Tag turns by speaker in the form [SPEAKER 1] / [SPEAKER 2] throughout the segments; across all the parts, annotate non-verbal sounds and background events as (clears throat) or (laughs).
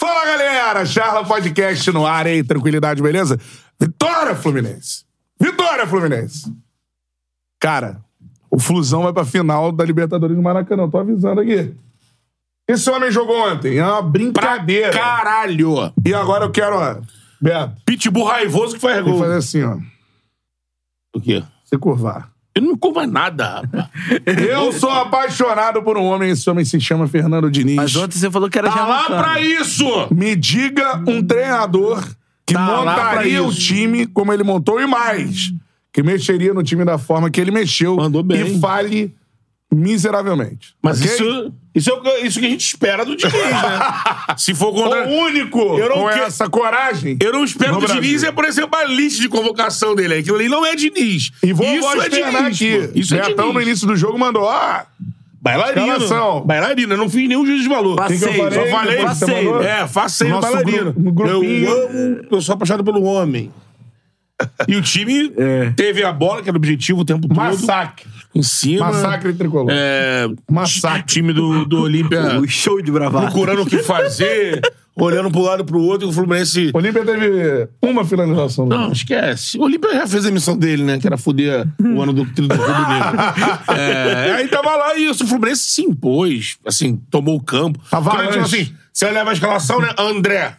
[SPEAKER 1] Fala, galera! Charla Podcast no ar, hein? Tranquilidade, beleza? Vitória, Fluminense! Vitória, Fluminense! Cara, o Flusão vai pra final da Libertadores do Maracanã. Tô avisando aqui. Esse homem jogou ontem. É uma brincadeira.
[SPEAKER 2] Caralho!
[SPEAKER 1] E agora eu quero, ó... Beto,
[SPEAKER 2] Pitbull raivoso que faz
[SPEAKER 1] tem que
[SPEAKER 2] gol.
[SPEAKER 1] fazer assim, ó.
[SPEAKER 2] O quê?
[SPEAKER 1] Se
[SPEAKER 3] (laughs)
[SPEAKER 1] curvar.
[SPEAKER 2] Ele não curva nada, rapaz.
[SPEAKER 1] Eu sou apaixonado por um homem. Esse homem se chama Fernando Diniz.
[SPEAKER 3] Mas ontem você falou que era
[SPEAKER 2] Tá lá
[SPEAKER 3] jamaicano.
[SPEAKER 2] pra isso!
[SPEAKER 1] Me diga um treinador que
[SPEAKER 2] Tá lá pra
[SPEAKER 1] montaria
[SPEAKER 2] isso.
[SPEAKER 1] o time como ele montou e mais. Que mexeria no time da forma que ele mexeu
[SPEAKER 2] Mandou bem.
[SPEAKER 1] e fale miseravelmente.
[SPEAKER 2] Mas
[SPEAKER 1] ok?
[SPEAKER 2] isso, isso, é o que, isso que a gente espera do
[SPEAKER 1] (laughs)
[SPEAKER 2] Diniz, né? Se for contra...
[SPEAKER 1] O único
[SPEAKER 2] Eu não
[SPEAKER 1] com
[SPEAKER 2] que-
[SPEAKER 1] essa coragem.
[SPEAKER 2] Eu não espero
[SPEAKER 1] No
[SPEAKER 2] que o
[SPEAKER 1] Brasil.
[SPEAKER 2] Diniz é, por exemplo, a lista de convocação dele. Aquilo ali não é Diniz.
[SPEAKER 1] E vou
[SPEAKER 2] isso
[SPEAKER 1] vou
[SPEAKER 2] é
[SPEAKER 1] externar
[SPEAKER 2] Diniz,
[SPEAKER 1] aqui.
[SPEAKER 2] pô. Isso é
[SPEAKER 1] Betão,
[SPEAKER 2] Diniz.
[SPEAKER 1] no início do jogo, mandou: "Ah, ó,
[SPEAKER 2] Bailarina.
[SPEAKER 1] Escalação.
[SPEAKER 2] Bailarina. Não fiz nenhum juízo de valor.
[SPEAKER 3] Passei.
[SPEAKER 2] Que que eu falei? Só falei.
[SPEAKER 1] Depois
[SPEAKER 3] você
[SPEAKER 2] Passei.
[SPEAKER 3] mandou?
[SPEAKER 2] É, faceiro
[SPEAKER 1] Nosso
[SPEAKER 2] bailarina.
[SPEAKER 1] gru- um grupinho.
[SPEAKER 2] eu amo... Eu sou apaixonado pelo homem. E o time teve a bola, que era o objetivo o tempo todo.
[SPEAKER 1] É. massacre.
[SPEAKER 2] Em cima.
[SPEAKER 1] Massacre tricolor.
[SPEAKER 2] É,
[SPEAKER 1] Massacre.
[SPEAKER 2] ti- Time do,
[SPEAKER 1] (laughs)
[SPEAKER 2] do Olímpia
[SPEAKER 3] O show de bravata.
[SPEAKER 2] procurando o que fazer, olhando pro lado e pro outro, e o Fluminense.
[SPEAKER 1] O Olímpia teve uma finalização. né?
[SPEAKER 2] Não, esquece. O Olímpia já fez a missão dele, né? Que era foder o ano do tri- do Rubro Negro.
[SPEAKER 1] (laughs)
[SPEAKER 2] É, aí tava lá e isso, o Fluminense se impôs, assim, tomou o campo.
[SPEAKER 1] Avalanche.
[SPEAKER 2] Quando, tipo assim, você olhava a escalação, né? André.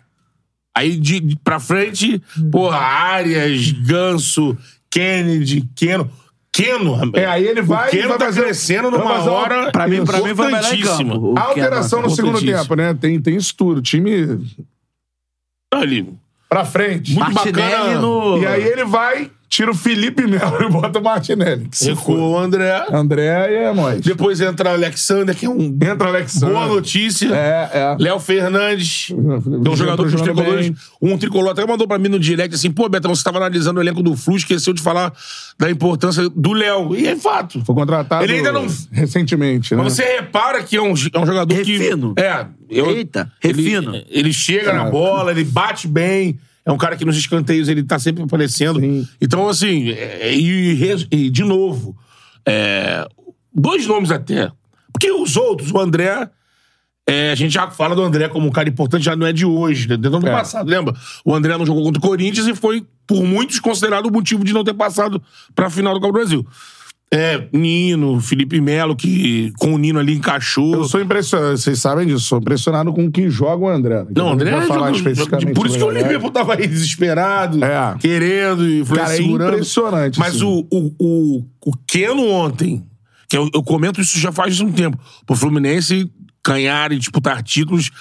[SPEAKER 2] Aí de, de pra frente, porra, Arias, Ganso, Kennedy, Keno. Keno,
[SPEAKER 1] É, aí ele
[SPEAKER 2] o
[SPEAKER 1] vai e
[SPEAKER 2] Keno
[SPEAKER 1] vai
[SPEAKER 2] tá
[SPEAKER 1] fazer-
[SPEAKER 2] crescendo
[SPEAKER 1] vai
[SPEAKER 2] numa
[SPEAKER 1] fazer uma-
[SPEAKER 2] hora.
[SPEAKER 3] Pra mim, pra mim foi o melhor em
[SPEAKER 2] importantíssima.
[SPEAKER 3] campo.
[SPEAKER 1] A
[SPEAKER 2] é
[SPEAKER 1] alteração no segundo
[SPEAKER 2] Importantíssimo.
[SPEAKER 1] tempo, né? Tem, tem isso tudo. Time
[SPEAKER 2] Tá Ali,
[SPEAKER 1] pra frente.
[SPEAKER 2] muito
[SPEAKER 3] Martinelli
[SPEAKER 2] bacana.
[SPEAKER 3] no...
[SPEAKER 1] E aí ele vai, tira o Felipe Melo (laughs) e bota o Martinelli. Que se
[SPEAKER 2] Recuou o André.
[SPEAKER 1] for. André e é nóis.
[SPEAKER 2] Depois entra o Alexander, que é um
[SPEAKER 1] Entra Alexandre.
[SPEAKER 2] boa notícia.
[SPEAKER 1] É, é.
[SPEAKER 2] Léo Fernandes, que é
[SPEAKER 1] Entrou
[SPEAKER 2] um jogador que os
[SPEAKER 1] jogando
[SPEAKER 2] tricolores.
[SPEAKER 1] bem.
[SPEAKER 2] Um tricolor até mandou pra mim no direct assim: pô, Betão, você tava analisando o elenco do Flu, esqueceu de falar da importância do Léo. E é fato.
[SPEAKER 1] Foi contratado
[SPEAKER 2] Ele ainda não-
[SPEAKER 1] recentemente, né?
[SPEAKER 2] Mas você repara que é um, é um jogador
[SPEAKER 3] Refino.
[SPEAKER 2] que. É. eu-
[SPEAKER 3] Eita,
[SPEAKER 2] ele-
[SPEAKER 3] refino.
[SPEAKER 2] Ele, chega na bola, ele bate bem. É um cara que nos escanteios ele tá sempre aparecendo.
[SPEAKER 1] Sim.
[SPEAKER 2] Então, assim, é- e, re- e, de novo, é, dois nomes até. Porque os outros, o André. é, a gente já fala do André como um cara importante, já não é de hoje, né? Desde o ano
[SPEAKER 1] É.
[SPEAKER 2] passado, lembra? O André não jogou contra o Corinthians e foi, por muitos, considerado o motivo de não ter passado pra final do Copa do Brasil. É, Nino, Felipe Melo, que com o Nino ali encaixou.
[SPEAKER 1] Eu sou impressionado, vocês sabem disso, sou impressionado com o que joga o André. Que
[SPEAKER 2] Não, o
[SPEAKER 1] a gente
[SPEAKER 2] André
[SPEAKER 1] vai falar
[SPEAKER 2] jogou-
[SPEAKER 1] especificamente
[SPEAKER 2] Por isso que o
[SPEAKER 1] sobre André.
[SPEAKER 2] Liverpool tava aí desesperado,
[SPEAKER 1] É.
[SPEAKER 2] querendo e assim, foi
[SPEAKER 1] Cara, é
[SPEAKER 2] segurando.
[SPEAKER 1] impressionante.
[SPEAKER 2] Mas
[SPEAKER 1] assim.
[SPEAKER 2] o, o, o, o Keno ontem, que eu, eu comento isso já faz um tempo, pro Fluminense ganhar e disputar títulos,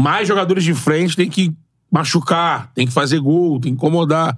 [SPEAKER 2] mais jogadores de frente tem que machucar, tem que fazer gol, tem que incomodar.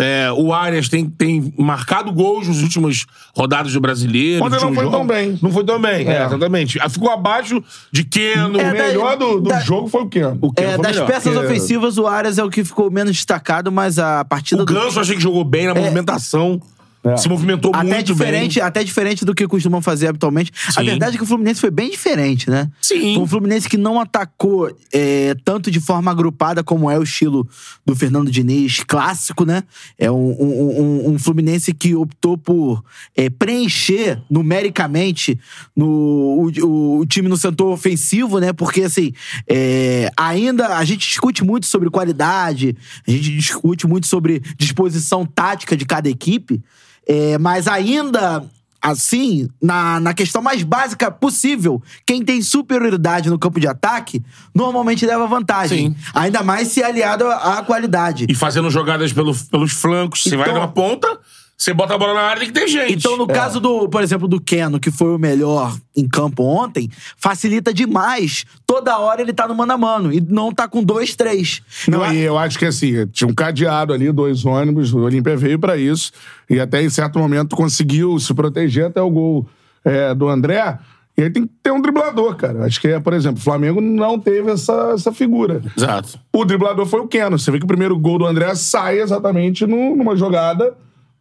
[SPEAKER 2] É, o Arias tem, tem marcado gols nos últimos rodadas do brasileiro.
[SPEAKER 1] Ontem
[SPEAKER 2] nos
[SPEAKER 1] não
[SPEAKER 2] últimos
[SPEAKER 1] foi tão bem.
[SPEAKER 2] Não foi tão bem,
[SPEAKER 1] É.
[SPEAKER 2] é, exatamente. Ficou abaixo de Keno.
[SPEAKER 1] O
[SPEAKER 3] É, da-
[SPEAKER 1] melhor do, do
[SPEAKER 3] da-
[SPEAKER 1] jogo foi o Keno.
[SPEAKER 2] O Keno
[SPEAKER 3] É,
[SPEAKER 2] foi
[SPEAKER 3] das
[SPEAKER 2] melhor.
[SPEAKER 3] peças
[SPEAKER 1] porque-
[SPEAKER 3] ofensivas, o Arias é o que ficou menos destacado, mas a partida
[SPEAKER 2] O
[SPEAKER 3] do...
[SPEAKER 2] Ganso eu achei que jogou bem na movimentação.
[SPEAKER 1] É.
[SPEAKER 2] Se movimentou
[SPEAKER 3] Até
[SPEAKER 2] muito
[SPEAKER 3] diferente,
[SPEAKER 2] bem.
[SPEAKER 3] até diferente do que costumam fazer habitualmente. A
[SPEAKER 2] Sim.
[SPEAKER 3] verdade é que o Fluminense foi bem diferente, né?
[SPEAKER 2] Sim.
[SPEAKER 3] Foi um Fluminense que não atacou é, tanto de forma agrupada como é o estilo do Fernando Diniz clássico, né? É um, um- um- um Fluminense que optou por é, preencher numericamente no, o, o- o time no setor ofensivo, né? Porque, assim, é, ainda a gente discute muito sobre qualidade, a gente discute muito sobre disposição tática de cada equipe, é, mas ainda assim, na, na questão mais básica possível, quem tem superioridade no campo de ataque, normalmente leva vantagem.
[SPEAKER 2] Sim.
[SPEAKER 3] Ainda mais se aliado à à qualidade.
[SPEAKER 2] E fazendo jogadas pelo- pelos flancos. Você
[SPEAKER 3] Então-
[SPEAKER 2] vai numa ponta, você bota a bola na área, tem que ter gente.
[SPEAKER 3] Então, no caso do, por exemplo, do Keno, que foi o melhor em campo ontem, facilita demais. Toda hora ele tá no mano a mano e não tá com dois, três.
[SPEAKER 1] Não,
[SPEAKER 3] Eu a- é
[SPEAKER 1] e eu acho que assim, tinha um cadeado ali, dois ônibus, o Olímpia veio pra isso, e até em certo momento conseguiu se proteger até o gol é, do André. E aí tem que ter um driblador, cara. Acho que é, por exemplo, o Flamengo não teve essa, essa figura.
[SPEAKER 2] Exato.
[SPEAKER 1] O driblador foi o Keno. Você vê que o primeiro gol do André sai exatamente no- numa jogada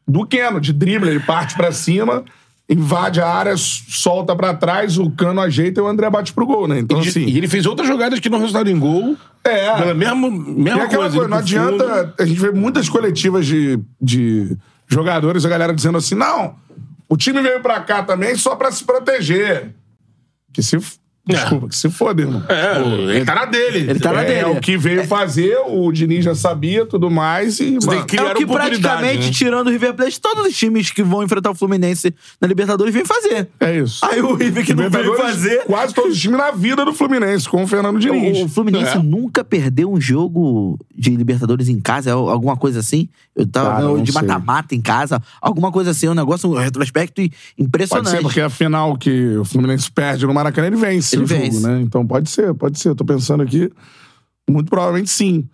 [SPEAKER 1] do Keno, de drible. Ele parte pra cima, invade a área, s- solta pra trás, o Cano ajeita e o André bate pro gol, né? Então,
[SPEAKER 2] E-
[SPEAKER 1] assim...
[SPEAKER 2] E ele fez outras jogadas que não resultaram em gol.
[SPEAKER 1] É.
[SPEAKER 2] Pela mesma, mesma
[SPEAKER 1] E é aquela
[SPEAKER 2] coisa.
[SPEAKER 1] coisa,
[SPEAKER 2] tipo, ele
[SPEAKER 1] não
[SPEAKER 2] pro fundo.
[SPEAKER 1] adianta. A gente vê muitas coletivas de, de jogadores, a galera dizendo assim: não, o time veio pra cá também só pra se proteger. Que se. f-
[SPEAKER 2] É.
[SPEAKER 1] Desculpa, que se foda, irmão.
[SPEAKER 2] É, ele tá na dele.
[SPEAKER 3] Ele tá na
[SPEAKER 1] É,
[SPEAKER 3] dele.
[SPEAKER 1] o que veio fazer, o Diniz já sabia tudo mais e.
[SPEAKER 2] tem
[SPEAKER 1] mano,
[SPEAKER 2] que
[SPEAKER 3] É
[SPEAKER 2] criar
[SPEAKER 3] o que
[SPEAKER 2] oportunidade,
[SPEAKER 3] praticamente,
[SPEAKER 2] né?
[SPEAKER 3] tirando o River Plate, todos os times que vão enfrentar o Fluminense na Libertadores vêm fazer.
[SPEAKER 1] É isso.
[SPEAKER 3] Aí o River que não veio
[SPEAKER 1] Libertadores,
[SPEAKER 3] fazer.
[SPEAKER 1] Quase todos os times na vida do Fluminense, com o Fernando Diniz.
[SPEAKER 3] O, o Fluminense
[SPEAKER 1] É.
[SPEAKER 3] nunca perdeu um jogo de Libertadores em casa, al- alguma coisa assim. Eu tava
[SPEAKER 1] Cara,
[SPEAKER 3] ou
[SPEAKER 1] não
[SPEAKER 3] de
[SPEAKER 1] sei.
[SPEAKER 3] mata-mata em casa, alguma coisa assim, um negócio, um retrospecto i-
[SPEAKER 1] Pode
[SPEAKER 3] impressionante.
[SPEAKER 1] ser, porque a final que o Fluminense perde no Maracanã, ele vence
[SPEAKER 3] Ele
[SPEAKER 1] o jogo,
[SPEAKER 3] vence.
[SPEAKER 1] né? Então pode ser, pode ser. Eu tô pensando aqui, muito provavelmente sim.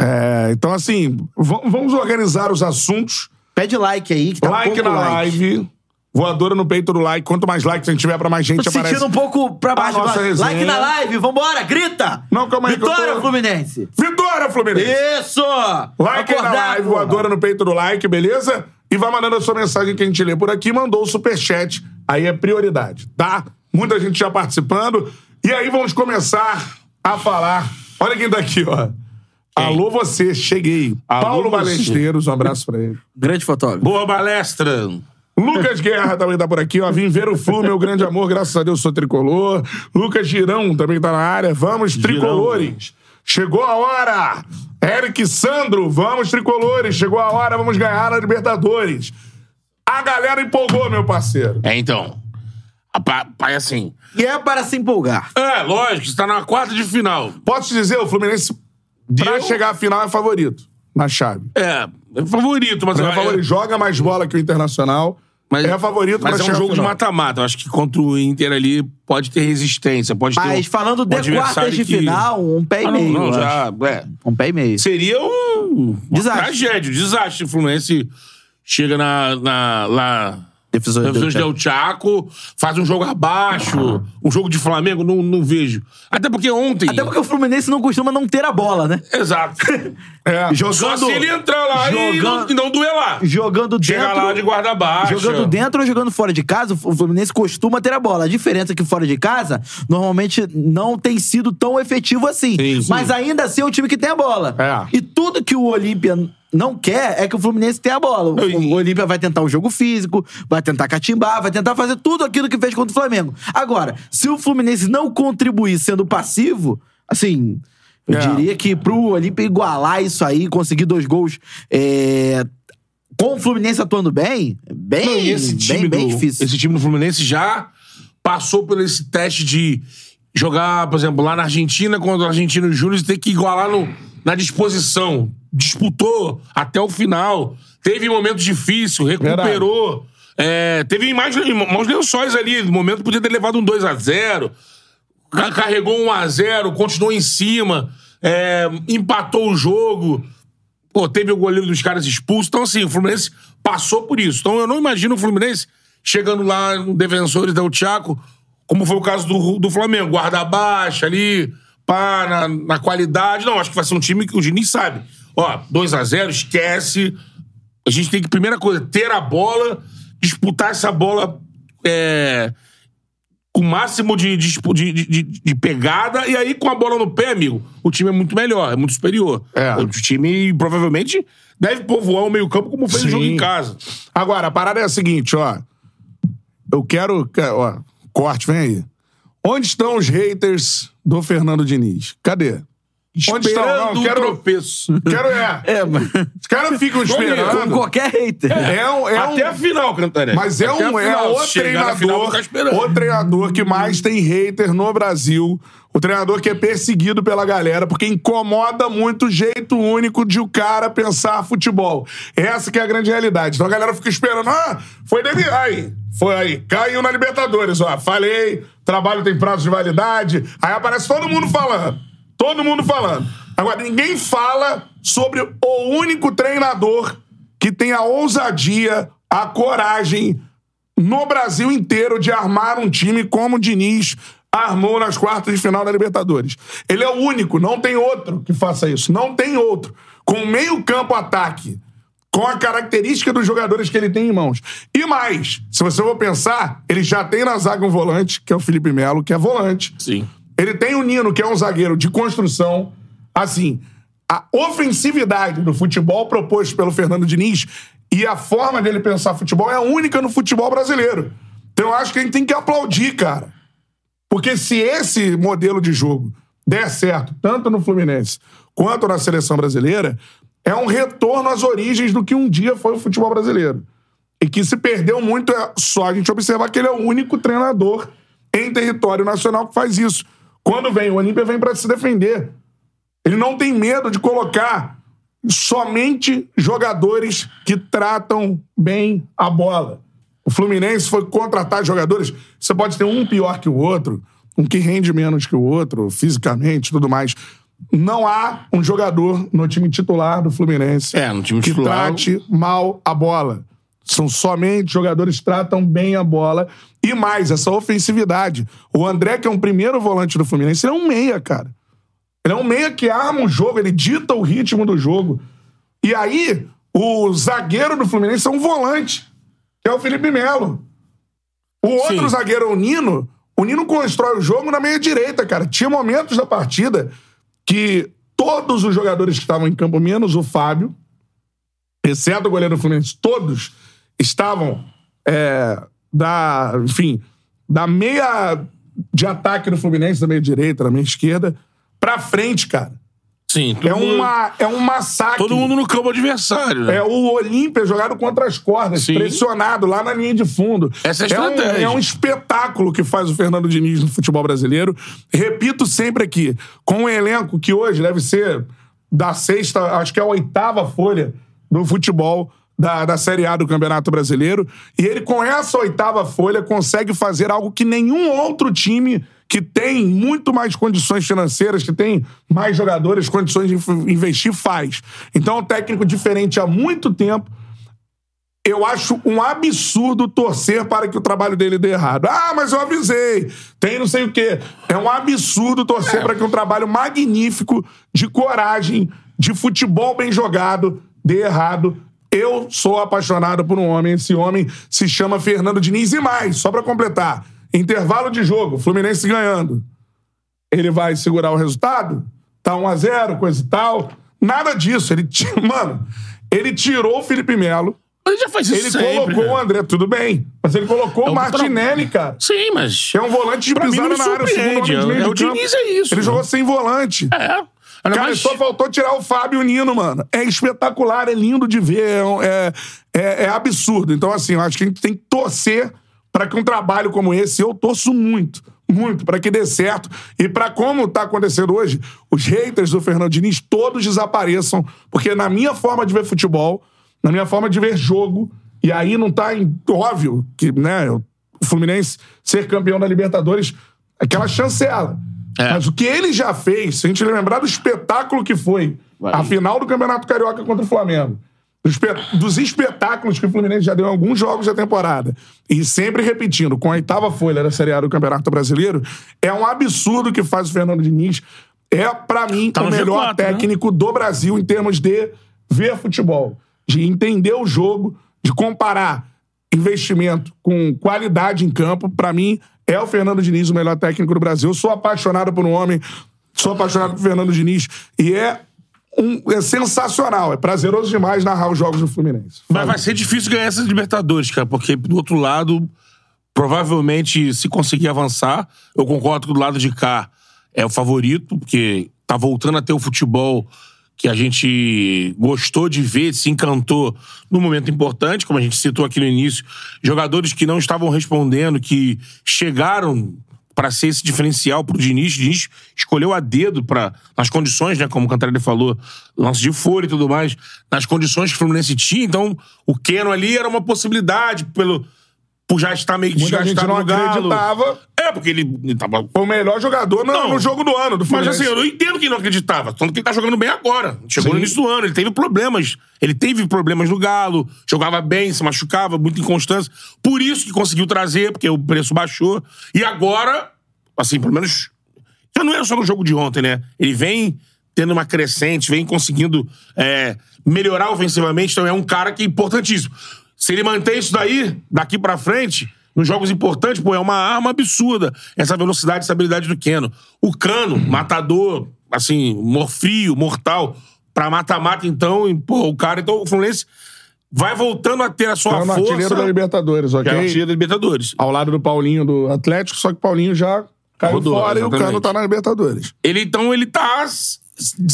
[SPEAKER 1] É, então, assim, va- vamos organizar os assuntos.
[SPEAKER 3] Pede like aí, que tá
[SPEAKER 1] like
[SPEAKER 3] pouco
[SPEAKER 1] na
[SPEAKER 3] like.
[SPEAKER 1] live. Voadora no peito do like. Quanto mais likes a gente tiver pra mais gente,
[SPEAKER 3] Tô
[SPEAKER 1] aparece.
[SPEAKER 3] sentindo um pouco pra baixo.
[SPEAKER 1] nossa
[SPEAKER 3] Like
[SPEAKER 1] resenha.
[SPEAKER 3] na live, vambora, grita!
[SPEAKER 1] Não, calma aí que eu
[SPEAKER 3] Vitória,
[SPEAKER 1] tô-
[SPEAKER 3] Fluminense!
[SPEAKER 1] Vitória, Fluminense!
[SPEAKER 3] Isso!
[SPEAKER 1] Like na live, voadora no peito do like, beleza? E vai mandando a sua mensagem que a gente lê por aqui. Mandou o superchat, aí é prioridade, tá? Muita gente já participando. E aí vamos começar a falar. Olha quem tá aqui, ó. Alô você, cheguei.
[SPEAKER 2] Alô,
[SPEAKER 1] Paulo
[SPEAKER 2] você.
[SPEAKER 1] Balesteiros, um abraço pra ele.
[SPEAKER 3] Grande fotógrafo.
[SPEAKER 2] Boa balestra.
[SPEAKER 1] Lucas Guerra também tá por aqui, ó. Vim ver o Flu, meu grande amor, graças a Deus sou tricolor. Lucas Girão também tá na área. Vamos, tricolores. Chegou a hora! Eric Sandro, vamos, tricolores. Chegou a hora, vamos ganhar a Libertadores. A galera empolgou, meu parceiro.
[SPEAKER 2] É, então. a pa- Pai, assim.
[SPEAKER 3] E é para se empolgar.
[SPEAKER 2] É, lógico, você tá na quarta de final.
[SPEAKER 1] Posso te dizer, o Fluminense, pra
[SPEAKER 2] Deu?
[SPEAKER 1] chegar à final, é favorito na chave.
[SPEAKER 2] É, é favorito, mas
[SPEAKER 1] É favorito, joga mais bola que o Internacional.
[SPEAKER 2] Mas-
[SPEAKER 1] é favorito,
[SPEAKER 2] Mas
[SPEAKER 1] pra
[SPEAKER 2] é um
[SPEAKER 1] chegar à
[SPEAKER 2] jogo de
[SPEAKER 1] final.
[SPEAKER 2] mata-mata. Eu acho que contra o Inter ali pode ter resistência. Pode ter
[SPEAKER 3] Mas
[SPEAKER 2] um-
[SPEAKER 3] falando
[SPEAKER 2] um
[SPEAKER 3] de
[SPEAKER 2] adversário
[SPEAKER 3] quartas de
[SPEAKER 2] que-
[SPEAKER 3] final, um pé e
[SPEAKER 2] Ah,
[SPEAKER 3] meio.
[SPEAKER 2] não, não,
[SPEAKER 3] eu acho.
[SPEAKER 2] já, é.
[SPEAKER 3] Um pé e meio.
[SPEAKER 2] Seria um uma
[SPEAKER 3] Desastre.
[SPEAKER 2] tragédia, um desastre. O Fluminense chega na, na, lá.
[SPEAKER 3] Defensor
[SPEAKER 2] na
[SPEAKER 3] do
[SPEAKER 2] Defensores
[SPEAKER 3] Chaco.
[SPEAKER 2] del Chaco, faz um jogo abaixo. Um jogo de Flamengo, não, não vejo. Até porque ontem.
[SPEAKER 3] Até porque o Fluminense não costuma não ter a bola, né? (laughs)
[SPEAKER 2] Exato.
[SPEAKER 1] É.
[SPEAKER 2] Só se ele entrar lá e, não,
[SPEAKER 3] jogando-
[SPEAKER 2] e não duelar.
[SPEAKER 3] Jogando
[SPEAKER 2] Chegar
[SPEAKER 3] dentro.
[SPEAKER 2] lá de guarda baixa.
[SPEAKER 3] Jogando dentro ou jogando fora de casa, o Fluminense costuma ter a bola. A diferença é que fora de casa, normalmente não tem sido tão efetivo assim.
[SPEAKER 2] Sim, sim.
[SPEAKER 3] Mas ainda assim é um time que tem a bola.
[SPEAKER 1] É.
[SPEAKER 3] E tudo que o Olímpia não quer é que o Fluminense tenha a bola. O-
[SPEAKER 2] e-
[SPEAKER 3] O Olímpia vai tentar o jogo físico, vai tentar catimbar, vai tentar fazer tudo aquilo que fez contra o Flamengo. Agora, se o Fluminense não contribuir sendo passivo, assim. Eu
[SPEAKER 1] É.
[SPEAKER 3] diria que pro Olímpia igualar isso aí, conseguir dois gols é, com o Fluminense atuando bem, bem,
[SPEAKER 2] Não, e esse time
[SPEAKER 3] bem, bem
[SPEAKER 2] do,
[SPEAKER 3] difícil.
[SPEAKER 2] Esse time do Fluminense já passou por esse teste de jogar, por exemplo, lá na Argentina contra o Argentino Júnior e ter que igualar no- na disposição. Disputou até o final. Teve momentos difíceis, recuperou. É, teve mais, mais lençóis ali. No momento podia ter levado um 2 a 0 Ca- Carregou um a 0 continuou em cima. é, empatou o jogo. Pô, teve o goleiro dos caras expulso. Então, assim, o Fluminense passou por isso. Então, eu não imagino o Fluminense chegando lá no Defensores del Chaco, como foi o caso do, do Flamengo. Guarda baixa ali, pá, na, na qualidade. Não, acho que vai ser um time que o Diniz sabe. Ó, 2 a 0 esquece. A gente tem que, primeira coisa, ter a bola, disputar essa bola é, com o máximo de, de, de- de- de pegada, e aí com a bola no pé, amigo, o time é muito melhor, é muito superior.
[SPEAKER 1] É.
[SPEAKER 2] O time provavelmente deve povoar o meio-campo como fez
[SPEAKER 1] Sim.
[SPEAKER 2] o jogo em casa.
[SPEAKER 1] Agora, a parada é a seguinte, ó. Eu quero. Ó, corte, vem aí. Onde estão os haters do Fernando Diniz? Cadê? Onde estão?
[SPEAKER 2] Esperando
[SPEAKER 1] Não,
[SPEAKER 2] o
[SPEAKER 1] quero.
[SPEAKER 2] tropeço.
[SPEAKER 1] Quero é.
[SPEAKER 3] É, mas
[SPEAKER 1] Os caras ficam
[SPEAKER 3] (laughs) com
[SPEAKER 1] esperando.
[SPEAKER 3] qualquer hater.
[SPEAKER 1] É um. É
[SPEAKER 2] Até
[SPEAKER 1] um
[SPEAKER 2] a final, Cantarelli.
[SPEAKER 1] mas é
[SPEAKER 2] Até a
[SPEAKER 1] um é
[SPEAKER 2] final.
[SPEAKER 1] o
[SPEAKER 2] Chegar na final, vou
[SPEAKER 1] treinador,
[SPEAKER 2] ficar esperando.
[SPEAKER 1] o treinador que mais tem hater no Brasil, o treinador que é perseguido pela galera porque incomoda muito o jeito único de o cara pensar futebol. Essa que é a grande realidade. Então a galera fica esperando, ah, foi dele aí, foi aí, caiu na Libertadores, ó, falei, trabalho tem prazo de validade, aí aparece todo mundo falando. Todo mundo falando. Agora, ninguém fala sobre o único treinador que tem a ousadia, a coragem, no Brasil inteiro de armar um time como o Diniz armou nas quartas de final da Libertadores. Ele é o único, não tem outro que faça isso. Não tem outro. Com meio campo ataque, com a característica dos jogadores que ele tem em mãos. E mais, se você for pensar, ele já tem na zaga um volante, que é o Felipe Melo, que é volante.
[SPEAKER 2] Sim.
[SPEAKER 1] Ele tem o Nino, que é um zagueiro de construção. Assim, a ofensividade do futebol proposto pelo Fernando Diniz e a forma dele pensar futebol é única no futebol brasileiro. Então eu acho que a gente tem que aplaudir, cara. Porque se esse modelo de jogo der certo, tanto no Fluminense quanto na seleção brasileira, é um retorno às origens do que um dia foi o futebol brasileiro. E que se perdeu muito é só a gente observar que ele é o único treinador em território nacional que faz isso. Quando vem, o Olímpia vem para se defender. Ele não tem medo de colocar somente jogadores que tratam bem a bola. O Fluminense foi contratar jogadores. Você pode ter um pior que o outro, um que rende menos que o outro, fisicamente tudo mais. Não há um jogador no time titular do Fluminense
[SPEAKER 2] É, no time
[SPEAKER 1] que
[SPEAKER 2] titular-
[SPEAKER 1] trate mal a bola. São somente jogadores que tratam bem a bola. E mais, essa ofensividade. O André, que é um primeiro volante do Fluminense, ele é um meia, cara. Ele é um meia que arma o jogo, ele dita o ritmo do jogo. E aí, o zagueiro do Fluminense é um volante, que é o Felipe Melo. O outro
[SPEAKER 2] Sim.
[SPEAKER 1] zagueiro, é o Nino, o Nino constrói o jogo na meia-direita, cara. Tinha momentos da partida que todos os jogadores que estavam em campo, menos o Fábio, exceto o goleiro do Fluminense, todos estavam é, da, enfim, da meia de ataque do Fluminense, da meia direita, da meia esquerda, pra frente, cara.
[SPEAKER 2] Sim. todo
[SPEAKER 1] É,
[SPEAKER 2] mundo-
[SPEAKER 1] uma, é um massacre.
[SPEAKER 2] Todo mundo no campo adversário, né?
[SPEAKER 1] É o Olímpia jogado contra as cordas,
[SPEAKER 2] Sim.
[SPEAKER 1] pressionado lá na linha de fundo.
[SPEAKER 2] Essa é a
[SPEAKER 1] um-
[SPEAKER 2] estratégia.
[SPEAKER 1] é um espetáculo que faz o Fernando Diniz no futebol brasileiro. Repito sempre aqui, com um elenco que hoje deve ser da sexta, acho que é a oitava folha do futebol da, da Série A do Campeonato Brasileiro. E ele, com essa oitava folha, consegue fazer algo que nenhum outro time que tem muito mais condições financeiras, que tem mais jogadores, condições de inf- investir, faz. Então é um técnico diferente há muito tempo. Eu acho um absurdo torcer para que o trabalho dele dê errado. Ah, mas eu avisei. Tem não sei o quê. É um absurdo torcer para que um trabalho magnífico de coragem, de futebol bem jogado, dê errado. Eu sou apaixonado por um homem. Esse homem se chama Fernando Diniz. E mais, só para completar: intervalo de jogo, Fluminense ganhando ele vai segurar o resultado? Tá 1x0, coisa e tal. Nada disso. Ele, ti- (laughs) mano, ele tirou o Felipe Melo,
[SPEAKER 2] Mas ele já faz isso
[SPEAKER 1] um- ele
[SPEAKER 2] sempre.
[SPEAKER 1] colocou o
[SPEAKER 2] né?
[SPEAKER 1] André, tudo bem. Mas ele colocou
[SPEAKER 2] É
[SPEAKER 1] o
[SPEAKER 2] um
[SPEAKER 1] Martinelli, cara.
[SPEAKER 2] Sim, mas...
[SPEAKER 1] Que é um volante de
[SPEAKER 2] Pra mim,
[SPEAKER 1] pisada
[SPEAKER 2] não
[SPEAKER 1] na área, o segundo homem
[SPEAKER 2] surpreende.
[SPEAKER 1] de meio
[SPEAKER 2] É,
[SPEAKER 1] de
[SPEAKER 2] o
[SPEAKER 1] campo.
[SPEAKER 2] Diniz é isso.
[SPEAKER 1] Ele
[SPEAKER 2] né?
[SPEAKER 1] jogou sem volante.
[SPEAKER 2] É. Ainda
[SPEAKER 1] Cara,
[SPEAKER 2] mais-
[SPEAKER 1] só faltou tirar o Fábio e o Nino, mano. É espetacular, é lindo de ver, é, um- é, é- é absurdo. Então, assim, eu acho que a gente tem que torcer pra que um trabalho como esse, eu torço muito, muito, pra que dê certo. E pra como tá acontecendo hoje, os haters do Fernando Diniz todos desapareçam, porque na minha forma de ver futebol, na minha forma de ver jogo, e aí não tá em- óbvio que, né, o Fluminense ser campeão da Libertadores, aquela chancela.
[SPEAKER 2] É.
[SPEAKER 1] Mas o que ele já fez, se a gente lembrar do espetáculo que foi a final do Campeonato Carioca contra o Flamengo, do espe- dos espetáculos que o Fluminense já deu em alguns jogos da temporada, e sempre repetindo, com a oitava folha da Série A do Campeonato Brasileiro, é um absurdo o que faz o Fernando Diniz. É, pra mim,
[SPEAKER 2] Tá
[SPEAKER 1] o
[SPEAKER 2] no
[SPEAKER 1] melhor
[SPEAKER 2] G4, né?
[SPEAKER 1] técnico do Brasil em termos de ver futebol, de entender o jogo, de comparar investimento com qualidade em campo. Pra mim, é o Fernando Diniz o melhor técnico do Brasil. Eu sou apaixonado por um homem, sou apaixonado por Fernando Diniz e é, um- é sensacional. É prazeroso demais narrar os jogos do Fluminense.
[SPEAKER 2] Mas vai ser difícil ganhar essas Libertadores, cara, porque do outro lado, provavelmente, se conseguir avançar, eu concordo que do lado de cá é o favorito, porque tá voltando a ter o futebol que a gente gostou de ver, se encantou num momento importante, como a gente citou aqui no início, jogadores que não estavam respondendo, que chegaram para ser esse diferencial pro Diniz. Diniz escolheu a dedo para nas condições, né? Como o Cantarelli falou, lance de folha e tudo mais, nas condições que o Fluminense tinha. Então, o Keno ali era uma possibilidade pelo, por já estar meio que
[SPEAKER 1] Muita gente
[SPEAKER 2] desgastado
[SPEAKER 1] não
[SPEAKER 2] no Galo.
[SPEAKER 1] acreditava.
[SPEAKER 2] É, porque ele, ele tava...
[SPEAKER 1] Foi o melhor jogador no,
[SPEAKER 2] Não.
[SPEAKER 1] no jogo do ano, do
[SPEAKER 2] Mas
[SPEAKER 1] Fluminense.
[SPEAKER 2] assim, eu não entendo quem não acreditava. Tanto que ele tá jogando bem agora. Chegou no início do ano, ele teve problemas. Ele teve problemas no Galo, jogava bem, se machucava, muita inconstância. Por isso que conseguiu trazer, porque o preço baixou. E agora, assim, pelo menos. Já não era só no jogo de ontem, né? Ele vem tendo uma crescente, vem conseguindo é, melhorar ofensivamente, então é um cara que é importantíssimo. Se ele manter isso daí, daqui pra frente, nos jogos importantes, pô, é uma arma absurda essa velocidade, essa habilidade do Keno. O Cano, matador, assim, morfrio, mortal, pra mata-mata, então, e, pô, o cara, então o Fluminense vai voltando a ter a sua
[SPEAKER 1] Tá no
[SPEAKER 2] força.
[SPEAKER 1] artilheiro da Libertadores,
[SPEAKER 2] Que
[SPEAKER 1] ok?
[SPEAKER 2] é o artilheiro da Libertadores.
[SPEAKER 1] Ao lado do Paulinho do Atlético, só que o Paulinho já caiu
[SPEAKER 2] Rodou,
[SPEAKER 1] fora e o
[SPEAKER 2] exatamente.
[SPEAKER 1] Cano tá na Libertadores.
[SPEAKER 2] Ele então ele tá s-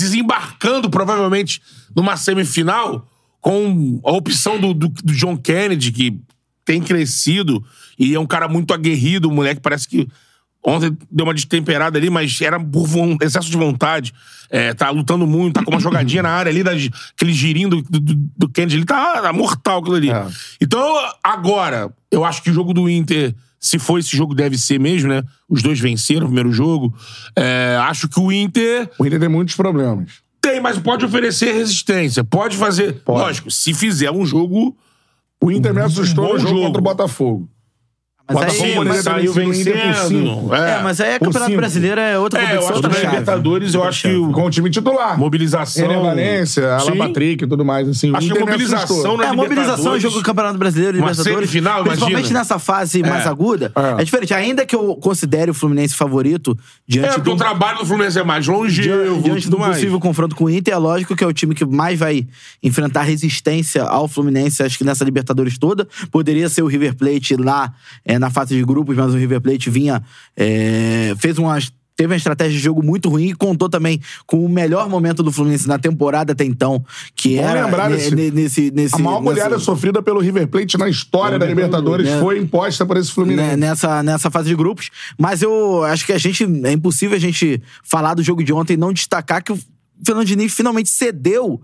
[SPEAKER 2] desembarcando provavelmente numa semifinal com a opção do, do, do John Kennedy que tem crescido e é um cara muito aguerrido, o moleque parece que ontem deu uma destemperada ali, mas era por von- excesso de vontade. É, tá lutando muito, tá com uma jogadinha na área ali, das- aquele girinho do, do, do Kennedy, ele tá, tá mortal aquilo ali.
[SPEAKER 1] É.
[SPEAKER 2] Então, agora, eu acho que o jogo do Inter, se for esse jogo, deve ser mesmo, né? Os dois venceram o primeiro jogo. É, acho que o Inter
[SPEAKER 1] O Inter tem muitos problemas.
[SPEAKER 2] tem, mas pode oferecer resistência. Pode fazer. Lógico, se fizer um jogo.
[SPEAKER 1] O Inter me assustou
[SPEAKER 2] Uhum. bom
[SPEAKER 1] no jogo
[SPEAKER 2] jogo.
[SPEAKER 1] contra o Botafogo.
[SPEAKER 3] Tá Mas
[SPEAKER 1] Botafogo
[SPEAKER 3] aí,
[SPEAKER 2] Sim,
[SPEAKER 1] poderia
[SPEAKER 2] mas
[SPEAKER 1] ter
[SPEAKER 2] saiu
[SPEAKER 1] vencido o Inter por cinco.
[SPEAKER 2] vencendo.
[SPEAKER 3] é, mas aí é
[SPEAKER 1] por
[SPEAKER 3] Campeonato
[SPEAKER 1] cinco.
[SPEAKER 3] Brasileiro, é outra
[SPEAKER 2] É, eu
[SPEAKER 3] competição, né?
[SPEAKER 2] acho que
[SPEAKER 3] outra
[SPEAKER 2] na
[SPEAKER 3] chave.
[SPEAKER 2] Libertadores, eu acho que o-
[SPEAKER 1] Com o time titular.
[SPEAKER 2] mobilização.
[SPEAKER 1] Ener Valência, Alan
[SPEAKER 2] Sim.
[SPEAKER 1] Patrick e tudo mais. Assim, o
[SPEAKER 2] Acho que
[SPEAKER 1] Inter
[SPEAKER 2] a
[SPEAKER 1] me
[SPEAKER 2] mobilização
[SPEAKER 1] assustou.
[SPEAKER 2] na
[SPEAKER 3] É, a mobilização,
[SPEAKER 2] Libertadores-
[SPEAKER 3] jogo do Campeonato Brasileiro,
[SPEAKER 2] Uma
[SPEAKER 3] Libertadores.
[SPEAKER 2] semifinal,
[SPEAKER 3] principalmente
[SPEAKER 2] imagina.
[SPEAKER 3] nessa fase mais aguda,
[SPEAKER 1] É.
[SPEAKER 3] é. diferente. Ainda que eu considere o Fluminense favorito
[SPEAKER 2] É,
[SPEAKER 3] diante um
[SPEAKER 2] porque
[SPEAKER 3] do
[SPEAKER 2] o trabalho do Fluminense é mais longevo e
[SPEAKER 3] diante
[SPEAKER 2] tudo
[SPEAKER 3] do
[SPEAKER 2] mais.
[SPEAKER 3] possível confronto com o Inter, é lógico que é o time que mais vai enfrentar resistência ao Fluminense, acho que nessa Libertadores toda. Poderia ser o River Plate lá é, na fase de grupos, mas o River Plate vinha. é, fez umas. Teve uma estratégia de jogo muito ruim e contou também com o melhor momento do Fluminense na temporada até então, que
[SPEAKER 1] Bom
[SPEAKER 3] era
[SPEAKER 1] lembrar
[SPEAKER 3] ne-
[SPEAKER 1] desse-
[SPEAKER 3] ne- nesse, nesse.
[SPEAKER 1] A maior
[SPEAKER 3] nessa-
[SPEAKER 1] goleada sofrida pelo River Plate na história da Libertadores
[SPEAKER 3] né?
[SPEAKER 1] foi imposta por esse
[SPEAKER 3] né,
[SPEAKER 1] Fluminense.
[SPEAKER 3] nessa, nessa fase de grupos. Mas eu acho que a gente. É impossível a gente falar do jogo de ontem e não destacar que o Fernando Diniz finalmente cedeu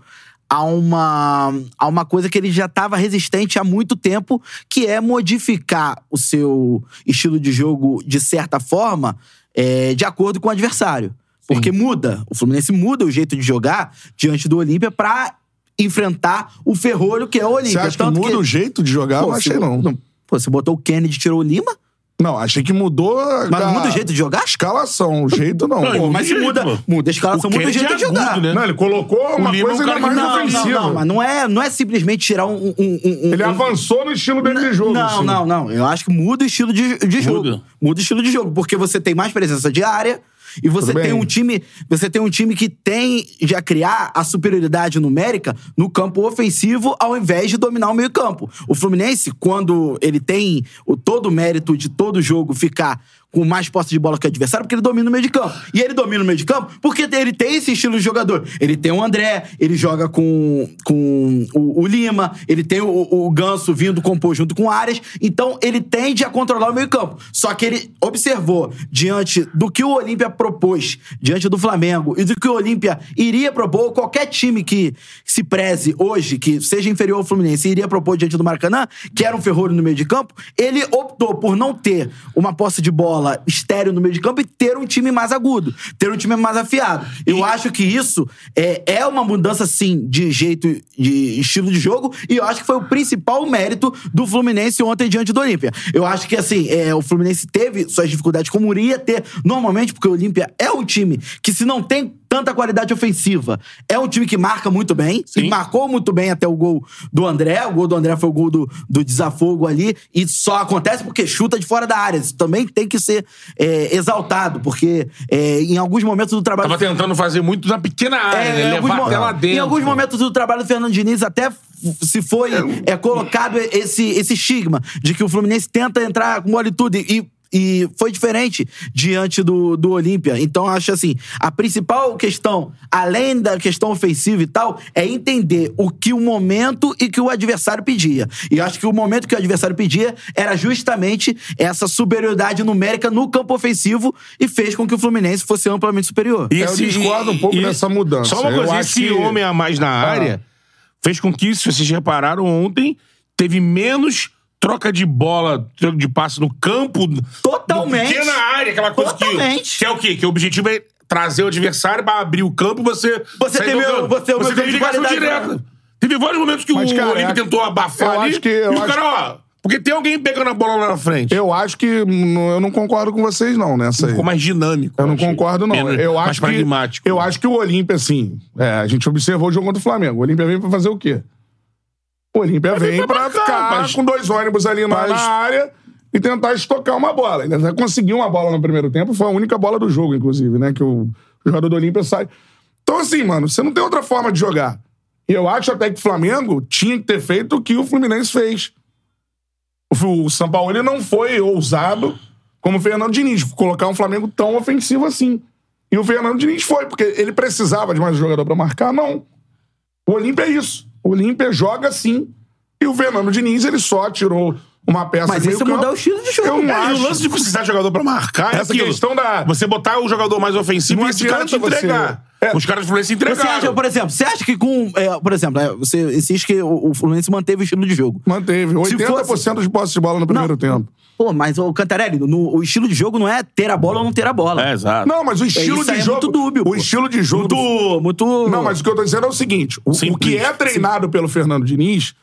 [SPEAKER 3] a uma, a uma coisa que ele já estava resistente há muito tempo, que é modificar o seu estilo de jogo de certa forma, é, de acordo com o adversário. Porque muda. O Fluminense muda o jeito de jogar diante do Olímpia para enfrentar o ferrolho que é o Olímpia.
[SPEAKER 1] Você acha que
[SPEAKER 3] Tanto
[SPEAKER 1] muda o jeito de jogar? eu
[SPEAKER 3] Pô,
[SPEAKER 1] achei
[SPEAKER 3] se-
[SPEAKER 1] não.
[SPEAKER 3] Pô, você botou o Kennedy e tirou o Lima?
[SPEAKER 1] Não, achei que mudou a,
[SPEAKER 3] Mas
[SPEAKER 1] a
[SPEAKER 3] muda o jeito de jogar?
[SPEAKER 1] escalação. O jeito não.
[SPEAKER 2] Não,
[SPEAKER 1] Pô,
[SPEAKER 2] e
[SPEAKER 3] Mas se
[SPEAKER 2] jeito,
[SPEAKER 3] muda,
[SPEAKER 2] pô.
[SPEAKER 3] muda a escalação,
[SPEAKER 2] O
[SPEAKER 3] muda o
[SPEAKER 2] Kennedy
[SPEAKER 3] jeito
[SPEAKER 2] é
[SPEAKER 3] de jogar.
[SPEAKER 2] agudo, né?
[SPEAKER 1] Não, ele colocou uma
[SPEAKER 2] Lima é um
[SPEAKER 1] coisa ainda
[SPEAKER 2] cara que
[SPEAKER 1] mais
[SPEAKER 2] não-
[SPEAKER 3] Não, não,
[SPEAKER 1] ofensiva.
[SPEAKER 3] não, mas não é, não é simplesmente tirar um. um, um, um-
[SPEAKER 1] Ele
[SPEAKER 3] um-
[SPEAKER 1] avançou no estilo dele de jogo.
[SPEAKER 3] Não,
[SPEAKER 1] assim.
[SPEAKER 3] não, não. Eu acho que muda o estilo de, de jogo.
[SPEAKER 2] Muda.
[SPEAKER 3] Muda. o estilo de jogo, porque você tem mais presença de área e você
[SPEAKER 1] Tudo
[SPEAKER 3] tem
[SPEAKER 1] bem.
[SPEAKER 3] um time, você tem um time que tem já criar a superioridade numérica no campo ofensivo ao invés de dominar o meio-campo. O Fluminense, quando ele tem o todo o mérito de todo jogo ficar com mais posse de bola que o adversário, porque ele domina o meio de campo. E ele domina o meio de campo porque ele tem esse estilo de jogador. Ele tem o André, ele joga com, com o, o Lima, ele tem o, o Ganso vindo compor junto com o Arias. Então, ele tende a controlar o meio campo. Só que ele observou, diante do que o Olímpia propôs, diante do Flamengo, e do que o Olímpia iria propor, qualquer time que se preze hoje, que seja inferior ao Fluminense, iria propor diante do Maracanã, que era um ferrolho no meio de campo, ele optou por não ter uma posse de bola estéreo no meio de campo e ter um time mais agudo, ter um time mais afiado. Eu acho que isso é, é uma mudança, sim, de jeito, de estilo de jogo, e eu acho que foi o principal mérito do Fluminense ontem diante do Olímpia. Eu acho que, assim, é, o Fluminense teve suas dificuldades, como iria ter normalmente, porque o Olímpia é um time que, se não tem tanta qualidade ofensiva, é um time que marca muito bem,
[SPEAKER 2] Sim.
[SPEAKER 3] e marcou muito bem até o gol do André. O gol do André foi o gol do, do desafogo ali, e só acontece porque chuta de fora da área. Isso também tem que ser é, exaltado, porque é, em alguns momentos do trabalho
[SPEAKER 2] Tava tentando fazer muito na pequena área,
[SPEAKER 3] é,
[SPEAKER 2] né?
[SPEAKER 3] em, alguns
[SPEAKER 2] Levar
[SPEAKER 3] mo-
[SPEAKER 2] até lá dentro.
[SPEAKER 3] em alguns momentos do trabalho do Fernando Diniz até f- se foi é, colocado esse, esse estigma de que o Fluminense tenta entrar com mole tudo e, e foi diferente diante do, do Olímpia. Então, acho assim, a principal questão, além da questão ofensiva e tal, é entender o que o momento e que o adversário pedia. E acho que o momento que o adversário pedia era justamente essa superioridade numérica no campo ofensivo e fez com que o Fluminense fosse amplamente superior.
[SPEAKER 2] E
[SPEAKER 1] Eu discordo um pouco dessa mudança.
[SPEAKER 2] Só uma
[SPEAKER 1] Eu
[SPEAKER 2] coisa,
[SPEAKER 1] acho
[SPEAKER 2] esse
[SPEAKER 1] que- Ah.
[SPEAKER 2] homem a mais na área fez com que, se vocês repararam ontem, teve menos troca de bola, troca de passe no campo.
[SPEAKER 3] Totalmente.
[SPEAKER 2] No pequena área, aquela coisa que-
[SPEAKER 3] Totalmente.
[SPEAKER 2] Que, é o quê? Que o objetivo é trazer o adversário pra abrir o campo e você.
[SPEAKER 3] Você
[SPEAKER 2] sair
[SPEAKER 3] teve o-
[SPEAKER 2] jogando.
[SPEAKER 3] você é o meu
[SPEAKER 2] teve
[SPEAKER 3] jogo de
[SPEAKER 2] ligação
[SPEAKER 3] qualidade, né?
[SPEAKER 2] direta. Teve vários momentos que
[SPEAKER 1] Mas,
[SPEAKER 2] o
[SPEAKER 1] cara,
[SPEAKER 2] Olímpio
[SPEAKER 1] eu-
[SPEAKER 2] tentou abafar
[SPEAKER 1] eu
[SPEAKER 2] ali.
[SPEAKER 1] acho que-
[SPEAKER 2] e
[SPEAKER 1] eu
[SPEAKER 2] o cara, ó. Porque tem alguém pegando a bola lá na frente.
[SPEAKER 1] Eu acho que n- eu não concordo com vocês, não, nessa aí.
[SPEAKER 2] Ficou mais dinâmico.
[SPEAKER 1] Eu não
[SPEAKER 2] achei.
[SPEAKER 1] concordo, não.
[SPEAKER 2] é Menos-
[SPEAKER 1] eu acho
[SPEAKER 2] mais
[SPEAKER 1] que,
[SPEAKER 2] pragmático.
[SPEAKER 1] Eu acho que o Olímpia, assim, é, a gente observou o jogo contra o Flamengo. O Olímpia veio pra fazer o quê? O Olímpia vem pra
[SPEAKER 2] marcar,
[SPEAKER 1] ficar
[SPEAKER 2] tá mas-
[SPEAKER 1] com dois ônibus ali na,
[SPEAKER 2] mas-
[SPEAKER 1] na área e tentar estocar uma bola. Ele até conseguiu uma bola no primeiro tempo, foi a única bola do jogo, inclusive, né? Que o jogador do Olímpia sai. Então, assim, mano, você não tem outra forma de jogar. E eu acho até que o Flamengo tinha que ter feito o que o Fluminense fez. O F- O São Paulo ele não foi ousado como o Fernando Diniz, colocar um Flamengo tão ofensivo assim. E o Fernando Diniz foi, porque ele precisava de mais um jogador pra marcar? Não. O Olímpia é isso. O Olímpia joga assim. E o Fernando Diniz, ele só tirou uma peça
[SPEAKER 3] Mas
[SPEAKER 1] do meio
[SPEAKER 3] isso é
[SPEAKER 1] campo.
[SPEAKER 3] mudar o estilo de jogo.
[SPEAKER 1] Eu não
[SPEAKER 2] É, e
[SPEAKER 1] acho.
[SPEAKER 2] o lance de precisar de jogador pra marcar. é
[SPEAKER 1] Essa
[SPEAKER 2] aquilo.
[SPEAKER 1] questão da-
[SPEAKER 2] Você botar o jogador mais ofensivo
[SPEAKER 1] Não
[SPEAKER 2] e esse cara te
[SPEAKER 1] adianta você-
[SPEAKER 2] entregar.
[SPEAKER 1] É.
[SPEAKER 2] Os caras do Fluminense
[SPEAKER 3] Você
[SPEAKER 2] entregaram.
[SPEAKER 3] acha, por exemplo, você acha que com. é, por exemplo, é, você insiste que o, o Fluminense manteve o estilo de jogo.
[SPEAKER 1] Manteve. 80% de posse de bola no primeiro
[SPEAKER 3] Não.
[SPEAKER 1] tempo.
[SPEAKER 3] Pô, mas o Cantarelli, no- o estilo de jogo não é ter a bola ou não ter a bola.
[SPEAKER 2] É, exato.
[SPEAKER 1] Não, mas o estilo
[SPEAKER 3] isso
[SPEAKER 1] de
[SPEAKER 3] aí é
[SPEAKER 1] jogo.
[SPEAKER 3] muito dúbio,
[SPEAKER 1] o
[SPEAKER 3] pô.
[SPEAKER 1] estilo de jogo. do-
[SPEAKER 3] Muito. muito...
[SPEAKER 1] Não, mas o que eu tô dizendo é o seguinte: o, o que é
[SPEAKER 2] Simplista.
[SPEAKER 1] treinado pelo Fernando Diniz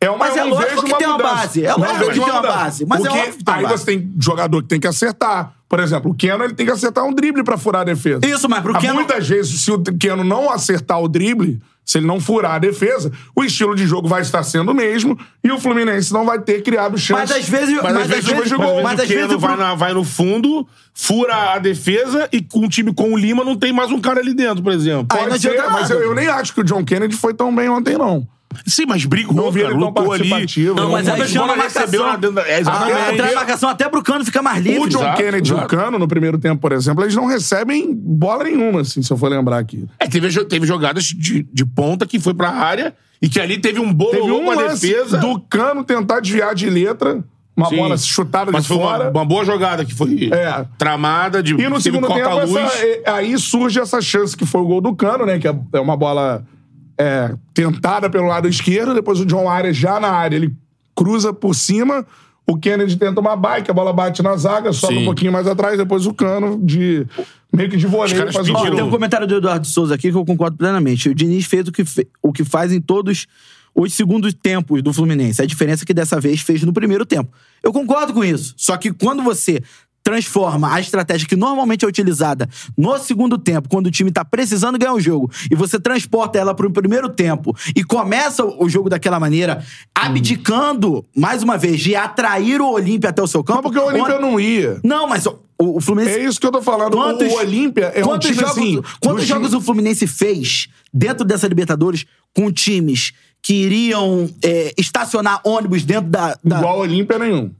[SPEAKER 1] é, uma
[SPEAKER 3] Mas é
[SPEAKER 1] eu não
[SPEAKER 3] lógico
[SPEAKER 1] vejo
[SPEAKER 3] que
[SPEAKER 1] uma
[SPEAKER 3] tem uma
[SPEAKER 1] mudança.
[SPEAKER 3] base, é
[SPEAKER 1] Não
[SPEAKER 3] lógico
[SPEAKER 1] vejo
[SPEAKER 3] que tem uma
[SPEAKER 1] mudança.
[SPEAKER 3] base, mas
[SPEAKER 1] O
[SPEAKER 3] é
[SPEAKER 1] que-
[SPEAKER 3] óbvio que tem
[SPEAKER 1] Aí
[SPEAKER 3] uma base.
[SPEAKER 1] você tem jogador que tem que acertar. Por exemplo, o Keno ele tem que acertar um drible pra furar a defesa.
[SPEAKER 3] Isso, mas pro
[SPEAKER 1] Há
[SPEAKER 3] Keno-
[SPEAKER 1] Muitas vezes, se o Keno não acertar o drible, se ele não furar a defesa, o estilo de jogo vai estar sendo o mesmo e o Fluminense não vai ter criado chance.
[SPEAKER 3] Mas às vezes-
[SPEAKER 1] mas às vezes,
[SPEAKER 3] vezes-
[SPEAKER 1] o
[SPEAKER 2] Mas,
[SPEAKER 1] gol.
[SPEAKER 3] mas
[SPEAKER 2] às
[SPEAKER 3] às
[SPEAKER 2] vezes
[SPEAKER 3] vezes
[SPEAKER 2] o Keno
[SPEAKER 3] o
[SPEAKER 2] vai,
[SPEAKER 3] Flu-
[SPEAKER 2] na- vai no fundo, fura a defesa e com um time com o Lima não tem mais um cara ali dentro, por exemplo.
[SPEAKER 3] Aí não
[SPEAKER 1] Pode ser,
[SPEAKER 3] adianta
[SPEAKER 1] mas
[SPEAKER 3] nada.
[SPEAKER 1] eu, eu nem acho que o John Kennedy foi tão bem ontem, não.
[SPEAKER 2] Sim, mas brigou,
[SPEAKER 1] Não vi ele
[SPEAKER 2] cara,
[SPEAKER 1] tão
[SPEAKER 2] lutou ali.
[SPEAKER 1] participativo, não.
[SPEAKER 3] Mas aí
[SPEAKER 2] quantas
[SPEAKER 3] chama
[SPEAKER 2] bolas
[SPEAKER 3] a marcação.
[SPEAKER 2] recebeu lá dentro da- é,
[SPEAKER 3] Ah,
[SPEAKER 2] exatamente.
[SPEAKER 3] entrar na marcação até pro cano ficar mais
[SPEAKER 1] O
[SPEAKER 3] livre.
[SPEAKER 1] John
[SPEAKER 2] Exato,
[SPEAKER 1] Kennedy e o
[SPEAKER 2] exato.
[SPEAKER 1] Cano, no primeiro tempo, por exemplo, eles não recebem bola nenhuma, assim, se eu for lembrar aqui.
[SPEAKER 2] É, teve, jo- teve jogadas de, de ponta que foi pra área e que ali teve um bolo
[SPEAKER 1] Teve um
[SPEAKER 2] com a
[SPEAKER 1] lance
[SPEAKER 2] defesa.
[SPEAKER 1] do Cano tentar desviar de letra, uma
[SPEAKER 2] Sim.
[SPEAKER 1] bola chutada
[SPEAKER 2] Mas
[SPEAKER 1] de
[SPEAKER 2] foi uma-
[SPEAKER 1] fora.
[SPEAKER 2] Uma, boa jogada que foi
[SPEAKER 1] É.
[SPEAKER 2] tramada, de
[SPEAKER 1] E no
[SPEAKER 2] teve
[SPEAKER 1] segundo tempo,
[SPEAKER 2] corta-luz.
[SPEAKER 1] essa- é- aí surge essa chance que foi o gol do Cano, né? Que é- é uma bola é, tentada pelo lado esquerdo, depois o John Arias já na área, ele cruza por cima, o Kennedy tenta uma bike, a bola bate na zaga, sobe
[SPEAKER 2] Sim.
[SPEAKER 1] um pouquinho mais atrás, depois o Cano de meio que de voleio
[SPEAKER 2] caras
[SPEAKER 1] faz o
[SPEAKER 3] Ó,
[SPEAKER 2] pediram-
[SPEAKER 1] gol.
[SPEAKER 3] tem um comentário do Eduardo Souza aqui que eu concordo plenamente. O Diniz fez o que, fe- o que faz em todos os segundos tempos do Fluminense. A diferença é que dessa vez fez no primeiro tempo. Eu concordo com isso. Só que quando você transforma a estratégia que normalmente é utilizada no segundo tempo, quando o time tá precisando ganhar o jogo, e você transporta ela pro primeiro tempo e começa o jogo daquela maneira, abdicando, mais uma vez, de atrair o Olímpia até o seu campo.
[SPEAKER 1] Mas porque o Olímpia
[SPEAKER 3] onde-
[SPEAKER 1] não ia.
[SPEAKER 3] Não, mas o, o Fluminense
[SPEAKER 1] É isso que eu tô falando.
[SPEAKER 3] Quantos-
[SPEAKER 1] o Olímpia é um
[SPEAKER 3] quantos
[SPEAKER 1] time
[SPEAKER 3] jogos,
[SPEAKER 1] assim...
[SPEAKER 3] quantos
[SPEAKER 1] dos
[SPEAKER 3] jogos
[SPEAKER 1] times-
[SPEAKER 3] o Fluminense fez dentro dessa Libertadores com times que iriam é, estacionar ônibus dentro da. da-
[SPEAKER 1] Igual o Olímpia nenhum.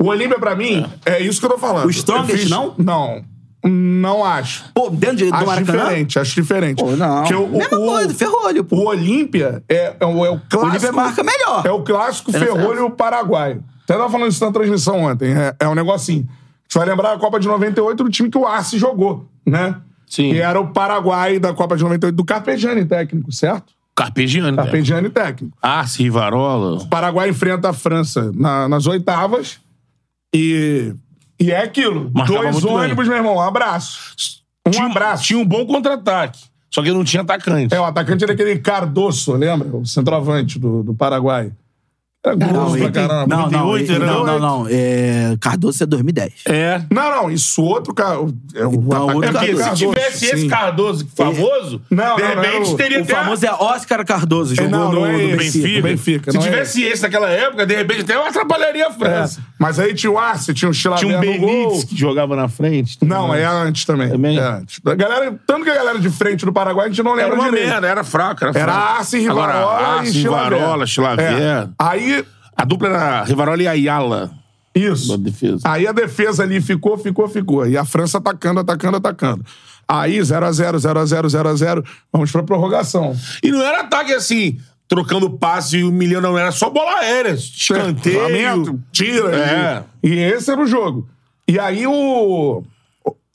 [SPEAKER 1] O Olímpia, pra mim, é. isso que eu tô falando.
[SPEAKER 3] O Strongest,
[SPEAKER 1] Eu fiz-
[SPEAKER 3] não?
[SPEAKER 1] Não. Não acho.
[SPEAKER 3] pô, dentro de, do
[SPEAKER 1] Acho
[SPEAKER 3] Maracanã?
[SPEAKER 1] diferente, acho diferente.
[SPEAKER 3] Pô, não.
[SPEAKER 1] Porque o,
[SPEAKER 3] Mesma
[SPEAKER 1] o,
[SPEAKER 3] coisa, ferrolho, pô.
[SPEAKER 1] O Olímpia é, é o, é o clássico.
[SPEAKER 3] Olímpia marca melhor.
[SPEAKER 1] É o clássico
[SPEAKER 3] Era
[SPEAKER 1] ferrolho paraguaio. Até tava falando isso na transmissão ontem. É, é um negocinho. Você vai lembrar a Copa de 98 do time que o Arce jogou, né?
[SPEAKER 2] Sim.
[SPEAKER 1] Que era o Paraguai da Copa de 98, do Carpegiani técnico, certo?
[SPEAKER 2] Carpegiani. né?
[SPEAKER 1] Carpegiani técnico.
[SPEAKER 2] Arce, Rivarola.
[SPEAKER 1] O Paraguai enfrenta a França na- nas oitavas e, e é aquilo.
[SPEAKER 2] Marcava
[SPEAKER 1] Dois
[SPEAKER 2] muito bem.
[SPEAKER 1] ônibus, meu irmão. Um abraço. Um
[SPEAKER 2] Tinha
[SPEAKER 1] abraço.
[SPEAKER 2] Tinha um bom contra-ataque. Só que não tinha atacante.
[SPEAKER 1] É, o atacante era aquele Cardoso, lembra? O centroavante do, do Paraguai. Era
[SPEAKER 3] Não,
[SPEAKER 1] grosso pra
[SPEAKER 3] ele-
[SPEAKER 1] caramba.
[SPEAKER 3] não, não,
[SPEAKER 2] 88,
[SPEAKER 3] ele-
[SPEAKER 2] né?
[SPEAKER 3] não, não, não. É, Cardoso é 2010.
[SPEAKER 2] É.
[SPEAKER 1] Não, não, isso outro cara. É o
[SPEAKER 3] Então,
[SPEAKER 1] atacante
[SPEAKER 3] outro
[SPEAKER 2] É porque
[SPEAKER 1] era o
[SPEAKER 2] se
[SPEAKER 1] Cardoso,
[SPEAKER 2] tivesse esse
[SPEAKER 1] sim.
[SPEAKER 2] Cardoso famoso,
[SPEAKER 1] Não,
[SPEAKER 2] de
[SPEAKER 1] não, não,
[SPEAKER 2] repente
[SPEAKER 1] o-
[SPEAKER 2] teria
[SPEAKER 3] O
[SPEAKER 2] até-
[SPEAKER 3] famoso é Oscar Cardoso, jogou
[SPEAKER 1] não,
[SPEAKER 3] no,
[SPEAKER 1] não é
[SPEAKER 3] no
[SPEAKER 1] esse.
[SPEAKER 3] Benfica.
[SPEAKER 1] do Benfica,
[SPEAKER 2] Se
[SPEAKER 1] não é
[SPEAKER 2] tivesse esse naquela época, de repente até eu atrapalharia a
[SPEAKER 1] É.
[SPEAKER 2] França.
[SPEAKER 1] Mas aí tinha o Arce, tinha o Chilavé
[SPEAKER 2] Tinha um
[SPEAKER 1] no gol.
[SPEAKER 2] Benítez que jogava na frente.
[SPEAKER 1] Não, é antes também.
[SPEAKER 2] Também?
[SPEAKER 1] É antes. A galera, tanto que a galera de frente do Paraguai a gente não lembra
[SPEAKER 2] Era uma
[SPEAKER 1] direito.
[SPEAKER 2] merda, era fraco, era fraco.
[SPEAKER 1] Era Arce, Rivarola
[SPEAKER 2] Agora, Arce,
[SPEAKER 1] e Chilavé.
[SPEAKER 2] Rivarola, Chilavé.
[SPEAKER 1] É. Aí,
[SPEAKER 2] A dupla era Rivarola e Ayala
[SPEAKER 1] isso.
[SPEAKER 2] da defesa.
[SPEAKER 1] Aí a defesa ali ficou, ficou, ficou. E a França atacando, atacando, atacando. Aí 0x0, 0x0, 0x0. Vamos pra prorrogação.
[SPEAKER 2] E não era ataque assim, trocando passe e humilhando, não. Era só bola aérea, escanteio.
[SPEAKER 1] Lamento, tira.
[SPEAKER 2] É.
[SPEAKER 1] E, e esse era o jogo. E aí o.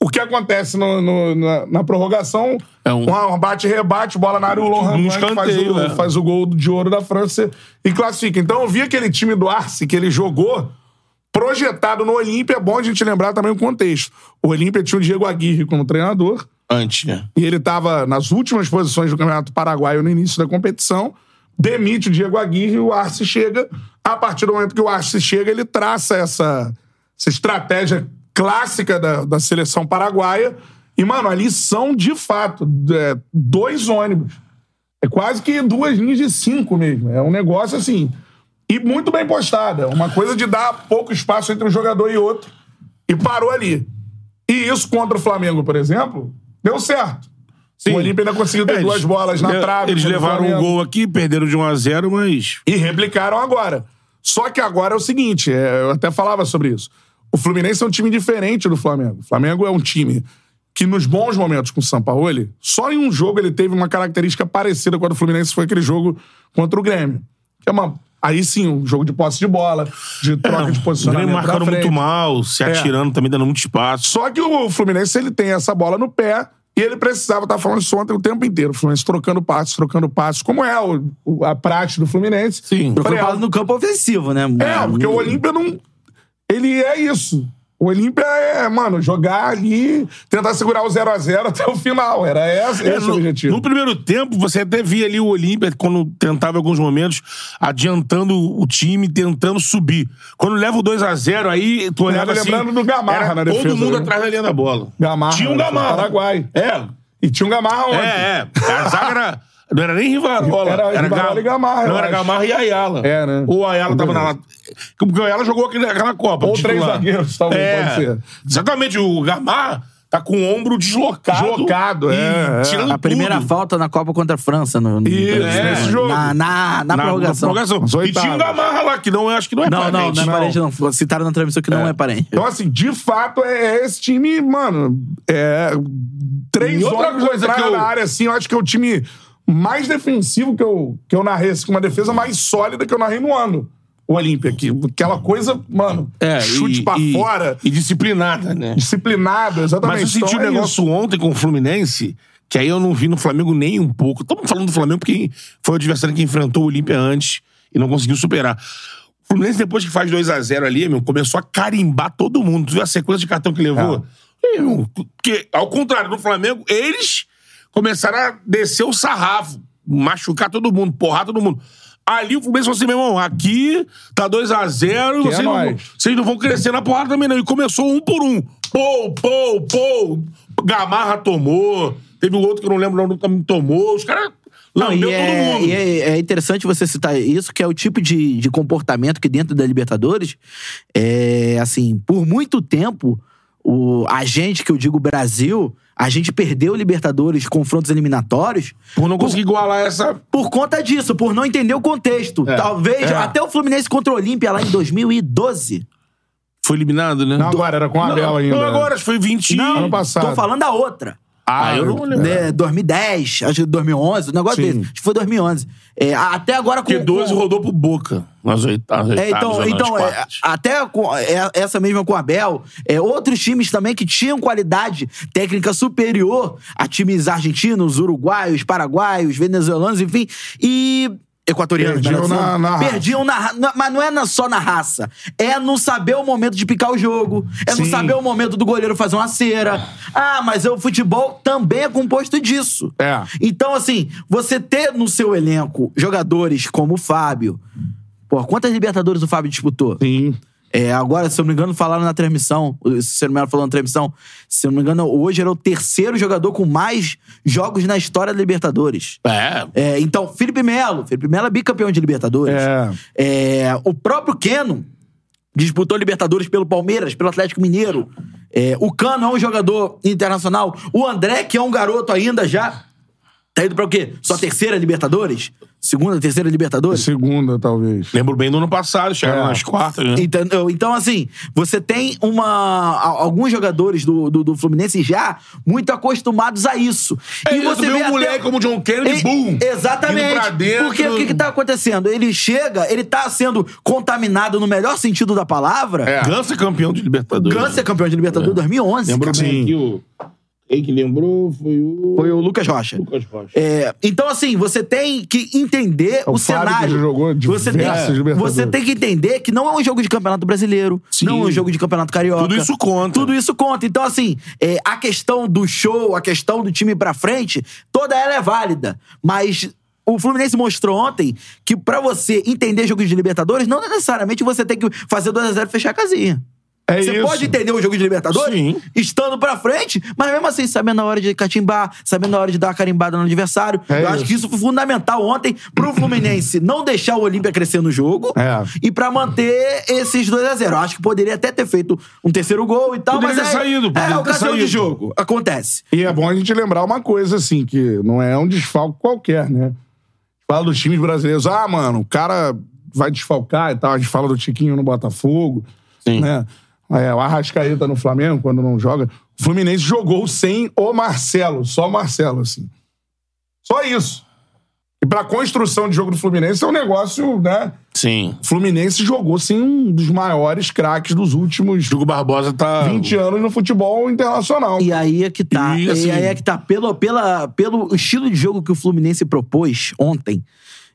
[SPEAKER 1] O que acontece no- no- na, na prorrogação
[SPEAKER 2] É É um-
[SPEAKER 1] Um bate-rebate, bola na área, o Lohan
[SPEAKER 2] Um
[SPEAKER 1] Blanc faz,
[SPEAKER 2] escanteio,
[SPEAKER 1] o,
[SPEAKER 2] é.
[SPEAKER 1] faz o gol de ouro da França e classifica. Então eu vi aquele time do Arce que ele jogou projetado no Olímpia. É bom a gente lembrar também o contexto. O Olímpia tinha o Diego Aguirre como treinador.
[SPEAKER 2] Antes, né?
[SPEAKER 1] E ele estava nas últimas posições do Campeonato Paraguaio no início da competição. Demite o Diego Aguirre e o Arce chega. A partir do momento que o Arce chega, ele traça essa, essa estratégia clássica da, da seleção paraguaia. E, mano, ali são, de fato, é, dois ônibus. É quase que duas linhas de cinco mesmo. É um negócio assim. E muito bem postada. Uma coisa de dar pouco espaço entre um jogador e outro. E parou ali. E isso contra o Flamengo, por exemplo, deu certo. O Olímpia ainda conseguiu ter
[SPEAKER 2] É,
[SPEAKER 1] duas
[SPEAKER 2] eles-
[SPEAKER 1] bolas na
[SPEAKER 2] é,
[SPEAKER 1] trave.
[SPEAKER 2] Eles
[SPEAKER 1] contra o
[SPEAKER 2] levaram um
[SPEAKER 1] Flamengo.
[SPEAKER 2] gol aqui, perderam de 1 a 0 mas.
[SPEAKER 1] E replicaram agora. Só que agora é o seguinte, é, eu até falava sobre isso. O Fluminense é um time diferente do Flamengo. O Flamengo é um time que nos bons momentos com o Sampaoli, só em um jogo ele teve uma característica parecida com a do Fluminense, foi aquele jogo contra o Grêmio. Que é uma, aí sim, um jogo de posse de bola, de troca de
[SPEAKER 2] É, O Grêmio
[SPEAKER 1] posicionamento pra
[SPEAKER 2] marcando
[SPEAKER 1] frente. É.
[SPEAKER 2] muito mal, se atirando também, dando muito espaço.
[SPEAKER 1] Só que o Fluminense ele tem essa bola no pé e ele precisava estar falando isso ontem o tempo inteiro. O Fluminense trocando passos, trocando passos, como é o- o- a prática do Fluminense.
[SPEAKER 2] Sim.
[SPEAKER 1] Eu falei, ah,
[SPEAKER 3] Preocupado no campo ofensivo, né?
[SPEAKER 1] é, porque o Olímpia não. Ele é isso. O Olímpia é, mano, jogar ali, tentar segurar o 0x0 até o final. Era essa,
[SPEAKER 2] É,
[SPEAKER 1] esse o
[SPEAKER 2] no,
[SPEAKER 1] objetivo.
[SPEAKER 2] no primeiro tempo, você até via ali o Olímpia, quando tentava em alguns momentos, adiantando o time, tentando subir. Quando leva o 2x0, aí tu olhava assim...
[SPEAKER 1] lembrando do Gamarra na defesa,
[SPEAKER 2] Todo mundo
[SPEAKER 1] né?
[SPEAKER 2] atrás da linha da bola.
[SPEAKER 1] Gamarra,
[SPEAKER 2] Tinha um
[SPEAKER 1] né?
[SPEAKER 2] Gamarra.
[SPEAKER 1] Paraguai.
[SPEAKER 2] É.
[SPEAKER 1] E tinha um Gamarra ontem.
[SPEAKER 2] É, é. A zaga era... Não era nem Rivarola.
[SPEAKER 1] Era Rivarola
[SPEAKER 2] Ga-
[SPEAKER 1] e Gamarra, eu
[SPEAKER 2] Não, era
[SPEAKER 1] acho.
[SPEAKER 2] Gamarra e Ayala.
[SPEAKER 1] É, né?
[SPEAKER 2] Ou Ayala tava na...
[SPEAKER 1] Verdade.
[SPEAKER 2] Porque o Ayala jogou aquele- aquela Copa.
[SPEAKER 1] Ou
[SPEAKER 2] titular.
[SPEAKER 1] três zagueiros, talvez,
[SPEAKER 2] É.
[SPEAKER 1] pode ser.
[SPEAKER 2] Exatamente. O Gamarra tá com o ombro deslocado.
[SPEAKER 1] Deslocado,
[SPEAKER 2] e
[SPEAKER 1] é, é.
[SPEAKER 2] tirando
[SPEAKER 3] A primeira
[SPEAKER 2] tudo.
[SPEAKER 3] falta na Copa contra a França. No, no-
[SPEAKER 1] Isso,
[SPEAKER 3] né?
[SPEAKER 1] nesse jogo.
[SPEAKER 3] Na, na, na prorrogação.
[SPEAKER 1] Nas
[SPEAKER 2] E tinha o
[SPEAKER 1] oitavas.
[SPEAKER 2] Gamarra lá, que não é, acho que não é
[SPEAKER 3] Não, não,
[SPEAKER 2] parente,
[SPEAKER 3] não é parente, não. Citaram na transmissão que não é parente.
[SPEAKER 1] Então, assim, de fato, é, é esse time, mano. É. Três
[SPEAKER 2] E outra
[SPEAKER 1] outra
[SPEAKER 2] coisa
[SPEAKER 1] coisa
[SPEAKER 2] que eu-
[SPEAKER 1] na área, assim, eu acho que é o time mais defensivo que eu, que eu narrei, assim, com uma defesa mais sólida que eu narrei no ano. O Olímpia, que aquela coisa, mano,
[SPEAKER 2] É,
[SPEAKER 1] chute
[SPEAKER 2] e-
[SPEAKER 1] pra
[SPEAKER 2] e-
[SPEAKER 1] fora,
[SPEAKER 2] E disciplinada, né?
[SPEAKER 1] disciplinado, exatamente.
[SPEAKER 2] Mas eu senti um
[SPEAKER 1] Então, é
[SPEAKER 2] negócio ontem com o Fluminense, que aí eu não vi no Flamengo nem um pouco. Estamos falando do Flamengo porque foi o adversário que enfrentou o Olímpia antes e não conseguiu superar. O Fluminense, depois que faz 2 a 0 ali, meu, começou a carimbar todo mundo. Tu viu a sequência de cartão que levou? Ih, meu, Porque, ao contrário do Flamengo, eles começaram a descer o sarrafo, machucar todo mundo, porrar todo mundo. Ali o Fluminense falou assim, meu irmão, aqui tá 2 a 0
[SPEAKER 1] Que é
[SPEAKER 2] vocês, não,
[SPEAKER 1] nóis.
[SPEAKER 2] vocês não vão crescer na porrada também, não. E começou um por um. Pou, pou, pou. Gamarra tomou. Teve o outro que eu não lembro o nome também tomou. Os caras
[SPEAKER 3] Não, e
[SPEAKER 2] lambeu todo
[SPEAKER 3] é,
[SPEAKER 2] mundo.
[SPEAKER 3] e é- é interessante você citar isso, que é o tipo de, de comportamento que dentro da Libertadores, é, assim, por muito tempo, o, a gente, que eu digo Brasil, a gente perdeu Libertadores, confrontos eliminatórios,
[SPEAKER 2] Por não conseguir igualar essa.
[SPEAKER 3] por conta disso, por não entender o contexto.
[SPEAKER 2] É.
[SPEAKER 3] Talvez
[SPEAKER 2] É.
[SPEAKER 3] até o Fluminense contra o Olímpia lá em 2012.
[SPEAKER 2] Foi eliminado, né?
[SPEAKER 1] Não, agora, era com o Abel
[SPEAKER 2] não,
[SPEAKER 1] ainda.
[SPEAKER 2] Não, agora, acho que foi 20.
[SPEAKER 1] Ano passado.
[SPEAKER 3] Tô falando da outra.
[SPEAKER 2] Ah, eu não lembro.
[SPEAKER 3] Né, 2010, acho que 2011, um negócio
[SPEAKER 1] Sim.
[SPEAKER 3] desse. Acho que foi 2011. É, até agora com
[SPEAKER 2] Porque 12 rodou pro Boca. Nas oitavas.
[SPEAKER 3] É, então, então é, até com- é, essa mesma com o Abel, é, outros times também que tinham qualidade técnica superior a times argentinos, uruguaios, paraguaios, venezuelanos, enfim, e equatorianos.
[SPEAKER 1] Perdiam
[SPEAKER 3] melhor
[SPEAKER 1] na-
[SPEAKER 3] dizendo.
[SPEAKER 1] na raça.
[SPEAKER 3] Perdiam na, ra- na- mas não é na- só na raça, é não saber o momento de picar o jogo, é não
[SPEAKER 1] Sim.
[SPEAKER 3] saber o momento do goleiro fazer uma cera. Ah, mas o futebol também é composto disso.
[SPEAKER 1] É.
[SPEAKER 3] Então, assim, você ter no seu elenco jogadores como o Fábio. Pô, quantas Libertadores o Fábio disputou?
[SPEAKER 1] Sim.
[SPEAKER 3] É, agora, se eu não me engano, falaram na transmissão. O Ciro Melo falou na transmissão. Se eu não me engano, hoje era o terceiro jogador com mais jogos na história da Libertadores.
[SPEAKER 2] É.
[SPEAKER 3] É, então, Felipe Melo. Felipe Melo é bicampeão de Libertadores.
[SPEAKER 1] É.
[SPEAKER 3] É, o próprio Keno disputou Libertadores pelo Palmeiras, pelo Atlético Mineiro. É, o Cano é um jogador internacional. O André, que é um garoto ainda já, tá indo pra o quê? Só terceira Libertadores? Segunda, terceira Libertadores?
[SPEAKER 1] Segunda, talvez.
[SPEAKER 2] Lembro bem do ano passado, chegaram
[SPEAKER 1] É.
[SPEAKER 2] nas quartas, né?
[SPEAKER 3] Entendeu? Então, assim, você tem uma. a- Alguns jogadores do, do, do Fluminense já muito acostumados a isso.
[SPEAKER 2] É, tu vê um moleque como o John Kennedy,
[SPEAKER 3] E-
[SPEAKER 2] bum!
[SPEAKER 3] Exatamente.
[SPEAKER 2] Indo pra dentro.
[SPEAKER 3] Porque o que, que tá acontecendo? Ele chega, ele tá sendo contaminado no melhor sentido da palavra.
[SPEAKER 2] É. Ganso é campeão de Libertadores.
[SPEAKER 3] Ganso é campeão de Libertadores 2011.
[SPEAKER 2] Lembro
[SPEAKER 3] cara.
[SPEAKER 2] bem que o. Quem que lembrou foi o.
[SPEAKER 3] Foi o Lucas Rocha.
[SPEAKER 2] Lucas Rocha.
[SPEAKER 3] É, então, assim, você tem que entender
[SPEAKER 1] É, O Fábio
[SPEAKER 3] o,
[SPEAKER 1] que
[SPEAKER 3] cenário.
[SPEAKER 1] já jogou
[SPEAKER 3] você, tem,
[SPEAKER 1] diversos Libertadores.
[SPEAKER 3] você tem que entender que não é um jogo de campeonato brasileiro,
[SPEAKER 2] Sim.
[SPEAKER 3] não é um jogo de campeonato carioca.
[SPEAKER 2] Tudo isso conta.
[SPEAKER 3] Tudo isso conta. Então, assim, é, a questão do show, a questão do time pra frente, toda ela é válida. Mas o Fluminense mostrou ontem que pra você entender jogos de Libertadores, não necessariamente você tem que fazer 2x0 e fechar a casinha.
[SPEAKER 1] É
[SPEAKER 3] Você
[SPEAKER 1] isso.
[SPEAKER 3] pode entender o jogo de Libertadores
[SPEAKER 2] Sim.
[SPEAKER 3] estando pra frente, mas mesmo assim, sabendo a hora de catimbar, sabendo a hora de dar a carimbada no adversário.
[SPEAKER 1] É
[SPEAKER 3] eu
[SPEAKER 1] isso.
[SPEAKER 3] acho que isso foi fundamental ontem
[SPEAKER 2] (laughs)
[SPEAKER 3] pro Fluminense não deixar o Olímpia crescer no jogo
[SPEAKER 1] É.
[SPEAKER 3] e pra manter esses 2 a 0 Eu Acho que poderia até ter feito um terceiro gol e tal,
[SPEAKER 2] Poderia
[SPEAKER 3] mas
[SPEAKER 2] ter
[SPEAKER 3] é,
[SPEAKER 2] saído, poderia
[SPEAKER 3] é
[SPEAKER 2] ter
[SPEAKER 3] ocasião
[SPEAKER 2] saído.
[SPEAKER 3] de jogo. Acontece.
[SPEAKER 1] E é bom a gente lembrar uma coisa, assim, que não é um desfalque qualquer, né? Fala dos times brasileiros. Ah, mano, o cara vai desfalcar e tal. A gente fala do Tiquinho no Botafogo,
[SPEAKER 2] Sim.
[SPEAKER 1] né? É, o Arrascaeta no Flamengo, quando não joga. O Fluminense jogou sem o Marcelo, só o Marcelo, assim. Só isso. E pra construção de jogo do Fluminense é um negócio, né?
[SPEAKER 2] Sim.
[SPEAKER 1] O Fluminense jogou sem um dos maiores craques dos últimos
[SPEAKER 2] Hugo Barbosa tá.
[SPEAKER 1] 20 anos no futebol internacional.
[SPEAKER 3] E aí é que tá.
[SPEAKER 2] E,
[SPEAKER 3] E,
[SPEAKER 2] assim,
[SPEAKER 3] aí é que tá. Pelo, pela, pelo estilo de jogo que o Fluminense propôs ontem,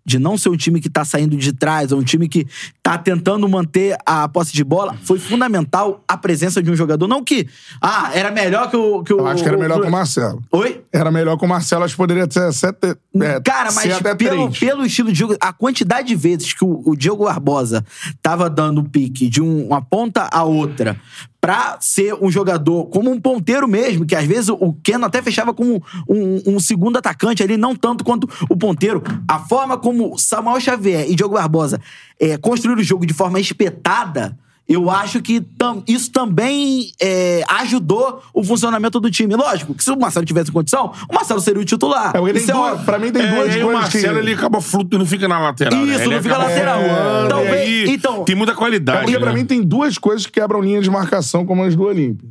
[SPEAKER 3] de não ser um time que tá saindo de trás, é um time que tá tentando manter a posse de bola, foi fundamental a presença de um jogador. Não que, ah, era melhor que o. Que
[SPEAKER 1] Eu
[SPEAKER 3] o
[SPEAKER 1] acho que era melhor que o Marcelo.
[SPEAKER 3] Oi?
[SPEAKER 1] Era melhor que o Marcelo, acho que poderia ter sete, é,
[SPEAKER 3] Cara,
[SPEAKER 1] ser
[SPEAKER 3] mas
[SPEAKER 1] até
[SPEAKER 3] pelo,
[SPEAKER 1] três.
[SPEAKER 3] pelo estilo de jogo, a quantidade de vezes que o, o Diogo Barbosa tava dando pique de um- uma ponta a outra pra ser um jogador como um ponteiro mesmo, que às vezes o- o Keno até fechava como um, um segundo atacante ali, não tanto quanto o ponteiro. A forma como Samuel Xavier e Diogo Barbosa é, construíram o jogo de forma espetada. Eu acho que tam- isso também é, ajudou o funcionamento do time. Lógico que se o Marcelo tivesse condição, o Marcelo seria o titular.
[SPEAKER 1] É, porque tem
[SPEAKER 3] Isso é
[SPEAKER 1] duas-
[SPEAKER 3] óbvio.
[SPEAKER 1] pra mim tem
[SPEAKER 2] É,
[SPEAKER 1] duas
[SPEAKER 2] e aí
[SPEAKER 1] coisas
[SPEAKER 2] o Marcelo
[SPEAKER 1] que...
[SPEAKER 2] ele acaba fluto e não fica na lateral. né?
[SPEAKER 3] Isso,
[SPEAKER 2] Ele
[SPEAKER 3] não fica
[SPEAKER 2] acaba
[SPEAKER 3] lateral.
[SPEAKER 2] voando,
[SPEAKER 3] Talvez-
[SPEAKER 2] e né? aí tipo,
[SPEAKER 3] então-
[SPEAKER 2] Tem muita
[SPEAKER 1] É
[SPEAKER 2] qualidade.
[SPEAKER 1] porque pra
[SPEAKER 2] né?
[SPEAKER 1] mim tem duas coisas que quebram linha de marcação como as do Olímpia.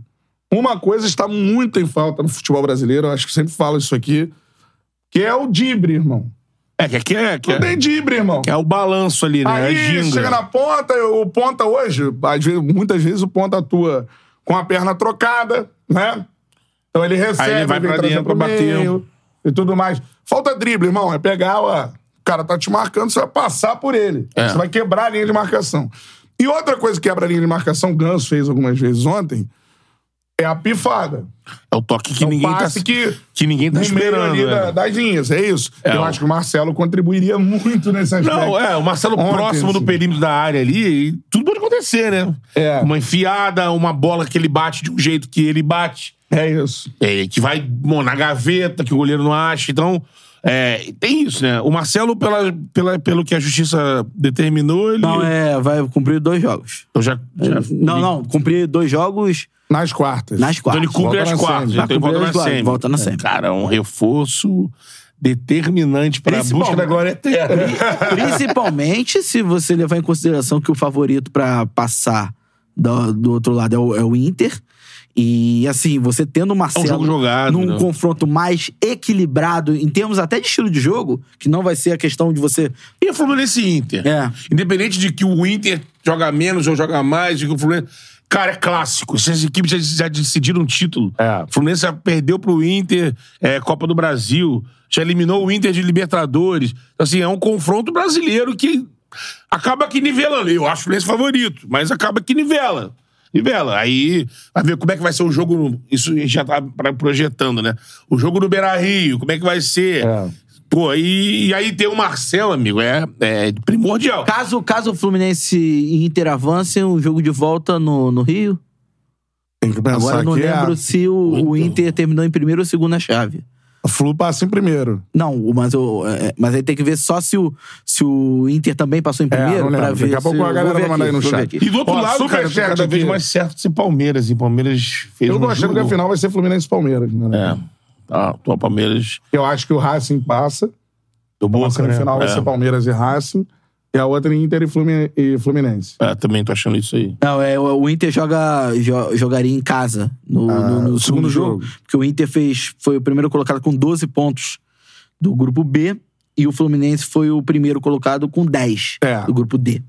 [SPEAKER 1] Uma coisa está muito em falta no futebol brasileiro, eu acho que sempre falo isso aqui, que é o dibre, irmão.
[SPEAKER 2] É que aqui é. Que
[SPEAKER 1] Não
[SPEAKER 2] é,
[SPEAKER 1] tem dibre, irmão.
[SPEAKER 2] que é o balanço ali, né?
[SPEAKER 1] Aí
[SPEAKER 2] a ginga.
[SPEAKER 1] chega na ponta, o ponta hoje, às vezes- muitas vezes o ponta atua com a perna trocada, né? Então ele recebe,
[SPEAKER 2] ele vai
[SPEAKER 1] vem
[SPEAKER 2] pra
[SPEAKER 1] trazendo
[SPEAKER 2] dentro
[SPEAKER 1] pro
[SPEAKER 2] pra bater.
[SPEAKER 1] meio e tudo mais. Falta drible, irmão. É pegar, ó, o cara tá te marcando, você vai passar por ele.
[SPEAKER 2] É.
[SPEAKER 1] Você vai quebrar a linha de marcação. E outra coisa que quebra a linha de marcação, o Ganso fez algumas vezes ontem, é a pifada.
[SPEAKER 2] É o toque que
[SPEAKER 1] É um
[SPEAKER 2] ninguém tá.
[SPEAKER 1] passe que-
[SPEAKER 2] que ninguém tá
[SPEAKER 1] No meio
[SPEAKER 2] esperando.
[SPEAKER 1] ali
[SPEAKER 2] né?
[SPEAKER 1] da- das linhas, é isso.
[SPEAKER 2] É,
[SPEAKER 1] Eu
[SPEAKER 2] ó.
[SPEAKER 1] acho que o Marcelo contribuiria muito nesse aspecto.
[SPEAKER 2] Não, é, o Marcelo
[SPEAKER 1] Né? Ontem,
[SPEAKER 2] próximo do
[SPEAKER 1] assim.
[SPEAKER 2] perímetro da área ali, e tudo pode acontecer, né?
[SPEAKER 1] É.
[SPEAKER 2] Uma enfiada, uma bola que ele bate de um jeito que ele bate,
[SPEAKER 1] É isso.
[SPEAKER 2] é, que vai bom, na gaveta, que o goleiro não acha. Então, é, tem isso, né? O Marcelo, pela, pela, pelo que a justiça determinou, ele.
[SPEAKER 3] Não, é, vai cumprir dois jogos. É,
[SPEAKER 2] Eu já, já-
[SPEAKER 3] Não, não, cumprir dois jogos
[SPEAKER 1] Nas quartas.
[SPEAKER 3] nas
[SPEAKER 2] Então
[SPEAKER 3] quartas.
[SPEAKER 2] ele cumpre
[SPEAKER 1] Volta
[SPEAKER 2] as
[SPEAKER 1] na
[SPEAKER 2] quartas.
[SPEAKER 1] semi.
[SPEAKER 2] Então ele
[SPEAKER 3] Vai
[SPEAKER 2] volta
[SPEAKER 3] cumprir
[SPEAKER 2] na
[SPEAKER 3] as quartas,
[SPEAKER 2] semi.
[SPEAKER 3] volta na
[SPEAKER 2] É,
[SPEAKER 3] semi.
[SPEAKER 2] Cara, é um reforço determinante para a
[SPEAKER 3] Principal-
[SPEAKER 2] busca da glória eterna.
[SPEAKER 3] Principalmente se você levar em consideração que o favorito pra passar do, do outro lado é o, é o Inter. E assim, você tendo o Marcelo
[SPEAKER 2] É um jogo jogado,
[SPEAKER 3] num
[SPEAKER 2] né?
[SPEAKER 3] confronto mais equilibrado, em termos até de estilo de jogo, que não vai ser a questão de você.
[SPEAKER 2] E o Fluminense e Inter.
[SPEAKER 3] É.
[SPEAKER 2] Independente de que o Inter joga menos ou joga mais, de que o Fluminense. Cara, é clássico. Essas equipes já, já decidiram um título.
[SPEAKER 1] É.
[SPEAKER 2] O Fluminense já perdeu pro Inter é, Copa do Brasil, já eliminou o Inter de Libertadores. Então, assim, é um confronto brasileiro que acaba que nivela ali. Eu acho o Fluminense favorito, mas acaba que nivela. Nivela. Aí vai ver como é que vai ser o jogo. no- Isso a gente já tá pra- projetando, né? O jogo no Beira Rio, como é que vai ser?
[SPEAKER 1] É.
[SPEAKER 2] Pô, e, e aí tem o Marcelo, amigo, é, é primordial.
[SPEAKER 3] Caso, caso o Fluminense e Inter avancem, o jogo de volta no, no Rio.
[SPEAKER 1] (laughs) Tem que pensar
[SPEAKER 3] Agora eu não
[SPEAKER 1] que
[SPEAKER 3] lembro
[SPEAKER 1] é,
[SPEAKER 3] se o, o
[SPEAKER 2] Então.
[SPEAKER 3] Inter terminou em primeiro ou segunda chave.
[SPEAKER 1] o Flu passa em primeiro.
[SPEAKER 3] Não, o- mas, o, é, mas aí tem que ver só se o, se o Inter também passou em
[SPEAKER 1] É,
[SPEAKER 3] primeiro
[SPEAKER 1] não
[SPEAKER 3] pra
[SPEAKER 1] lembro.
[SPEAKER 3] ver.
[SPEAKER 1] Daqui a pouco
[SPEAKER 3] se-
[SPEAKER 1] a galera
[SPEAKER 3] vou ver
[SPEAKER 1] vai mandar aí no
[SPEAKER 3] vou ver
[SPEAKER 1] chat.
[SPEAKER 2] E do outro
[SPEAKER 1] Ó,
[SPEAKER 2] lado, cara,
[SPEAKER 1] superchat
[SPEAKER 2] cada vez
[SPEAKER 1] aqui.
[SPEAKER 2] mais certo ser Palmeiras. E Palmeiras fez
[SPEAKER 1] Eu
[SPEAKER 2] um
[SPEAKER 1] tô achando
[SPEAKER 2] jogo.
[SPEAKER 1] que a final vai ser Fluminense e Palmeiras. né?
[SPEAKER 2] É. Tá, então, o Palmeiras
[SPEAKER 1] Eu acho que o Racing passa.
[SPEAKER 2] do
[SPEAKER 1] A
[SPEAKER 2] Boca,
[SPEAKER 1] semifinal Tá
[SPEAKER 2] né?
[SPEAKER 1] vai
[SPEAKER 2] É.
[SPEAKER 1] ser Palmeiras e Racing. E a outra é Inter e Flumi- e Fluminense.
[SPEAKER 2] É, também tô achando isso aí.
[SPEAKER 3] Não, é, o o Inter joga, jo- jogaria em casa no, no- no
[SPEAKER 1] no Ah, segundo
[SPEAKER 3] segundo jogo,
[SPEAKER 1] jogo.
[SPEAKER 3] Porque o Inter fez, foi o primeiro colocado com 12 pontos do grupo B e o Fluminense foi o primeiro colocado com 10
[SPEAKER 1] É.
[SPEAKER 3] do grupo D.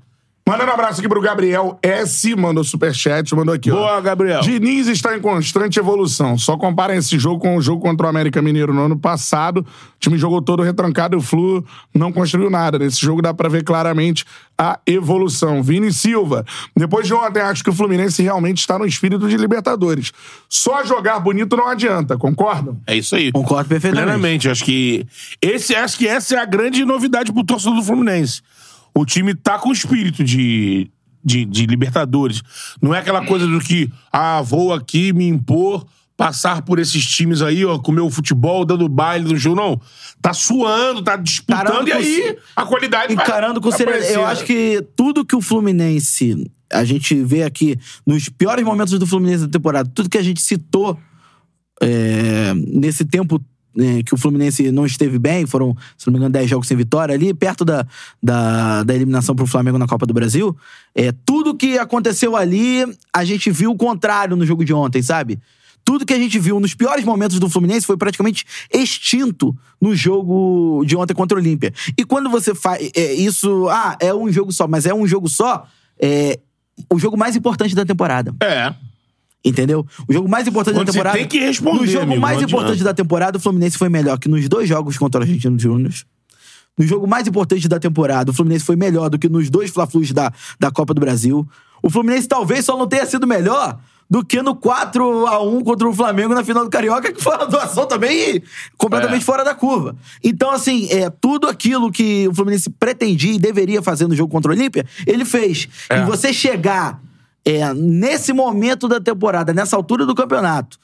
[SPEAKER 1] Mandando um abraço aqui pro Gabriel S. Mandou superchat, mandou aqui, ó.
[SPEAKER 2] Boa, Gabriel.
[SPEAKER 1] Diniz está em constante evolução. Só compara esse jogo com o jogo contra o América Mineiro no ano passado. O time jogou todo retrancado e o Flu não construiu nada. Nesse jogo dá pra ver claramente a evolução. Vini Silva. Depois de ontem, acho que o Fluminense realmente está no espírito de Libertadores. Só jogar bonito não adianta, concordam?
[SPEAKER 2] É isso
[SPEAKER 1] Um
[SPEAKER 2] aí.
[SPEAKER 3] Concordo perfeitamente.
[SPEAKER 2] Plenamente. Acho que, esse, acho que essa é a grande novidade pro torcedor do Fluminense. O time tá com espírito de, de, de Libertadores. Não é aquela coisa do que, ah, vou aqui me impor, passar por esses times aí, ó, com o meu futebol, dando baile no jogo. Não. Tá suando, tá disputando
[SPEAKER 3] Tarando
[SPEAKER 2] e
[SPEAKER 3] com
[SPEAKER 2] aí
[SPEAKER 3] se-
[SPEAKER 2] a qualidade vai É
[SPEAKER 3] Encarando com seriedade.
[SPEAKER 2] aparecendo.
[SPEAKER 3] Eu acho que tudo que o Fluminense. A gente vê aqui nos piores momentos do Fluminense da temporada, tudo que a gente citou é, nesse tempo né, que o Fluminense não esteve bem, foram, se não me engano, 10 jogos sem vitória, ali perto da, da, da eliminação pro Flamengo na Copa do Brasil. É, tudo que aconteceu ali, a gente viu o contrário no jogo de ontem, sabe? Tudo que a gente viu nos piores momentos do Fluminense foi praticamente extinto no jogo de ontem contra o Olímpia. E quando você faz é, isso, ah, é um jogo só, mas é um jogo só, é o jogo mais importante da temporada.
[SPEAKER 2] É.
[SPEAKER 3] Entendeu? O jogo mais importante
[SPEAKER 2] Quando
[SPEAKER 3] da
[SPEAKER 2] você
[SPEAKER 3] temporada.
[SPEAKER 2] tem que responder,
[SPEAKER 3] No jogo
[SPEAKER 2] amigo,
[SPEAKER 3] mais
[SPEAKER 2] não adianta.
[SPEAKER 3] importante da temporada, o Fluminense foi melhor que nos dois jogos contra o Argentino Júnior. No jogo mais importante da temporada, o Fluminense foi melhor do que nos dois Fla-Flus da, da Copa do Brasil. O Fluminense talvez só não tenha sido melhor do que no 4x1 contra o Flamengo na final do Carioca, que foi uma doação também completamente
[SPEAKER 2] É.
[SPEAKER 3] fora da curva. Então, assim, é, tudo aquilo que o Fluminense pretendia e deveria fazer no jogo contra o Olímpia, ele fez.
[SPEAKER 2] É.
[SPEAKER 3] E você chegar é, nesse momento da temporada, nessa altura do campeonato,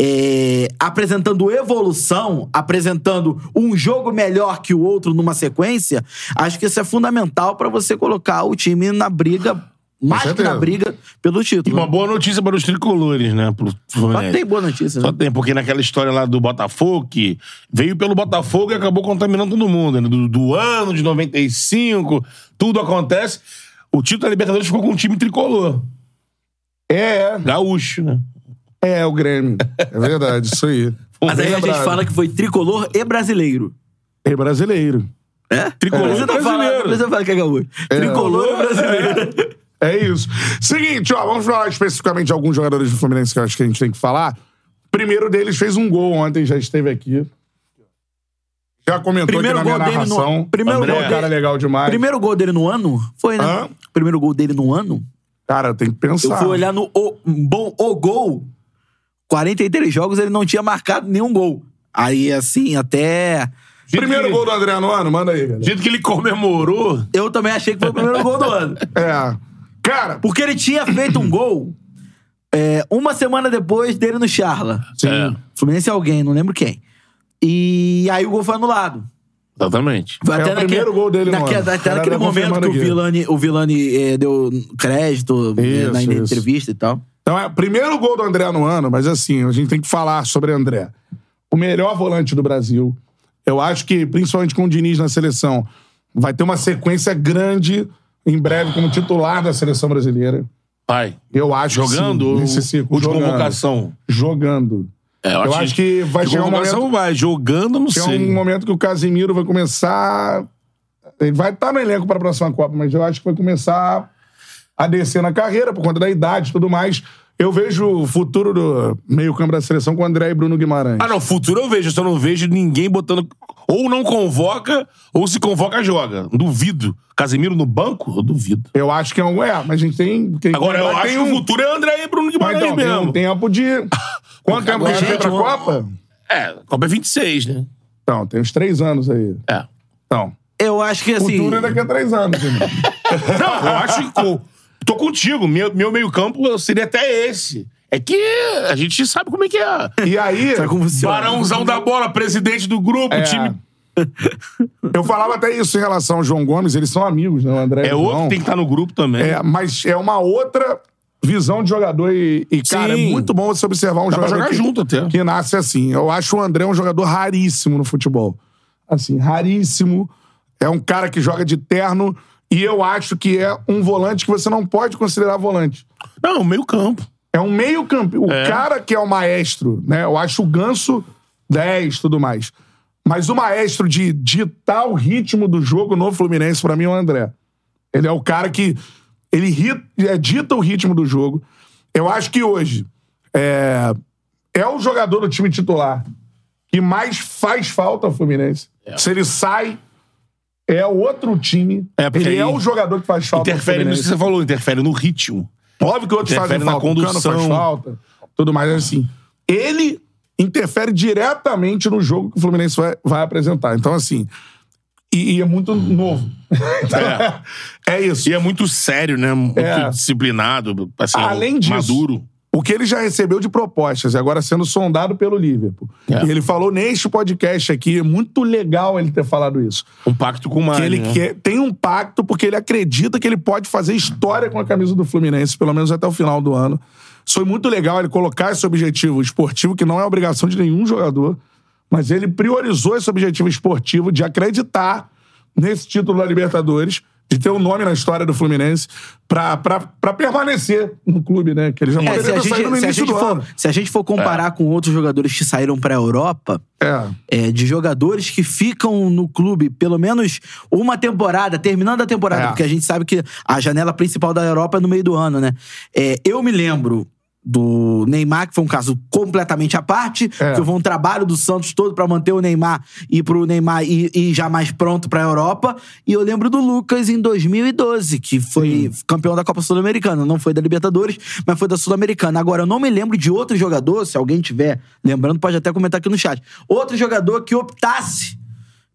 [SPEAKER 3] é, apresentando evolução, apresentando um jogo melhor que o outro numa sequência, acho que isso é fundamental pra você colocar o time na briga, mais que
[SPEAKER 1] certeza.
[SPEAKER 3] na briga, pelo
[SPEAKER 2] E
[SPEAKER 3] título.
[SPEAKER 2] uma boa notícia para os tricolores, né? Pro
[SPEAKER 3] Só
[SPEAKER 2] Fluminense.
[SPEAKER 3] tem boa notícia.
[SPEAKER 2] Só
[SPEAKER 3] Né?
[SPEAKER 2] tem, porque naquela história lá do Botafogo, que veio pelo Botafogo e acabou contaminando todo mundo. né? Do, do ano de 95, tudo acontece. O título da Libertadores ficou com um time tricolor.
[SPEAKER 1] É,
[SPEAKER 2] Gaúcho, né?
[SPEAKER 1] é, é o Grêmio. É verdade, isso aí.
[SPEAKER 3] Mas aí a gente fala que foi tricolor e brasileiro.
[SPEAKER 1] É brasileiro.
[SPEAKER 3] É?
[SPEAKER 2] Tricolor
[SPEAKER 3] Você não fala,
[SPEAKER 2] brasileiro.
[SPEAKER 3] você fala que é gaúcho. Tricolor e brasileiro.
[SPEAKER 1] É isso. Seguinte, ó, vamos falar especificamente de alguns jogadores do Fluminense que eu acho que a gente tem que falar. Primeiro deles fez um gol ontem, já esteve aqui. Já comentou
[SPEAKER 3] Primeiro
[SPEAKER 1] aqui na
[SPEAKER 3] gol
[SPEAKER 1] minha
[SPEAKER 3] dele no-
[SPEAKER 1] narração.
[SPEAKER 3] primeiro
[SPEAKER 1] André,
[SPEAKER 2] gol
[SPEAKER 1] é um cara
[SPEAKER 3] dele-
[SPEAKER 1] legal demais.
[SPEAKER 3] Primeiro gol dele no ano? Foi, né?
[SPEAKER 1] Hã?
[SPEAKER 3] Primeiro gol dele no ano?
[SPEAKER 1] Cara, tem que pensar.
[SPEAKER 3] Eu fui olhar no o- bom o gol. 43 jogos ele não tinha marcado nenhum gol. Aí, assim, até.
[SPEAKER 1] Primeiro gol do André no ano, manda aí,
[SPEAKER 2] Do jeito que ele comemorou,
[SPEAKER 3] Eu também achei que foi o primeiro gol do ano.
[SPEAKER 1] galera. É. Cara,
[SPEAKER 3] Porque ele tinha feito um gol é, uma semana depois dele no Charla.
[SPEAKER 2] Sim.
[SPEAKER 3] Fluminense é alguém, não lembro quem. E aí o gol foi anulado.
[SPEAKER 2] exatamente.
[SPEAKER 3] Foi
[SPEAKER 1] É o primeiro gol dele no
[SPEAKER 3] naquele,
[SPEAKER 1] ano.
[SPEAKER 3] até
[SPEAKER 1] Cara,
[SPEAKER 3] naquele
[SPEAKER 1] tá
[SPEAKER 3] momento que
[SPEAKER 1] confirmando
[SPEAKER 3] o
[SPEAKER 1] aqui.
[SPEAKER 3] Vilani, o Vilani eh, deu crédito eh,
[SPEAKER 1] Isso,
[SPEAKER 3] na
[SPEAKER 1] isso.
[SPEAKER 3] entrevista e tal.
[SPEAKER 1] Então é o primeiro gol do André no ano, mas assim, a gente tem que falar sobre o André. O melhor volante do Brasil. Eu acho que, principalmente com o Diniz na seleção, vai ter uma sequência grande em breve como titular da seleção brasileira.
[SPEAKER 2] Pai,
[SPEAKER 1] Eu acho
[SPEAKER 2] Tá jogando
[SPEAKER 1] sim,
[SPEAKER 2] ou,
[SPEAKER 1] nesse ciclo,
[SPEAKER 2] ou de
[SPEAKER 1] jogando.
[SPEAKER 2] convocação?
[SPEAKER 1] Jogando.
[SPEAKER 2] É,
[SPEAKER 1] Eu acho que vai
[SPEAKER 2] de
[SPEAKER 1] chegar um
[SPEAKER 2] convocação
[SPEAKER 1] momento-
[SPEAKER 2] vai. Jogando, não
[SPEAKER 1] Tem
[SPEAKER 2] sei.
[SPEAKER 1] um momento que o Casimiro vai começar. Ele vai estar no elenco para a próxima Copa, mas eu acho que vai começar a descer na carreira por conta da idade e tudo mais. Eu vejo o futuro do meio-campo da seleção com André e Bruno Guimarães.
[SPEAKER 2] Ah, não. Futuro eu vejo. Só não vejo ninguém botando... Ou não convoca, ou se convoca, joga. Duvido. Casemiro no banco? Eu duvido.
[SPEAKER 1] Eu acho que é um. É, mas a gente tem. tem
[SPEAKER 2] Agora, eu
[SPEAKER 1] tem
[SPEAKER 2] acho
[SPEAKER 1] um-
[SPEAKER 2] que o futuro é André e Bruno
[SPEAKER 1] Mas
[SPEAKER 2] Guimarães
[SPEAKER 1] então, tem
[SPEAKER 2] mesmo.
[SPEAKER 1] um tempo de. Quanto tempo que a gente tem
[SPEAKER 3] gente,
[SPEAKER 1] pra
[SPEAKER 3] vamos-
[SPEAKER 1] Copa?
[SPEAKER 2] É, Copa é 26, né?
[SPEAKER 1] Então, tem uns três anos aí.
[SPEAKER 2] É.
[SPEAKER 1] Então,
[SPEAKER 3] Eu acho que
[SPEAKER 1] o
[SPEAKER 3] assim.
[SPEAKER 1] futuro é daqui a três anos. irmão.
[SPEAKER 2] Não, eu acho que. eu Tô contigo. Meu, meu meio-campo seria até esse. É que a gente sabe como é que é.
[SPEAKER 1] e
[SPEAKER 3] (laughs)
[SPEAKER 1] aí.
[SPEAKER 3] Sabe como funciona?
[SPEAKER 2] Barãozão da bola, presidente do grupo,
[SPEAKER 1] É.
[SPEAKER 2] time.
[SPEAKER 1] (laughs) Eu falava até isso em relação ao João Gomes, eles são amigos, né? O André e
[SPEAKER 2] É
[SPEAKER 1] o
[SPEAKER 2] outro
[SPEAKER 1] João.
[SPEAKER 2] que tem que estar no grupo também.
[SPEAKER 1] É, mas é uma outra visão de jogador e, e, cara, é
[SPEAKER 2] Sim.
[SPEAKER 1] muito bom você observar um
[SPEAKER 2] Dá pra
[SPEAKER 1] jogador
[SPEAKER 2] jogar
[SPEAKER 1] que,
[SPEAKER 2] junto até.
[SPEAKER 1] que nasce assim. Eu acho o André um jogador raríssimo no futebol. Assim, raríssimo. É um cara que joga de terno e eu acho que é um volante que você não pode considerar volante.
[SPEAKER 2] Não, meio-campo.
[SPEAKER 1] É um meio campo. O cara que é o maestro, né? Eu acho o Ganso 10 tudo mais. Mas o maestro de ditar o ritmo do jogo no Fluminense, pra mim, é o André. Ele é o cara que Ele ri- é, dita o ritmo do jogo. Eu acho que hoje é, é o jogador do time titular que mais faz falta ao Fluminense. Se ele sai, é o outro time.
[SPEAKER 2] É, porque
[SPEAKER 1] ele é
[SPEAKER 2] aí
[SPEAKER 1] o jogador que faz falta ao
[SPEAKER 2] Interfere nisso
[SPEAKER 1] Fluminense.
[SPEAKER 2] que você falou, interfere no ritmo.
[SPEAKER 1] Óbvio que outros fazem
[SPEAKER 2] Interfere na
[SPEAKER 1] falta. O Cano faz
[SPEAKER 2] condução.
[SPEAKER 1] falta, tudo mais. mas, Assim, ele interfere diretamente no jogo que o Fluminense vai, vai apresentar. Então, assim... E, e é muito novo. (laughs) Então,
[SPEAKER 2] É.
[SPEAKER 1] é isso.
[SPEAKER 2] E é muito sério, né? Muito
[SPEAKER 1] É.
[SPEAKER 2] disciplinado, assim,
[SPEAKER 3] Ah,
[SPEAKER 1] Além disso-
[SPEAKER 2] maduro.
[SPEAKER 1] O que ele já recebeu de propostas, e agora sendo sondado pelo Liverpool.
[SPEAKER 2] É.
[SPEAKER 1] E ele falou neste podcast aqui, é muito legal ele ter falado isso.
[SPEAKER 2] Um pacto com o Mário.
[SPEAKER 1] que ele
[SPEAKER 2] né?
[SPEAKER 1] quer- tem um pacto porque ele acredita que ele pode fazer história com a camisa do Fluminense, pelo menos até o final do ano. Isso foi muito legal ele colocar esse objetivo esportivo, que não é obrigação de nenhum jogador, mas ele priorizou esse objetivo esportivo de acreditar nesse título da Libertadores, de ter um nome na história do Fluminense, pra, pra, pra permanecer no clube, né? Que ele já
[SPEAKER 3] É, se,
[SPEAKER 1] poderia
[SPEAKER 3] a
[SPEAKER 1] ter saído no
[SPEAKER 3] gente, se, a
[SPEAKER 1] início
[SPEAKER 3] gente
[SPEAKER 1] do
[SPEAKER 3] for,
[SPEAKER 1] ano.
[SPEAKER 3] se a gente for comparar com outros jogadores que saíram pra Europa,
[SPEAKER 1] É.
[SPEAKER 3] é, de jogadores que ficam no clube pelo menos uma temporada, terminando a temporada,
[SPEAKER 1] É.
[SPEAKER 3] porque a gente sabe que a janela principal da Europa é no meio do ano, né? É, eu me lembro do Neymar, que foi um caso completamente à parte,
[SPEAKER 1] É.
[SPEAKER 3] que foi um trabalho do Santos todo pra manter o Neymar e pro Neymar ir, ir já mais pronto pra Europa. E eu lembro do Lucas em 2012, que foi campeão da Copa Sul-Americana, não foi da Libertadores, mas foi da Sul-Americana. Agora eu não me lembro de outro jogador, se alguém tiver lembrando, pode até comentar aqui no chat. Outro jogador que optasse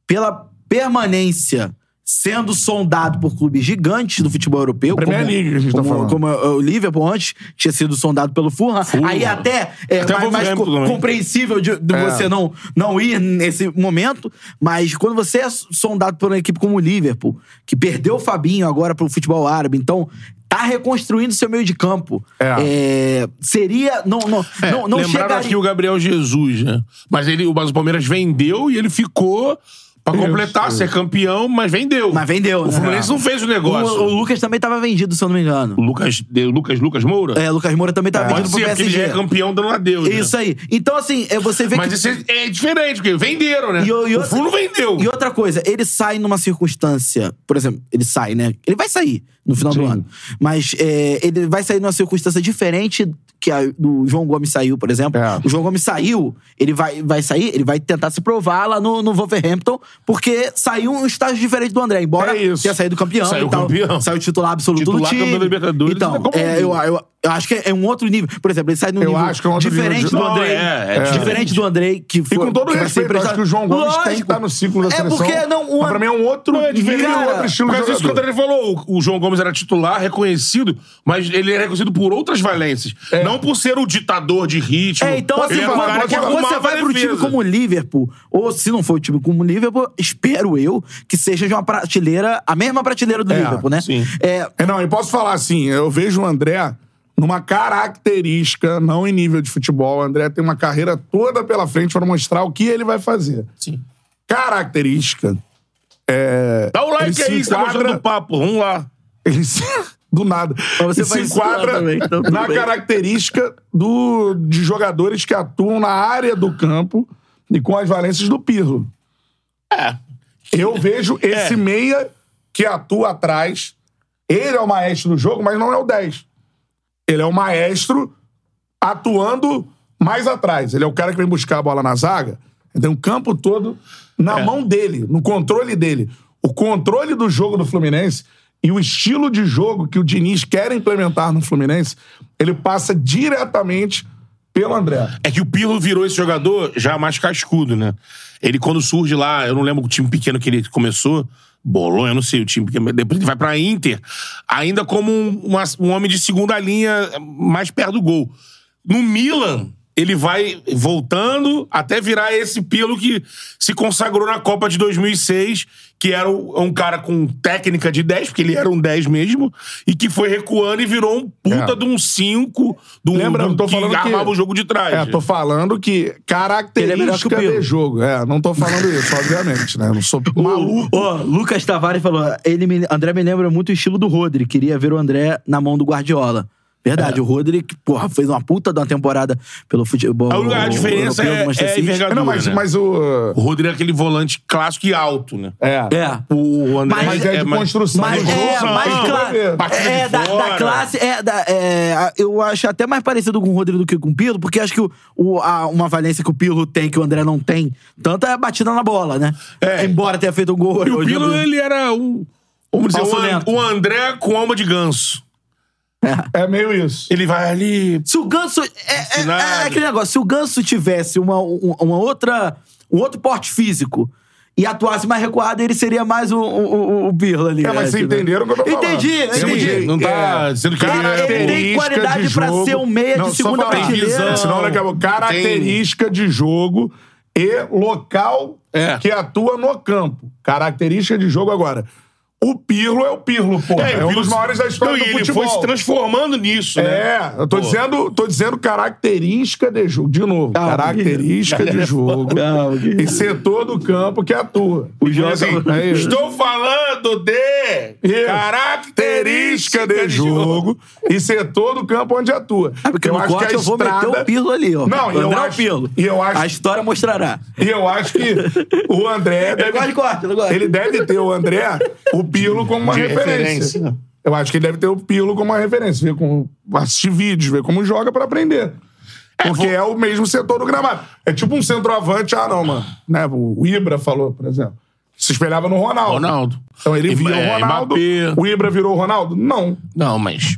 [SPEAKER 3] pela permanência sendo sondado por clubes gigantes do futebol europeu,
[SPEAKER 1] Premier
[SPEAKER 3] como,
[SPEAKER 1] League que a gente tá
[SPEAKER 3] como-
[SPEAKER 1] falando.
[SPEAKER 3] como é, o Liverpool antes tinha sido sondado pelo Fulham, aí até é
[SPEAKER 2] Até o
[SPEAKER 3] mais, mais
[SPEAKER 2] Wolverhampton
[SPEAKER 3] co-
[SPEAKER 2] também.
[SPEAKER 3] compreensível de, de
[SPEAKER 1] É.
[SPEAKER 3] você não, não ir nesse momento, mas quando você é sondado por uma equipe como o Liverpool, que perdeu o Fabinho agora pro futebol árabe, então tá reconstruindo seu meio de campo.
[SPEAKER 1] É.
[SPEAKER 3] É, seria não não
[SPEAKER 2] É,
[SPEAKER 3] não, não
[SPEAKER 2] lembraram
[SPEAKER 3] chegaria
[SPEAKER 2] aqui o Gabriel Jesus, né? Mas, ele, mas o Palmeiras vendeu e ele ficou pra
[SPEAKER 1] Isso.
[SPEAKER 2] completar, ser campeão, mas vendeu.
[SPEAKER 3] Mas vendeu,
[SPEAKER 2] O
[SPEAKER 3] né?
[SPEAKER 2] Fluminense não fez o negócio.
[SPEAKER 3] O, o Lucas também tava vendido, se eu não me engano.
[SPEAKER 2] O Lucas, de- Lucas, Lucas Moura?
[SPEAKER 3] É, Lucas Moura também tava
[SPEAKER 2] Pode
[SPEAKER 3] vendido pro
[SPEAKER 2] ser, porque ele
[SPEAKER 3] PSG.
[SPEAKER 2] já é campeão dando adeus. né?
[SPEAKER 3] Isso aí. Então, assim, é, você vê
[SPEAKER 2] Mas
[SPEAKER 3] que.
[SPEAKER 2] isso é, é diferente, porque venderam, né?
[SPEAKER 3] E o- e
[SPEAKER 2] o
[SPEAKER 3] outra-
[SPEAKER 2] Flu não vendeu.
[SPEAKER 3] E outra coisa, ele sai numa circunstância. Por exemplo, ele sai, né? Ele vai sair no final do
[SPEAKER 1] Sim.
[SPEAKER 3] ano. Mas é, ele vai sair numa circunstância diferente que a do João Gomes saiu, por exemplo.
[SPEAKER 1] É.
[SPEAKER 3] O João Gomes saiu, ele vai, vai sair, ele vai tentar se provar lá no, no Wolverhampton, porque saiu um estágio diferente do André. Embora
[SPEAKER 1] É isso.
[SPEAKER 3] tenha saído campeão
[SPEAKER 2] Saiu
[SPEAKER 3] e tal,
[SPEAKER 2] campeão.
[SPEAKER 3] Saiu titular absoluto
[SPEAKER 2] Titular,
[SPEAKER 3] do time.
[SPEAKER 2] campeão da Libertadores,
[SPEAKER 3] Então,
[SPEAKER 2] como
[SPEAKER 3] é, eu, eu- eu acho que é um outro nível. Por exemplo, ele sai num
[SPEAKER 1] Eu
[SPEAKER 3] nível
[SPEAKER 1] acho que é um outro nível
[SPEAKER 3] diferente
[SPEAKER 1] de-
[SPEAKER 3] do
[SPEAKER 2] Não,
[SPEAKER 3] André.
[SPEAKER 2] é, é
[SPEAKER 3] diferente do André que foi.
[SPEAKER 1] E com todo
[SPEAKER 3] que vai ser
[SPEAKER 1] respeito, eu acho
[SPEAKER 3] emprestado.
[SPEAKER 1] que o João Gomes tem que
[SPEAKER 3] Lógico.
[SPEAKER 1] estar no ciclo da
[SPEAKER 3] É
[SPEAKER 1] seleção.
[SPEAKER 3] porque não, o
[SPEAKER 1] mas pra mim é um outro
[SPEAKER 2] Não, é diferente.
[SPEAKER 1] nível, um outro
[SPEAKER 3] Cara,
[SPEAKER 1] estilo
[SPEAKER 2] mas
[SPEAKER 1] de
[SPEAKER 2] isso que o
[SPEAKER 1] jogador.
[SPEAKER 2] André falou, o o João Gomes era titular, reconhecido, mas ele era reconhecido por outras valências. Não por ser o ditador de ritmo.
[SPEAKER 3] É, então
[SPEAKER 2] Ele
[SPEAKER 3] assim,
[SPEAKER 2] era um
[SPEAKER 1] falar,
[SPEAKER 3] quando,
[SPEAKER 2] cara que
[SPEAKER 1] pode
[SPEAKER 3] quando
[SPEAKER 2] arrumava
[SPEAKER 3] você vai pro time
[SPEAKER 2] defesa.
[SPEAKER 3] como o Liverpool, ou se não for o time como o Liverpool, espero eu que seja de uma prateleira, a mesma prateleira do
[SPEAKER 1] É,
[SPEAKER 3] Liverpool, né?
[SPEAKER 2] sim.
[SPEAKER 3] É,
[SPEAKER 1] É, não, eu posso falar assim, eu vejo o André numa característica, não em nível de futebol. O André tem uma carreira toda pela frente para mostrar o que ele vai fazer.
[SPEAKER 2] Sim.
[SPEAKER 1] Característica.
[SPEAKER 2] Dá o
[SPEAKER 1] Ele
[SPEAKER 2] like
[SPEAKER 1] se
[SPEAKER 2] aí, você tá
[SPEAKER 1] enquadra-
[SPEAKER 2] gostando do papo, vamos lá.
[SPEAKER 1] Ele se... (laughs) Do nada.
[SPEAKER 3] Mas você
[SPEAKER 1] Ele se
[SPEAKER 3] vai estudar
[SPEAKER 1] enquadra
[SPEAKER 3] também, então tudo
[SPEAKER 1] na
[SPEAKER 3] bem.
[SPEAKER 1] característica do, de jogadores que atuam na área do campo e com as valências do Pirlo.
[SPEAKER 2] É.
[SPEAKER 1] Eu vejo esse
[SPEAKER 2] É.
[SPEAKER 1] meia que atua atrás. Ele é o maestro do jogo, mas não é o 10. Ele é o maestro atuando mais atrás. Ele é o cara que vem buscar a bola na zaga. Ele tem um campo todo na mão dele, no controle dele. O controle do jogo do Fluminense e o estilo de jogo que o Diniz quer implementar no Fluminense, ele passa diretamente pelo André.
[SPEAKER 2] É que o Pirlo virou esse jogador já mais cascudo, né? Ele, quando surge lá, eu não lembro o time pequeno que ele começou, Bolonha, eu não sei o time pequeno, mas depois ele vai pra Inter, ainda como um, uma- um homem de segunda linha, mais perto do gol. No Milan, ele vai voltando até virar esse Pirlo que se consagrou na Copa de 2006, que era o- um cara com técnica de 10, porque ele era um 10 mesmo, e que foi recuando e virou um puta
[SPEAKER 1] É.
[SPEAKER 2] de um 5, do
[SPEAKER 1] Lembra, eu
[SPEAKER 2] do,
[SPEAKER 1] tô
[SPEAKER 2] que
[SPEAKER 1] falando que-
[SPEAKER 2] armava o jogo de trás.
[SPEAKER 1] É, tô falando que
[SPEAKER 3] Ele é melhor que o
[SPEAKER 1] característica
[SPEAKER 3] Pirlo.
[SPEAKER 1] de jogo. É, não tô falando isso, obviamente, né? Não sou maluco.
[SPEAKER 3] o, o Lucas Tavares falou: ele me, André me lembra muito o estilo do Rodri, queria ver o André na mão do Guardiola.
[SPEAKER 1] É.
[SPEAKER 3] Verdade, o Roderick, porra, fez uma puta de uma temporada pelo futebol.
[SPEAKER 1] É,
[SPEAKER 2] A única diferença
[SPEAKER 3] europeu do
[SPEAKER 2] é-
[SPEAKER 3] Manchester
[SPEAKER 2] é
[SPEAKER 3] City.
[SPEAKER 2] envergadura.
[SPEAKER 1] Não, mas,
[SPEAKER 2] né?
[SPEAKER 1] mas o.
[SPEAKER 2] O Rodrigo é aquele volante clássico e alto, né?
[SPEAKER 1] É.
[SPEAKER 3] É.
[SPEAKER 2] O o André
[SPEAKER 3] Mas-
[SPEAKER 1] Mas é, de construção.
[SPEAKER 3] Mas
[SPEAKER 1] do
[SPEAKER 3] é,
[SPEAKER 1] jogo,
[SPEAKER 3] mais
[SPEAKER 1] não,
[SPEAKER 3] claro.
[SPEAKER 1] vai ver.
[SPEAKER 2] Batida
[SPEAKER 3] É,
[SPEAKER 2] de
[SPEAKER 3] da,
[SPEAKER 2] fora.
[SPEAKER 3] da classe. É, da- é, a- eu acho até mais parecido com o Rodrigo do que com o Pirlo, porque acho que o, o- a- uma valência que o Pirlo tem, que o André não tem, tanto é a batida na bola, né?
[SPEAKER 2] É.
[SPEAKER 3] Embora tenha feito um gol
[SPEAKER 2] E o
[SPEAKER 3] hoje,
[SPEAKER 1] é
[SPEAKER 2] Pilo,
[SPEAKER 3] né?
[SPEAKER 2] ele era um... Vamos dizer,
[SPEAKER 3] Falso
[SPEAKER 2] um, An-
[SPEAKER 3] lento.
[SPEAKER 2] um André com alma de ganso.
[SPEAKER 1] É meio isso.
[SPEAKER 2] Ele vai ali...
[SPEAKER 3] Se o Ganso. É, é-
[SPEAKER 2] Nada.
[SPEAKER 3] é aquele negócio. Se o Ganso tivesse uma, um- uma outra, um outro porte físico e atuasse mais recuado, ele seria mais o, o, o- o Pirlo ali.
[SPEAKER 1] É, mas
[SPEAKER 3] né?
[SPEAKER 1] vocês
[SPEAKER 3] Tipo,
[SPEAKER 1] entenderam o que eu tô falando.
[SPEAKER 3] Entendi, entendi.
[SPEAKER 1] é.
[SPEAKER 2] Entendi. Não tá dizendo que ele é
[SPEAKER 3] ele tem qualidade
[SPEAKER 1] de
[SPEAKER 3] pra
[SPEAKER 1] jogo.
[SPEAKER 3] ser um meia de
[SPEAKER 1] Não, só
[SPEAKER 3] segunda
[SPEAKER 1] falar.
[SPEAKER 3] prateleira.
[SPEAKER 1] Tem visão, Senão daqui a pouco. Característica de jogo e local
[SPEAKER 2] É.
[SPEAKER 1] que atua no campo. Característica de jogo agora. O Pirlo é o Pirlo, pô. É,
[SPEAKER 2] o
[SPEAKER 1] um
[SPEAKER 2] Pirlo-
[SPEAKER 1] dos maiores da história
[SPEAKER 2] Não,
[SPEAKER 1] do
[SPEAKER 2] Então, e ele
[SPEAKER 1] futebol.
[SPEAKER 2] foi se transformando nisso, né?
[SPEAKER 1] É, eu tô
[SPEAKER 2] Pô.
[SPEAKER 1] dizendo, tô dizendo característica de jogo. De novo,
[SPEAKER 3] Calma,
[SPEAKER 1] característica de jogo.
[SPEAKER 3] Calma, Guilherme.
[SPEAKER 1] e setor do campo que atua.
[SPEAKER 3] O jogo-
[SPEAKER 1] é isso.
[SPEAKER 2] assim, Estou falando de...
[SPEAKER 1] Isso.
[SPEAKER 2] Característica de jogo.
[SPEAKER 1] e setor do campo onde atua.
[SPEAKER 3] Ah, porque
[SPEAKER 1] eu
[SPEAKER 3] no
[SPEAKER 1] acho
[SPEAKER 3] corte
[SPEAKER 1] que a
[SPEAKER 3] eu vou
[SPEAKER 1] estrada...
[SPEAKER 3] meter o Pirlo ali, ó.
[SPEAKER 1] Não,
[SPEAKER 3] o
[SPEAKER 1] e eu
[SPEAKER 3] André é o
[SPEAKER 1] acho-
[SPEAKER 3] Pirlo.
[SPEAKER 1] e eu acho-
[SPEAKER 3] A história mostrará.
[SPEAKER 1] E eu acho que o
[SPEAKER 3] (laughs)
[SPEAKER 1] André... Deve...
[SPEAKER 3] gosto de corte, eu gosto.
[SPEAKER 1] Ele deve ter o André, o Pirlo, como uma
[SPEAKER 2] De
[SPEAKER 1] referência.
[SPEAKER 2] referência.
[SPEAKER 1] Eu acho que ele deve ter o Pirlo como uma referência. Ver como... Assistir vídeos, ver como joga pra aprender. Porque é o mesmo setor do gramado. É tipo um centroavante, ah, não, mano. Né? O Ibra falou, por exemplo. Se espelhava no Ronaldo.
[SPEAKER 2] Ronaldo.
[SPEAKER 1] Então ele via
[SPEAKER 2] É,
[SPEAKER 1] o Ronaldo.
[SPEAKER 2] Mbappé.
[SPEAKER 1] O Ibra virou o Ronaldo? Não.
[SPEAKER 2] Não, mas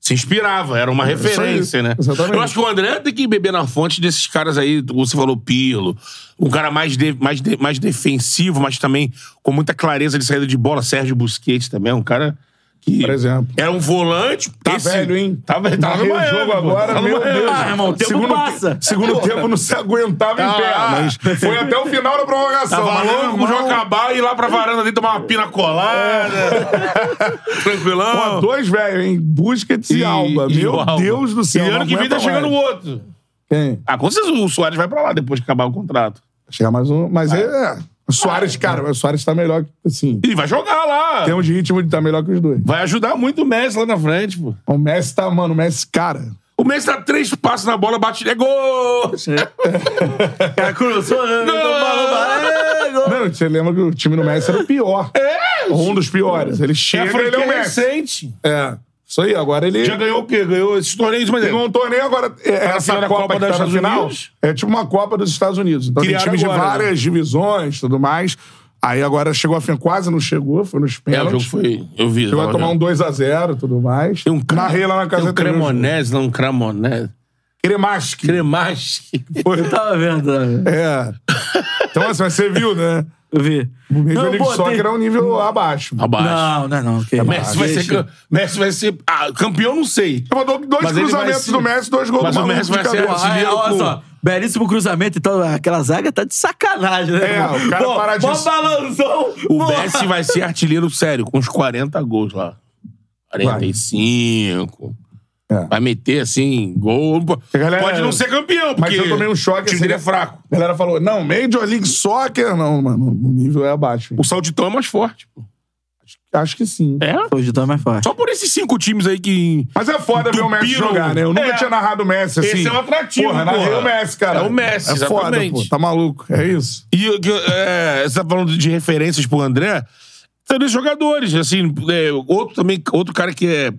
[SPEAKER 2] se inspirava, era uma referência, né?
[SPEAKER 1] É exatamente.
[SPEAKER 2] Eu acho que o André tem que beber na fonte desses caras aí, como você falou, Pirlo, um cara mais, de- mais, de- mais defensivo, mas também com muita clareza de saída de bola, Sérgio Busquets também, é um cara que...
[SPEAKER 1] Por exemplo.
[SPEAKER 2] Era um volante...
[SPEAKER 1] Tá velho, hein?
[SPEAKER 2] Tá velho, tá no
[SPEAKER 1] Barreu o
[SPEAKER 2] Miami,
[SPEAKER 1] jogo
[SPEAKER 2] pô.
[SPEAKER 1] agora,
[SPEAKER 2] Tá no
[SPEAKER 1] meu
[SPEAKER 2] Miami.
[SPEAKER 1] Deus.
[SPEAKER 3] Ah, irmão, o tempo
[SPEAKER 1] segundo
[SPEAKER 3] passa.
[SPEAKER 1] te- segundo tempo não se aguentava em pé,
[SPEAKER 2] Ah.
[SPEAKER 1] mas foi até o final da prorrogação.
[SPEAKER 2] Tava
[SPEAKER 1] Mas,
[SPEAKER 2] louco pro
[SPEAKER 1] irmão,
[SPEAKER 2] jogo acabar e ir lá pra varanda ali tomar uma
[SPEAKER 1] (laughs)
[SPEAKER 2] pina colada.
[SPEAKER 1] Pô,
[SPEAKER 2] Tranquilão.
[SPEAKER 1] dois velho, hein? Busquets e, Alba.
[SPEAKER 2] e
[SPEAKER 1] Meu
[SPEAKER 2] o Alba.
[SPEAKER 1] Deus do céu.
[SPEAKER 2] E ano
[SPEAKER 1] não
[SPEAKER 2] que vem tá
[SPEAKER 1] aguenta
[SPEAKER 2] chegando o
[SPEAKER 1] mais.
[SPEAKER 2] outro.
[SPEAKER 1] Quem?
[SPEAKER 2] Ah, com certeza o Soares vai pra lá depois que acabar o contrato.
[SPEAKER 1] Chegar mais um. Mas é. é. O Soares, cara, o Soares tá melhor que. Assim,
[SPEAKER 2] E vai jogar lá.
[SPEAKER 1] tem um de ritmo de tá melhor que os dois.
[SPEAKER 2] Vai ajudar muito o Messi lá na frente, pô.
[SPEAKER 1] O Messi tá, mano, o Messi, cara.
[SPEAKER 2] O Messi dá três passos na bola, bate.
[SPEAKER 1] (laughs)
[SPEAKER 2] É gol!
[SPEAKER 3] Cara, cruzou,
[SPEAKER 1] né?
[SPEAKER 2] (laughs)
[SPEAKER 3] então falou, vai, gol.
[SPEAKER 1] Não, você lembra que o time do Messi era o pior. É! Um dos piores. Ele
[SPEAKER 2] É
[SPEAKER 1] chega e ele é o Messi.
[SPEAKER 2] recente.
[SPEAKER 1] É. Isso aí, agora ele.
[SPEAKER 2] Já ganhou o quê? Ganhou esses torneios, mas.
[SPEAKER 1] Tem um torneio agora. é, Essa
[SPEAKER 2] primeira
[SPEAKER 1] Copa,
[SPEAKER 2] Copa
[SPEAKER 1] que tá
[SPEAKER 2] dos
[SPEAKER 1] no
[SPEAKER 2] Estados
[SPEAKER 1] final
[SPEAKER 2] Unidos?
[SPEAKER 1] é tipo uma Copa dos Estados Unidos. Então
[SPEAKER 2] Criaram
[SPEAKER 1] tem times de
[SPEAKER 2] agora, né?
[SPEAKER 1] várias divisões tudo mais. Aí agora chegou a fim, quase não chegou, foi nos
[SPEAKER 2] É, o
[SPEAKER 1] pênaltis.
[SPEAKER 2] jogo foi. Eu vi.
[SPEAKER 1] Chegou a
[SPEAKER 2] tava
[SPEAKER 1] tomar um
[SPEAKER 2] vendo.
[SPEAKER 1] 2x0 tudo mais.
[SPEAKER 2] Tem um cra-
[SPEAKER 1] Narrei lá na casa
[SPEAKER 2] Tem um Cremonese, não um Cremonese.
[SPEAKER 1] Cremasque.
[SPEAKER 2] Cremache.
[SPEAKER 3] Eu tava vendo, tava vendo.
[SPEAKER 1] É. Então, assim, mas você viu, né?
[SPEAKER 3] Eu vi.
[SPEAKER 1] O Major League
[SPEAKER 3] pô,
[SPEAKER 1] Soccer
[SPEAKER 3] tem-
[SPEAKER 1] é um nível abaixo.
[SPEAKER 2] Abaixo.
[SPEAKER 3] Não, não é não. que
[SPEAKER 2] Messi, vai ser,
[SPEAKER 3] Deixa.
[SPEAKER 2] cam- Messi vai ser. Ah, campeão, não sei.
[SPEAKER 1] Eu mandou dois
[SPEAKER 2] Mas ele vai
[SPEAKER 1] cruzamentos
[SPEAKER 2] se-
[SPEAKER 1] do Messi, dois gols
[SPEAKER 2] Mas
[SPEAKER 1] do
[SPEAKER 2] o
[SPEAKER 1] maluco
[SPEAKER 2] Messi
[SPEAKER 1] de
[SPEAKER 2] vai
[SPEAKER 1] cada
[SPEAKER 2] ser
[SPEAKER 1] lado.
[SPEAKER 2] assim.
[SPEAKER 3] Ah, é,
[SPEAKER 2] brasileiro
[SPEAKER 3] olha
[SPEAKER 2] com-
[SPEAKER 3] só. Belíssimo cruzamento, então aquela zaga tá de sacanagem, né?
[SPEAKER 1] É, o cara
[SPEAKER 3] Pô,
[SPEAKER 1] paradinho.
[SPEAKER 3] Mó balanção.
[SPEAKER 2] O
[SPEAKER 3] pô.
[SPEAKER 2] Messi vai ser artilheiro sério, com uns 40 gols lá. 45.
[SPEAKER 1] É.
[SPEAKER 2] Vai meter, assim, gol.
[SPEAKER 1] galera-
[SPEAKER 2] Pode não ser campeão,
[SPEAKER 1] Mas
[SPEAKER 2] porque
[SPEAKER 1] eu tomei um choque.
[SPEAKER 2] O time
[SPEAKER 1] assim,
[SPEAKER 2] dele é fraco.
[SPEAKER 1] A galera falou: não, Major League Soccer, não, mano. O nível é abaixo. hein?
[SPEAKER 2] O Sauditão é mais forte. pô.
[SPEAKER 1] Acho que sim.
[SPEAKER 2] É?
[SPEAKER 3] Hoje tá mais fácil.
[SPEAKER 2] Só por esses cinco times aí que.
[SPEAKER 1] Mas é foda ver o Messi
[SPEAKER 2] Entupiram.
[SPEAKER 1] jogar, né? Eu nunca
[SPEAKER 2] É.
[SPEAKER 1] tinha narrado o Messi assim.
[SPEAKER 2] Esse é um atrativo,
[SPEAKER 1] Porra, narrei
[SPEAKER 2] porra.
[SPEAKER 1] o Messi, cara.
[SPEAKER 2] É o Messi,
[SPEAKER 1] É foda,
[SPEAKER 2] exatamente.
[SPEAKER 1] pô. Tá maluco. É isso.
[SPEAKER 2] E o que- é, você tá falando de referências pro André. São dois jogadores, assim. é, outro também, outro cara que é.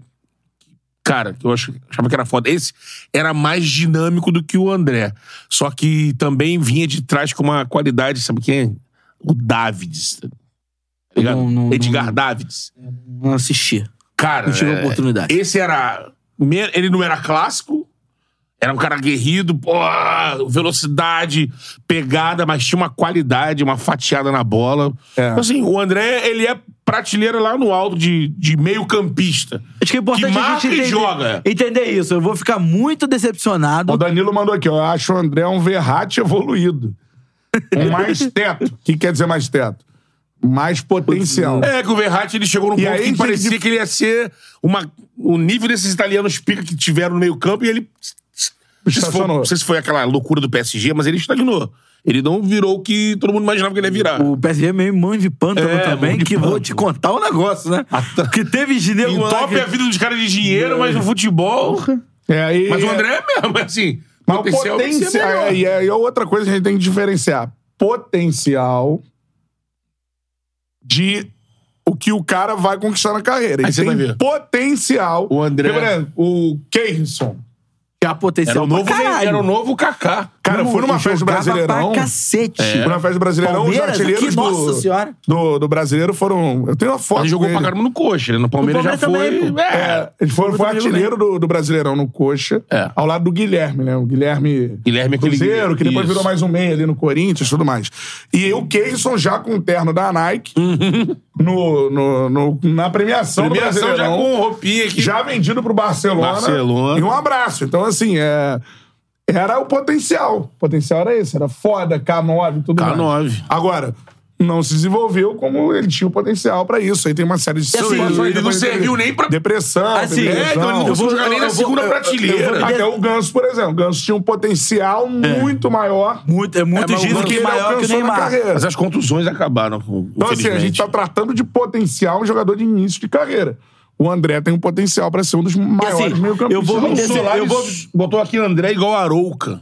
[SPEAKER 2] Cara, que eu acho- achava que era foda. Esse era mais dinâmico do que o André. Só que também vinha de trás com uma qualidade, sabe quem? é? O Davids. tá ligado?
[SPEAKER 3] Não, não,
[SPEAKER 2] Edgar
[SPEAKER 3] não.
[SPEAKER 2] Davids.
[SPEAKER 3] Não assisti.
[SPEAKER 2] Cara.
[SPEAKER 3] Não tive
[SPEAKER 2] é,
[SPEAKER 3] oportunidade.
[SPEAKER 2] Esse era. me- Ele não era clássico. Era um cara aguerrido, pô, velocidade, pegada, mas tinha uma qualidade, uma fatiada na bola.
[SPEAKER 1] É.
[SPEAKER 2] Então, assim, o André, ele é prateleira lá no alto de, de meio-campista.
[SPEAKER 3] Acho que é importante
[SPEAKER 2] Que
[SPEAKER 3] a
[SPEAKER 2] marca
[SPEAKER 3] gente
[SPEAKER 2] e
[SPEAKER 3] entender,
[SPEAKER 2] joga.
[SPEAKER 3] entender isso. Eu vou ficar muito decepcionado.
[SPEAKER 1] O Danilo mandou aqui, ó. Eu acho o André um Verratti evoluído. Um mais teto. O que quer dizer mais teto? Mais potencial.
[SPEAKER 2] É, que o Verratti ele chegou num
[SPEAKER 1] E
[SPEAKER 2] ponto
[SPEAKER 1] aí,
[SPEAKER 2] que
[SPEAKER 1] gente,
[SPEAKER 2] parecia
[SPEAKER 1] de-
[SPEAKER 2] que ele ia ser uma, o nível desses italianos pica que tiveram no meio-campo e ele. Não sei, se foi,
[SPEAKER 1] Estacionou.
[SPEAKER 2] não sei se foi aquela loucura do PSG, mas ele estagnou. Ele não virou o que todo mundo imaginava que ele ia virar.
[SPEAKER 3] O PSG é meio mão de pântano
[SPEAKER 2] É,
[SPEAKER 3] também,
[SPEAKER 2] mão de
[SPEAKER 3] que
[SPEAKER 2] pântano.
[SPEAKER 3] vou te contar um negócio, né? Que teve gineu lá
[SPEAKER 2] Entope
[SPEAKER 3] que-
[SPEAKER 2] é a vida dos caras de dinheiro, mas no futebol.
[SPEAKER 1] É, aí.
[SPEAKER 2] Mas o André é mesmo, assim.
[SPEAKER 1] Mas o
[SPEAKER 2] potencial tem que ser
[SPEAKER 1] potencial.
[SPEAKER 2] melhor.
[SPEAKER 1] E é, é outra coisa que a gente tem que diferenciar: potencial de o que o cara vai conquistar na carreira.
[SPEAKER 2] Aí
[SPEAKER 1] Ele
[SPEAKER 2] você vai ver.
[SPEAKER 1] tem potencial.
[SPEAKER 2] O André-
[SPEAKER 1] Porque, por exemplo, o Keirson.
[SPEAKER 3] que a potência
[SPEAKER 2] Era é o novo,
[SPEAKER 3] caralho.
[SPEAKER 2] era o novo Kaká.
[SPEAKER 1] Cara, eu fui numa festa do
[SPEAKER 3] Jogava
[SPEAKER 1] Brasileirão.
[SPEAKER 3] Pra cacete.
[SPEAKER 2] É,
[SPEAKER 1] Fui numa festa do Brasileirão, os
[SPEAKER 3] Palmeiras,
[SPEAKER 1] artilheiros do,
[SPEAKER 3] que- nossa senhora.
[SPEAKER 1] Do, do brasileiro foram. Eu tenho uma foto.
[SPEAKER 2] Ele jogou
[SPEAKER 1] com
[SPEAKER 2] pra
[SPEAKER 1] ele.
[SPEAKER 2] caramba no coxa, né? No Palmeiras,
[SPEAKER 3] No Palmeiras
[SPEAKER 2] já
[SPEAKER 3] também,
[SPEAKER 2] foi.
[SPEAKER 3] pô.
[SPEAKER 1] É, ele foi, foi artilheiro do, do Brasileirão no Coxa,
[SPEAKER 2] É.
[SPEAKER 1] ao lado do Guilherme, né? O Guilherme,
[SPEAKER 2] Guilherme, é aquele
[SPEAKER 1] Cruzeiro, que depois
[SPEAKER 2] Isso.
[SPEAKER 1] virou mais um meio ali no Corinthians e tudo mais. E o Keyson já com o terno da
[SPEAKER 2] (laughs)
[SPEAKER 1] Nike no, no, no- na premiação, do
[SPEAKER 2] Premiação já
[SPEAKER 1] Brasileirão,
[SPEAKER 2] com roupinha aqui.
[SPEAKER 1] já vendido pro Barcelona.
[SPEAKER 2] Barcelona.
[SPEAKER 1] E um abraço. Então, assim, é, era o potencial. O potencial era esse, era foda, K9 e tudo mais.
[SPEAKER 2] K9.
[SPEAKER 1] Agora... Não se desenvolveu como ele tinha o potencial pra isso. Aí tem uma série de
[SPEAKER 3] assim,
[SPEAKER 1] situações,
[SPEAKER 2] ele não
[SPEAKER 1] depois
[SPEAKER 2] serviu nem pra-
[SPEAKER 1] Depressão,
[SPEAKER 3] Assim,
[SPEAKER 2] É, então ele não
[SPEAKER 3] Eu vou-
[SPEAKER 2] conseguiu jogar nem
[SPEAKER 3] eu
[SPEAKER 2] na
[SPEAKER 3] vou-
[SPEAKER 2] segunda
[SPEAKER 3] eu- eu- eu vou-
[SPEAKER 2] prateleira.
[SPEAKER 1] até o Ganso, por exemplo. O Ganso tinha um potencial muito maior.
[SPEAKER 3] Muito, é muito
[SPEAKER 2] É, mas o
[SPEAKER 3] dizem
[SPEAKER 2] Ganso
[SPEAKER 3] que é
[SPEAKER 1] ele
[SPEAKER 3] maior que o
[SPEAKER 1] alcançou na
[SPEAKER 3] Neymar.
[SPEAKER 1] carreira.
[SPEAKER 2] Mas as contusões acabaram.
[SPEAKER 1] Então, assim, a gente tá tratando de potencial um jogador de início de carreira. O André tem um potencial pra ser um dos maiores
[SPEAKER 3] assim,
[SPEAKER 1] meio-campistas.
[SPEAKER 3] eu vou me
[SPEAKER 1] do mundo.
[SPEAKER 3] desse-
[SPEAKER 2] Solar
[SPEAKER 3] eu vou-
[SPEAKER 2] botou aqui André igual a Arouca.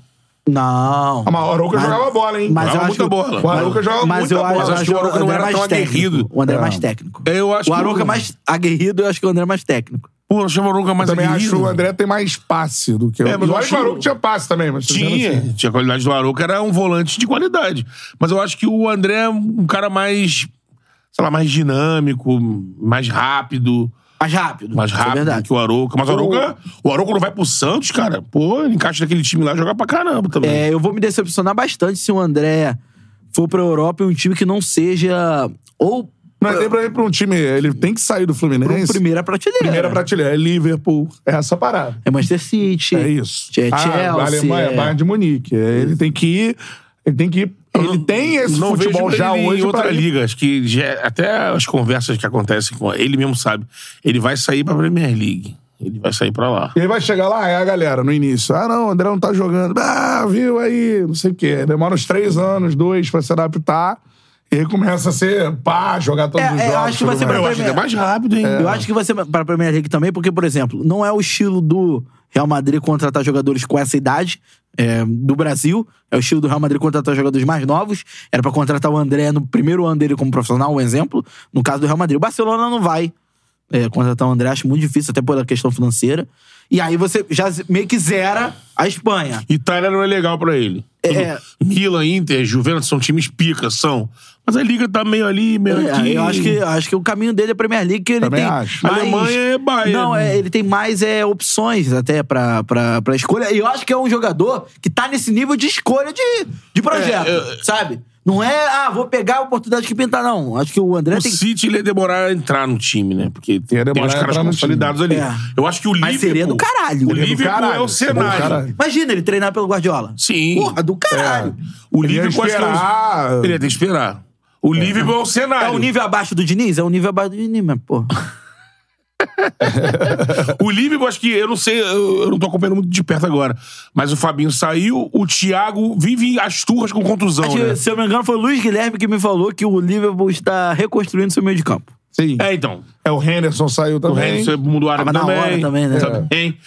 [SPEAKER 3] Não.
[SPEAKER 1] Ah, mas o Arouca
[SPEAKER 3] Mas-
[SPEAKER 1] jogava bola, hein?
[SPEAKER 3] Mas
[SPEAKER 2] Jogava
[SPEAKER 3] eu acho
[SPEAKER 2] muita
[SPEAKER 3] que-
[SPEAKER 2] bola.
[SPEAKER 1] O Arouca jogava
[SPEAKER 3] Mas
[SPEAKER 1] muita
[SPEAKER 3] eu
[SPEAKER 1] bola.
[SPEAKER 3] acho
[SPEAKER 2] Mas acho
[SPEAKER 3] acho
[SPEAKER 2] que o Arouca não
[SPEAKER 3] André
[SPEAKER 2] era
[SPEAKER 3] é mais
[SPEAKER 2] tão
[SPEAKER 3] técnico.
[SPEAKER 2] aguerrido.
[SPEAKER 3] O André é
[SPEAKER 1] É.
[SPEAKER 3] mais técnico.
[SPEAKER 2] Eu acho
[SPEAKER 3] o
[SPEAKER 2] que
[SPEAKER 3] Arouca
[SPEAKER 2] o-
[SPEAKER 3] mais aguerrido, eu acho que o André é mais técnico.
[SPEAKER 2] Pô, eu achava o Arouca mais
[SPEAKER 1] Também acho que
[SPEAKER 2] aguerrido.
[SPEAKER 1] o André tem mais passe do que o...
[SPEAKER 2] É, mas eu
[SPEAKER 1] e olha
[SPEAKER 2] acho
[SPEAKER 1] que o
[SPEAKER 2] que assim. o-
[SPEAKER 1] Arouca tinha passe também, mas... assim,
[SPEAKER 2] Tinha, tinha a qualidade do Arouca, era um volante de qualidade. Mas eu acho que o André é um cara mais, sei lá, mais dinâmico, mais rápido,
[SPEAKER 3] Mais rápido.
[SPEAKER 2] mais
[SPEAKER 3] isso é
[SPEAKER 2] rápido
[SPEAKER 3] verdade.
[SPEAKER 2] que o Arouca. Mas o Arouca, o Arouca não vai pro Santos, cara. Pô, ele encaixa naquele time lá e joga pra caramba também.
[SPEAKER 3] É, eu vou me decepcionar bastante se o André for pra Europa em um time que não seja ou
[SPEAKER 1] Mas tem pra ir pra um time... Ele tem que sair do Fluminense.
[SPEAKER 3] primeira prateleira.
[SPEAKER 1] Primeira prateleira. É Liverpool. É essa parada.
[SPEAKER 3] É Manchester City.
[SPEAKER 1] É isso.
[SPEAKER 3] É
[SPEAKER 1] Ah,
[SPEAKER 3] Chelsea,
[SPEAKER 1] a Alemanha,
[SPEAKER 3] é.
[SPEAKER 1] Bayern de Munique. É, Ele tem que ir. Ele tem que ir. Ele tem esse
[SPEAKER 2] não
[SPEAKER 1] futebol
[SPEAKER 2] vejo
[SPEAKER 1] já
[SPEAKER 2] ele
[SPEAKER 1] hoje
[SPEAKER 2] em outra
[SPEAKER 1] pra ir.
[SPEAKER 2] liga. Acho que já- é até as conversas que acontecem com ele mesmo sabe. Ele vai sair pra Premier League. Ele vai sair pra lá.
[SPEAKER 1] Ele vai chegar lá, é a galera, no início. Ah, não, o André não tá jogando. Ah, viu aí, não sei o quê. Demora uns três anos, dois, pra se adaptar. E aí começa a ser, pá, jogar todos
[SPEAKER 3] É,
[SPEAKER 1] os
[SPEAKER 3] é, eu
[SPEAKER 1] jogos.
[SPEAKER 3] acho que vai
[SPEAKER 1] tudo
[SPEAKER 3] ser
[SPEAKER 1] mais.
[SPEAKER 3] pra
[SPEAKER 2] Eu acho que é mais rápido, hein?
[SPEAKER 3] Eu acho que vai ser para a Premier League também, porque, por exemplo, não é o estilo do Real Madrid contratar jogadores com essa idade é, do Brasil. É o estilo do Real Madrid contratar jogadores mais novos. Era pra contratar o André no primeiro ano dele como profissional, um exemplo. No caso do Real Madrid, o Barcelona não vai é, contratar o André, acho muito difícil, até pela questão financeira. E aí você já z- meio que zera a Espanha.
[SPEAKER 2] Itália não é legal pra ele.
[SPEAKER 3] É.
[SPEAKER 2] Milan, Inter, Juventus são times pica, são. Mas a liga tá meio ali, meio aqui.
[SPEAKER 3] É, eu acho que, acho que o caminho dele é a Premier League, que ele
[SPEAKER 1] Também
[SPEAKER 3] tem.
[SPEAKER 1] acho.
[SPEAKER 3] mais-
[SPEAKER 2] Alemanha é Bayern.
[SPEAKER 3] Não, é, ele tem mais é, opções até pra, pra, pra escolha. E eu acho que é um jogador que tá nesse nível de escolha de, de projeto,
[SPEAKER 2] É,
[SPEAKER 3] sabe? Não é, ah, vou pegar a oportunidade que pintar, não. Acho que o André
[SPEAKER 2] O
[SPEAKER 3] tem que.
[SPEAKER 2] City ele ia demorar a entrar no time, né? Porque tem,
[SPEAKER 1] demorar
[SPEAKER 2] os
[SPEAKER 1] a
[SPEAKER 2] caras
[SPEAKER 1] entrar no
[SPEAKER 2] consolidados ali.
[SPEAKER 3] É.
[SPEAKER 2] Eu acho que o Liverpool...
[SPEAKER 3] Mas seria do caralho.
[SPEAKER 2] O
[SPEAKER 3] Seria do
[SPEAKER 2] Liverpool é o
[SPEAKER 1] caralho. Seria do
[SPEAKER 2] cenário.
[SPEAKER 1] caralho.
[SPEAKER 3] Imagina ele treinar pelo Guardiola.
[SPEAKER 2] Sim.
[SPEAKER 3] Porra, do caralho.
[SPEAKER 2] O
[SPEAKER 1] Ele ia
[SPEAKER 2] Liverpool acho que é o-
[SPEAKER 1] É. esperar.
[SPEAKER 2] Ele ia ter que esperar. O Liverpool é o
[SPEAKER 3] É.
[SPEAKER 2] cenário.
[SPEAKER 3] o nível abaixo do Diniz? É o nível abaixo do Diniz, mas, porra.
[SPEAKER 2] O Liverpool, acho que eu não sei, eu, eu não tô acompanhando muito de perto agora. Mas o Fabinho saiu, o Thiago vive as turras com contusão.
[SPEAKER 3] Acho que,
[SPEAKER 2] né?
[SPEAKER 3] se eu não me engano, foi o Luiz Guilherme que me falou que o Liverpool está reconstruindo seu meio de campo.
[SPEAKER 1] Sim.
[SPEAKER 2] É, então.
[SPEAKER 1] É, o Henderson saiu
[SPEAKER 2] O é
[SPEAKER 1] também.
[SPEAKER 2] Renzo mudou a área
[SPEAKER 3] Tava na
[SPEAKER 2] também.
[SPEAKER 3] hora também, né?
[SPEAKER 2] Também.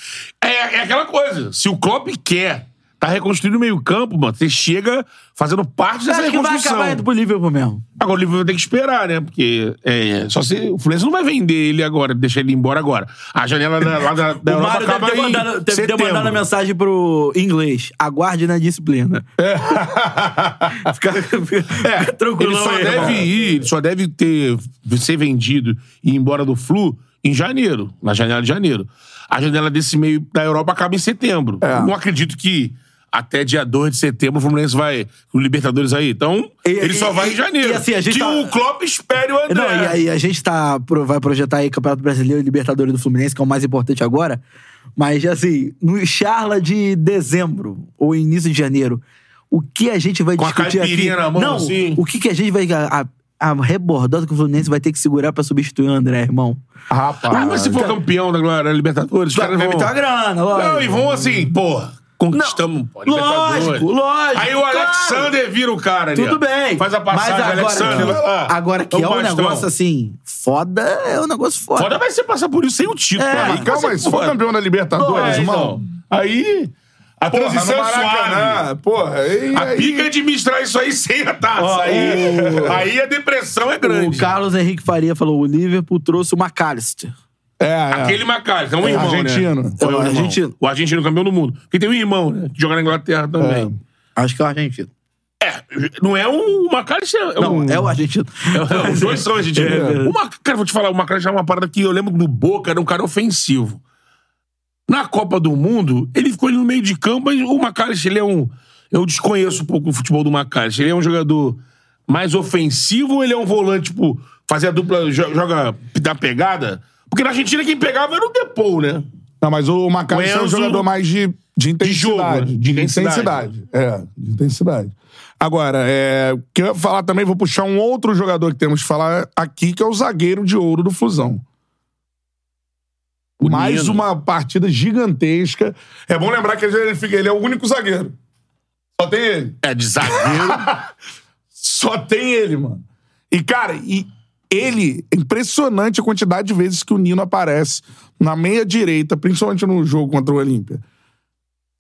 [SPEAKER 2] É. é aquela coisa. Se o Klopp quer tá reconstruindo o meio-campo, mano, você chega fazendo parte dessa
[SPEAKER 3] Acho que vai
[SPEAKER 2] é reconstrução.
[SPEAKER 3] acabar indo pro Liverpool mesmo.
[SPEAKER 2] Agora o Liverpool vai ter que esperar, né? Porque é, só se o Fluminense não vai vender ele agora, deixar ele embora agora. A janela da, lá da, da
[SPEAKER 3] o
[SPEAKER 2] Europa
[SPEAKER 3] Mário deve
[SPEAKER 2] acaba
[SPEAKER 3] ter,
[SPEAKER 2] em
[SPEAKER 3] mandado, deve ter
[SPEAKER 2] setembro.
[SPEAKER 3] mandado a mensagem pro inglês. Aguarde na disciplina. (laughs) fica, fica- (laughs) fica
[SPEAKER 2] É. Ele
[SPEAKER 3] tranquilo.
[SPEAKER 2] só
[SPEAKER 3] aí,
[SPEAKER 2] deve
[SPEAKER 3] irmão.
[SPEAKER 2] ir, ele só deve ter ser vendido e ir embora do Flu em janeiro, na janela de janeiro. A janela desse meio da Europa acaba em setembro.
[SPEAKER 3] É.
[SPEAKER 2] Não acredito que até dia 2 de setembro o Fluminense vai o Libertadores aí. Então,
[SPEAKER 3] E-
[SPEAKER 2] ele
[SPEAKER 3] e-
[SPEAKER 2] só vai
[SPEAKER 3] e-
[SPEAKER 2] em janeiro.
[SPEAKER 3] e assim, a gente
[SPEAKER 2] que
[SPEAKER 3] tá-
[SPEAKER 2] o Klopp espere o André.
[SPEAKER 3] Não, e aí a gente tá, pro- vai projetar aí Campeonato Brasileiro e Libertadores do Fluminense, que é o mais importante agora. Mas, assim, no charla de dezembro ou início de janeiro, o que a gente vai
[SPEAKER 2] Com a
[SPEAKER 3] discutir aqui...
[SPEAKER 2] caipirinha na mão,
[SPEAKER 3] Não,
[SPEAKER 2] assim.
[SPEAKER 3] o que, que a gente vai... A, a rebordada que o Fluminense vai ter que segurar pra substituir o André, irmão.
[SPEAKER 1] Rapaz.
[SPEAKER 3] Tá.
[SPEAKER 2] Ah, mas se for campeão da Glória Libertadores, os caras
[SPEAKER 3] Deve
[SPEAKER 2] vão...
[SPEAKER 3] ter uma grana, lógico.
[SPEAKER 2] Não, e vão assim, pô, conquistamos. pô, Libertadores.
[SPEAKER 3] Lógico, lógico.
[SPEAKER 2] Aí o
[SPEAKER 3] claro.
[SPEAKER 2] Alexander vira o cara ali.
[SPEAKER 3] Tudo
[SPEAKER 2] ó.
[SPEAKER 3] bem.
[SPEAKER 2] Faz a passagem,
[SPEAKER 3] Mas agora,
[SPEAKER 2] Alexander. Vai lá.
[SPEAKER 3] Agora que
[SPEAKER 2] Então,
[SPEAKER 3] é um
[SPEAKER 2] Bastrão.
[SPEAKER 3] negócio assim, foda é um negócio foda.
[SPEAKER 2] Foda vai ser passar por isso sem o título.
[SPEAKER 3] É,
[SPEAKER 2] cara.
[SPEAKER 3] mas
[SPEAKER 2] Aí
[SPEAKER 1] Calma
[SPEAKER 2] vai
[SPEAKER 1] aí,
[SPEAKER 2] ser
[SPEAKER 1] se for
[SPEAKER 2] foda.
[SPEAKER 1] campeão da Libertadores,
[SPEAKER 2] É,
[SPEAKER 1] irmão.
[SPEAKER 2] então. Aí. A
[SPEAKER 1] Porra,
[SPEAKER 2] transição
[SPEAKER 1] no
[SPEAKER 2] é
[SPEAKER 1] Maracanã,
[SPEAKER 2] suave.
[SPEAKER 1] Porra, e
[SPEAKER 2] A
[SPEAKER 1] aí?
[SPEAKER 2] pica é administrar isso aí sem a taça.
[SPEAKER 3] Ó,
[SPEAKER 2] aí,
[SPEAKER 3] o-
[SPEAKER 2] aí a depressão é grande.
[SPEAKER 3] O Carlos Henrique Faria falou: o Liverpool trouxe o McAllister.
[SPEAKER 1] É, é.
[SPEAKER 2] Aquele Macalho, é um irmão,
[SPEAKER 1] argentino.
[SPEAKER 2] né? Foi
[SPEAKER 3] É,
[SPEAKER 2] um irmão.
[SPEAKER 3] argentino.
[SPEAKER 2] O argentino campeão do mundo. Porque tem um irmão, né? Que joga na Inglaterra também.
[SPEAKER 3] Acho que é o argentino.
[SPEAKER 2] Não é um o Macallister, é
[SPEAKER 3] Não,
[SPEAKER 2] um...
[SPEAKER 3] é o argentino.
[SPEAKER 2] Não, (laughs) os dois são argentinos.
[SPEAKER 1] É.
[SPEAKER 2] O Mac- Cara, vou te falar, o Macalé já é uma parada que eu lembro do Boca, era um cara ofensivo. Na Copa do Mundo, ele ficou ali no meio de campo, mas o Macalé, ele é um. Eu desconheço um pouco o futebol do Macalé. Ele é um jogador mais ofensivo ou ele é um volante, tipo, fazer a dupla, jo- joga da pegada? Porque na Argentina quem pegava era o Depou, né?
[SPEAKER 1] Não, mas o McAllister é um
[SPEAKER 2] Enzo-
[SPEAKER 1] jogador mais de, de intensidade.
[SPEAKER 2] jogo, né?
[SPEAKER 1] de
[SPEAKER 2] De
[SPEAKER 1] intensidade. É, de intensidade. Agora, é, que eu ia falar também, vou puxar um outro jogador que temos que falar aqui, que é o zagueiro de ouro do Flusão.
[SPEAKER 2] O
[SPEAKER 1] Mais
[SPEAKER 2] Nino.
[SPEAKER 1] uma partida gigantesca. É bom lembrar que ele, fica- ele é o único zagueiro. Só tem ele.
[SPEAKER 2] É, de
[SPEAKER 1] (laughs)
[SPEAKER 2] zagueiro.
[SPEAKER 1] Só tem ele, mano. E, cara, e ele. é Impressionante a quantidade de vezes que o Nino aparece na meia direita, principalmente no jogo contra o Olímpia.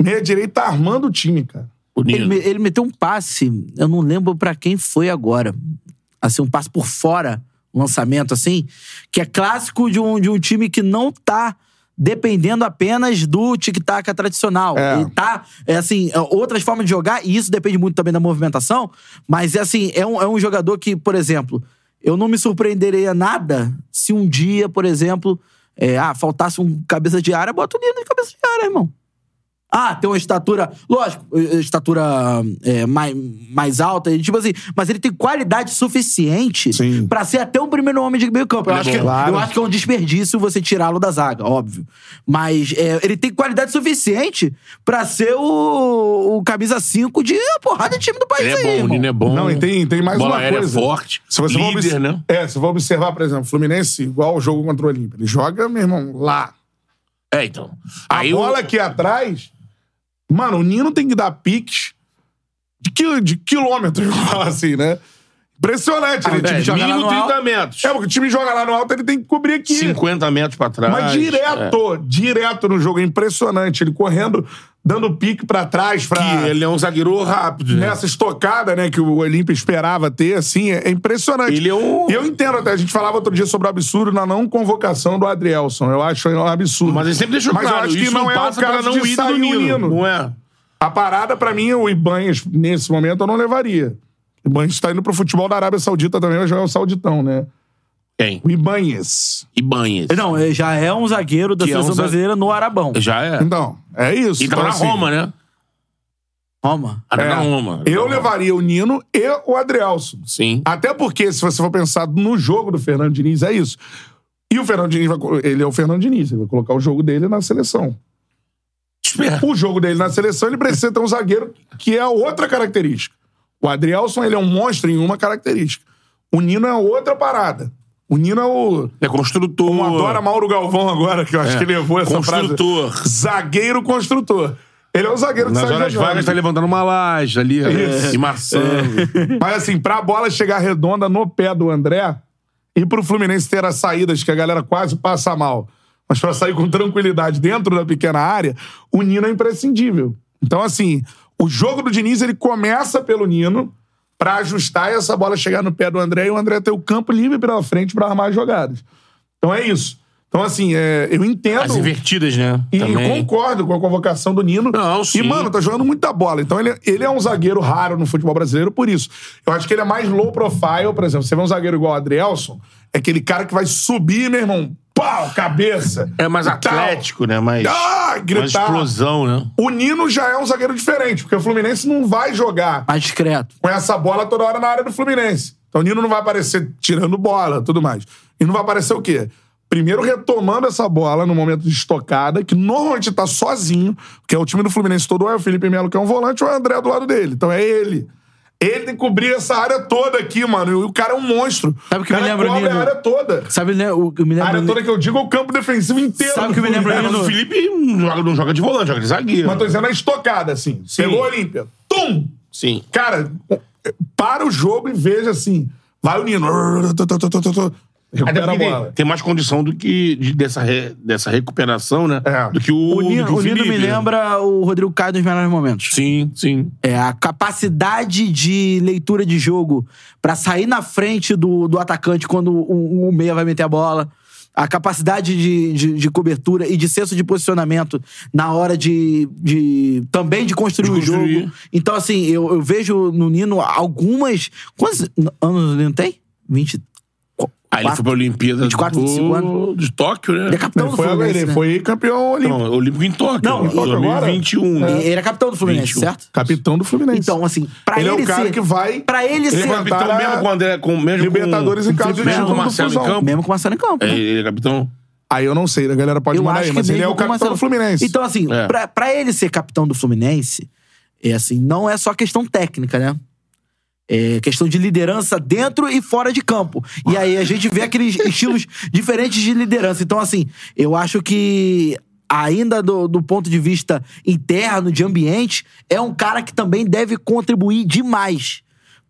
[SPEAKER 1] Meia direita armando o time, cara.
[SPEAKER 2] o
[SPEAKER 3] Ele, me-
[SPEAKER 2] Nino.
[SPEAKER 3] ele meteu um passe, eu não lembro pra quem foi agora. Assim, um passe por fora, um lançamento assim, que é clássico de um, de um time que não tá dependendo apenas do tic-tac tradicional.
[SPEAKER 1] É.
[SPEAKER 3] Ele tá, é assim, é, outras formas de jogar, e isso depende muito também da movimentação, mas é assim, é um, é um jogador que, por exemplo, eu não me surpreenderia nada se um dia, por exemplo, é, ah, faltasse um cabeça de área, bota o Nino de cabeça de área, irmão. Ah, tem uma estatura, lógico, eh, estatura eh, mais, mais alta, e tipo assim, mas ele tem qualidade suficiente
[SPEAKER 1] Sim.
[SPEAKER 3] pra ser até um primeiro homem de meio campo. Eu acho, que,
[SPEAKER 1] Claro.
[SPEAKER 3] eu acho que é um desperdício você tirá-lo da zaga, óbvio. Mas eh, ele tem qualidade suficiente pra ser o, o camisa 5 de uma porrada de time do país
[SPEAKER 2] Ele é
[SPEAKER 3] aí,
[SPEAKER 2] bom, o
[SPEAKER 3] irmão.
[SPEAKER 2] Nino é bom.
[SPEAKER 1] Não, e tem, tem mais
[SPEAKER 2] Bola
[SPEAKER 1] uma
[SPEAKER 2] aérea
[SPEAKER 1] coisa.
[SPEAKER 2] forte.
[SPEAKER 1] Se você for
[SPEAKER 2] líder,
[SPEAKER 1] observar,
[SPEAKER 2] né?
[SPEAKER 1] É, se você for observar, por exemplo, Fluminense, igual o jogo contra o Olímpia. Ele joga, meu irmão, lá.
[SPEAKER 2] É, então.
[SPEAKER 1] A
[SPEAKER 2] Aí o-
[SPEAKER 1] bola aqui atrás. Mano, o Nino tem que dar piques de, quil- de quilômetros, (laughs) vamos falar assim, né? Impressionante.
[SPEAKER 3] Ah,
[SPEAKER 1] ele,
[SPEAKER 3] time
[SPEAKER 2] É,
[SPEAKER 1] tipo,
[SPEAKER 3] joga lá
[SPEAKER 2] mínimo
[SPEAKER 3] no
[SPEAKER 2] 30 metros.
[SPEAKER 1] É, porque o time joga lá no alto, ele tem que cobrir aqui.
[SPEAKER 2] 50 metros pra trás.
[SPEAKER 1] Mas direto, direto no jogo. É impressionante. Ele correndo, dando pique pra trás, pra.
[SPEAKER 2] Que ele é um zagueiro rápido, né?
[SPEAKER 1] Nessa estocada, né, que o Olímpia esperava ter, assim, é é impressionante.
[SPEAKER 2] Ele é um-
[SPEAKER 1] E Eu entendo até, a gente falava outro dia sobre o absurdo na não convocação do Adrielson. Eu acho um absurdo.
[SPEAKER 2] Mas ele sempre deixou
[SPEAKER 1] Mas eu
[SPEAKER 2] claro.
[SPEAKER 1] acho que
[SPEAKER 2] isso
[SPEAKER 1] não é o
[SPEAKER 2] passa
[SPEAKER 1] cara
[SPEAKER 2] pela não
[SPEAKER 1] de
[SPEAKER 2] ida do
[SPEAKER 1] sair o
[SPEAKER 2] Nino.
[SPEAKER 1] Nino.
[SPEAKER 2] Não é?
[SPEAKER 1] A parada, pra mim, o Ibanhas, nesse momento, eu não levaria. O Ibanhas tá indo pro futebol da Arábia Saudita também, vai jogar o Sauditão, né?
[SPEAKER 2] Quem?
[SPEAKER 1] O Ibanhas.
[SPEAKER 2] Ibanhas.
[SPEAKER 3] Não, ele já é um zagueiro da
[SPEAKER 2] Que é um
[SPEAKER 3] seleção
[SPEAKER 2] zague-
[SPEAKER 3] brasileira no Arabão.
[SPEAKER 2] Já é.
[SPEAKER 1] Então, é isso.
[SPEAKER 2] E tá
[SPEAKER 1] Então,
[SPEAKER 2] na
[SPEAKER 1] assim,
[SPEAKER 2] Roma, né?
[SPEAKER 3] Roma.
[SPEAKER 2] Tá
[SPEAKER 1] é,
[SPEAKER 2] na Roma.
[SPEAKER 1] Eu
[SPEAKER 2] Tá na Roma.
[SPEAKER 1] levaria o Nino e o Adrielson.
[SPEAKER 2] Sim.
[SPEAKER 1] Até porque, se você for pensar no jogo do Fernando Diniz, é isso. E o Fernando Diniz, vai, co- ele é o Fernando Diniz, ele vai colocar o jogo dele na seleção.
[SPEAKER 2] Espera.
[SPEAKER 1] O jogo dele na seleção, ele precisa ter um zagueiro que é outra característica. O Adrielson, ele é um monstro em uma característica. O Nino é outra parada. O Nino é o...
[SPEAKER 2] É construtor.
[SPEAKER 1] Como adora Mauro Galvão agora, que eu acho
[SPEAKER 2] É.
[SPEAKER 1] que levou essa
[SPEAKER 2] Construtor.
[SPEAKER 1] frase. Zagueiro construtor. Ele é um zagueiro
[SPEAKER 2] Nas
[SPEAKER 1] que sai
[SPEAKER 2] horas
[SPEAKER 1] jogando.
[SPEAKER 2] vagas tá levantando uma laje ali. né?
[SPEAKER 1] Isso.
[SPEAKER 2] E marçando.
[SPEAKER 1] Mas assim, pra bola chegar redonda no pé do André e pro Fluminense ter as saídas que a galera quase passa mal, mas pra sair com tranquilidade dentro da pequena área, o Nino é imprescindível. Então assim, o jogo do Diniz ele começa pelo Nino pra ajustar e essa bola chegar no pé do André e o André ter o campo livre pela frente pra armar as jogadas. Então é isso. Então assim, é, eu entendo
[SPEAKER 2] As invertidas, né?
[SPEAKER 1] e
[SPEAKER 2] Também.
[SPEAKER 1] concordo com a convocação do Nino.
[SPEAKER 2] Não, sim.
[SPEAKER 1] E, mano, tá jogando muita bola. Então, ele, ele é um zagueiro raro no futebol brasileiro por isso. Eu acho que ele é mais low profile, por exemplo. Você vê um zagueiro igual o Adrielson, é aquele cara que vai subir, meu irmão, pau, cabeça.
[SPEAKER 2] É mais
[SPEAKER 1] e tal.
[SPEAKER 2] atlético, né? Mais,
[SPEAKER 1] Ah,
[SPEAKER 2] mais
[SPEAKER 1] gritar.
[SPEAKER 2] explosão, né?
[SPEAKER 1] O Nino já é um zagueiro diferente, porque o Fluminense não vai jogar
[SPEAKER 3] Mais discreto.
[SPEAKER 1] com essa bola toda hora na área do Fluminense. Então o Nino não vai aparecer tirando bola, tudo mais. E não vai aparecer o quê? Primeiro retomando essa bola no momento de estocada, que normalmente tá sozinho, porque é o time do Fluminense todo, ou é o Felipe Melo que é um volante, ou é o André do lado dele. Então é ele. Ele tem que cobrir essa área toda aqui, mano. E o cara é um monstro.
[SPEAKER 3] Sabe o que
[SPEAKER 1] o
[SPEAKER 3] me
[SPEAKER 1] cara
[SPEAKER 3] lembra,
[SPEAKER 1] cobre
[SPEAKER 3] Nino?
[SPEAKER 1] a área toda.
[SPEAKER 3] Sabe, né? O, eu me
[SPEAKER 1] A área
[SPEAKER 3] lembro.
[SPEAKER 1] toda que eu digo é o campo defensivo inteiro.
[SPEAKER 3] Sabe o
[SPEAKER 1] do
[SPEAKER 3] que me lembra,
[SPEAKER 1] Fluminense.
[SPEAKER 2] Mas o Felipe não joga, não joga de volante, joga de zagueiro.
[SPEAKER 1] É, Mas tô dizendo a estocada, assim. Pegou a Olímpia. Tum!
[SPEAKER 2] Sim.
[SPEAKER 1] Cara, para o jogo e veja assim. Vai o Nino.
[SPEAKER 2] Até
[SPEAKER 1] Recupera a
[SPEAKER 2] porque
[SPEAKER 1] bola.
[SPEAKER 2] tem, tem mais condição do que de- dessa, re- dessa recuperação, né?
[SPEAKER 1] É.
[SPEAKER 2] Do que o,
[SPEAKER 3] O Nino,
[SPEAKER 2] do que
[SPEAKER 3] o Nino me
[SPEAKER 2] Felipe, né?
[SPEAKER 3] lembra o Rodrigo Caio nos melhores momentos.
[SPEAKER 2] Sim, sim.
[SPEAKER 3] É, a capacidade de leitura de jogo pra sair na frente do, do atacante quando o, o meia vai meter a bola. A capacidade de, de, de cobertura e de senso de posicionamento na hora de, de também de construir,
[SPEAKER 2] De
[SPEAKER 3] o
[SPEAKER 2] construir.
[SPEAKER 3] jogo. Então, assim, eu, eu vejo no Nino algumas. Quantos anos o Nino tem? 20.
[SPEAKER 2] Aí Ah, ele foi pra Olimpíada
[SPEAKER 3] 24, 25
[SPEAKER 2] do, de Tóquio, né?
[SPEAKER 3] Ele é capitão
[SPEAKER 1] Ele
[SPEAKER 3] do
[SPEAKER 1] foi,
[SPEAKER 3] Fluminense.
[SPEAKER 1] ele
[SPEAKER 3] né?
[SPEAKER 1] foi campeão olímpico.
[SPEAKER 2] Não, Olímpico em Tóquio.
[SPEAKER 3] Não,
[SPEAKER 2] em
[SPEAKER 1] Tóquio agora? É.
[SPEAKER 2] 2021.
[SPEAKER 3] E- Ele era capitão do Fluminense,
[SPEAKER 2] 21.
[SPEAKER 3] certo?
[SPEAKER 1] Capitão do Fluminense.
[SPEAKER 3] Então, assim, pra
[SPEAKER 1] ele,
[SPEAKER 3] ele,
[SPEAKER 1] é o cara
[SPEAKER 3] ser-
[SPEAKER 1] que vai.
[SPEAKER 3] Pra ele,
[SPEAKER 2] Ele foi
[SPEAKER 3] ser.
[SPEAKER 2] capitão
[SPEAKER 1] Enfrentar
[SPEAKER 2] mesmo com o André. Com, mesmo
[SPEAKER 1] Libertadores
[SPEAKER 2] com,
[SPEAKER 1] em caso de
[SPEAKER 2] mesmo com o
[SPEAKER 1] jogo
[SPEAKER 2] Marcelo em
[SPEAKER 1] confusão.
[SPEAKER 2] campo.
[SPEAKER 3] Mesmo com o Marcelo em campo.
[SPEAKER 2] É,
[SPEAKER 3] né?
[SPEAKER 2] Ele é capitão.
[SPEAKER 1] Aí eu não sei, a galera pode
[SPEAKER 3] eu
[SPEAKER 1] mandar
[SPEAKER 3] acho
[SPEAKER 1] aí,
[SPEAKER 3] que
[SPEAKER 1] mas ele é
[SPEAKER 3] mesmo
[SPEAKER 1] o
[SPEAKER 3] com
[SPEAKER 1] capitão
[SPEAKER 3] Marcelo-
[SPEAKER 1] do Fluminense.
[SPEAKER 3] Então, assim,
[SPEAKER 2] É.
[SPEAKER 3] pra, pra ele ser capitão do Fluminense, é assim, não é só questão técnica, né? É questão de liderança dentro e fora de campo. E aí a gente vê aqueles
[SPEAKER 2] (laughs)
[SPEAKER 3] estilos diferentes de liderança. Então, assim, eu acho que. Ainda do, do ponto de vista interno, de ambiente, é um cara que também deve contribuir demais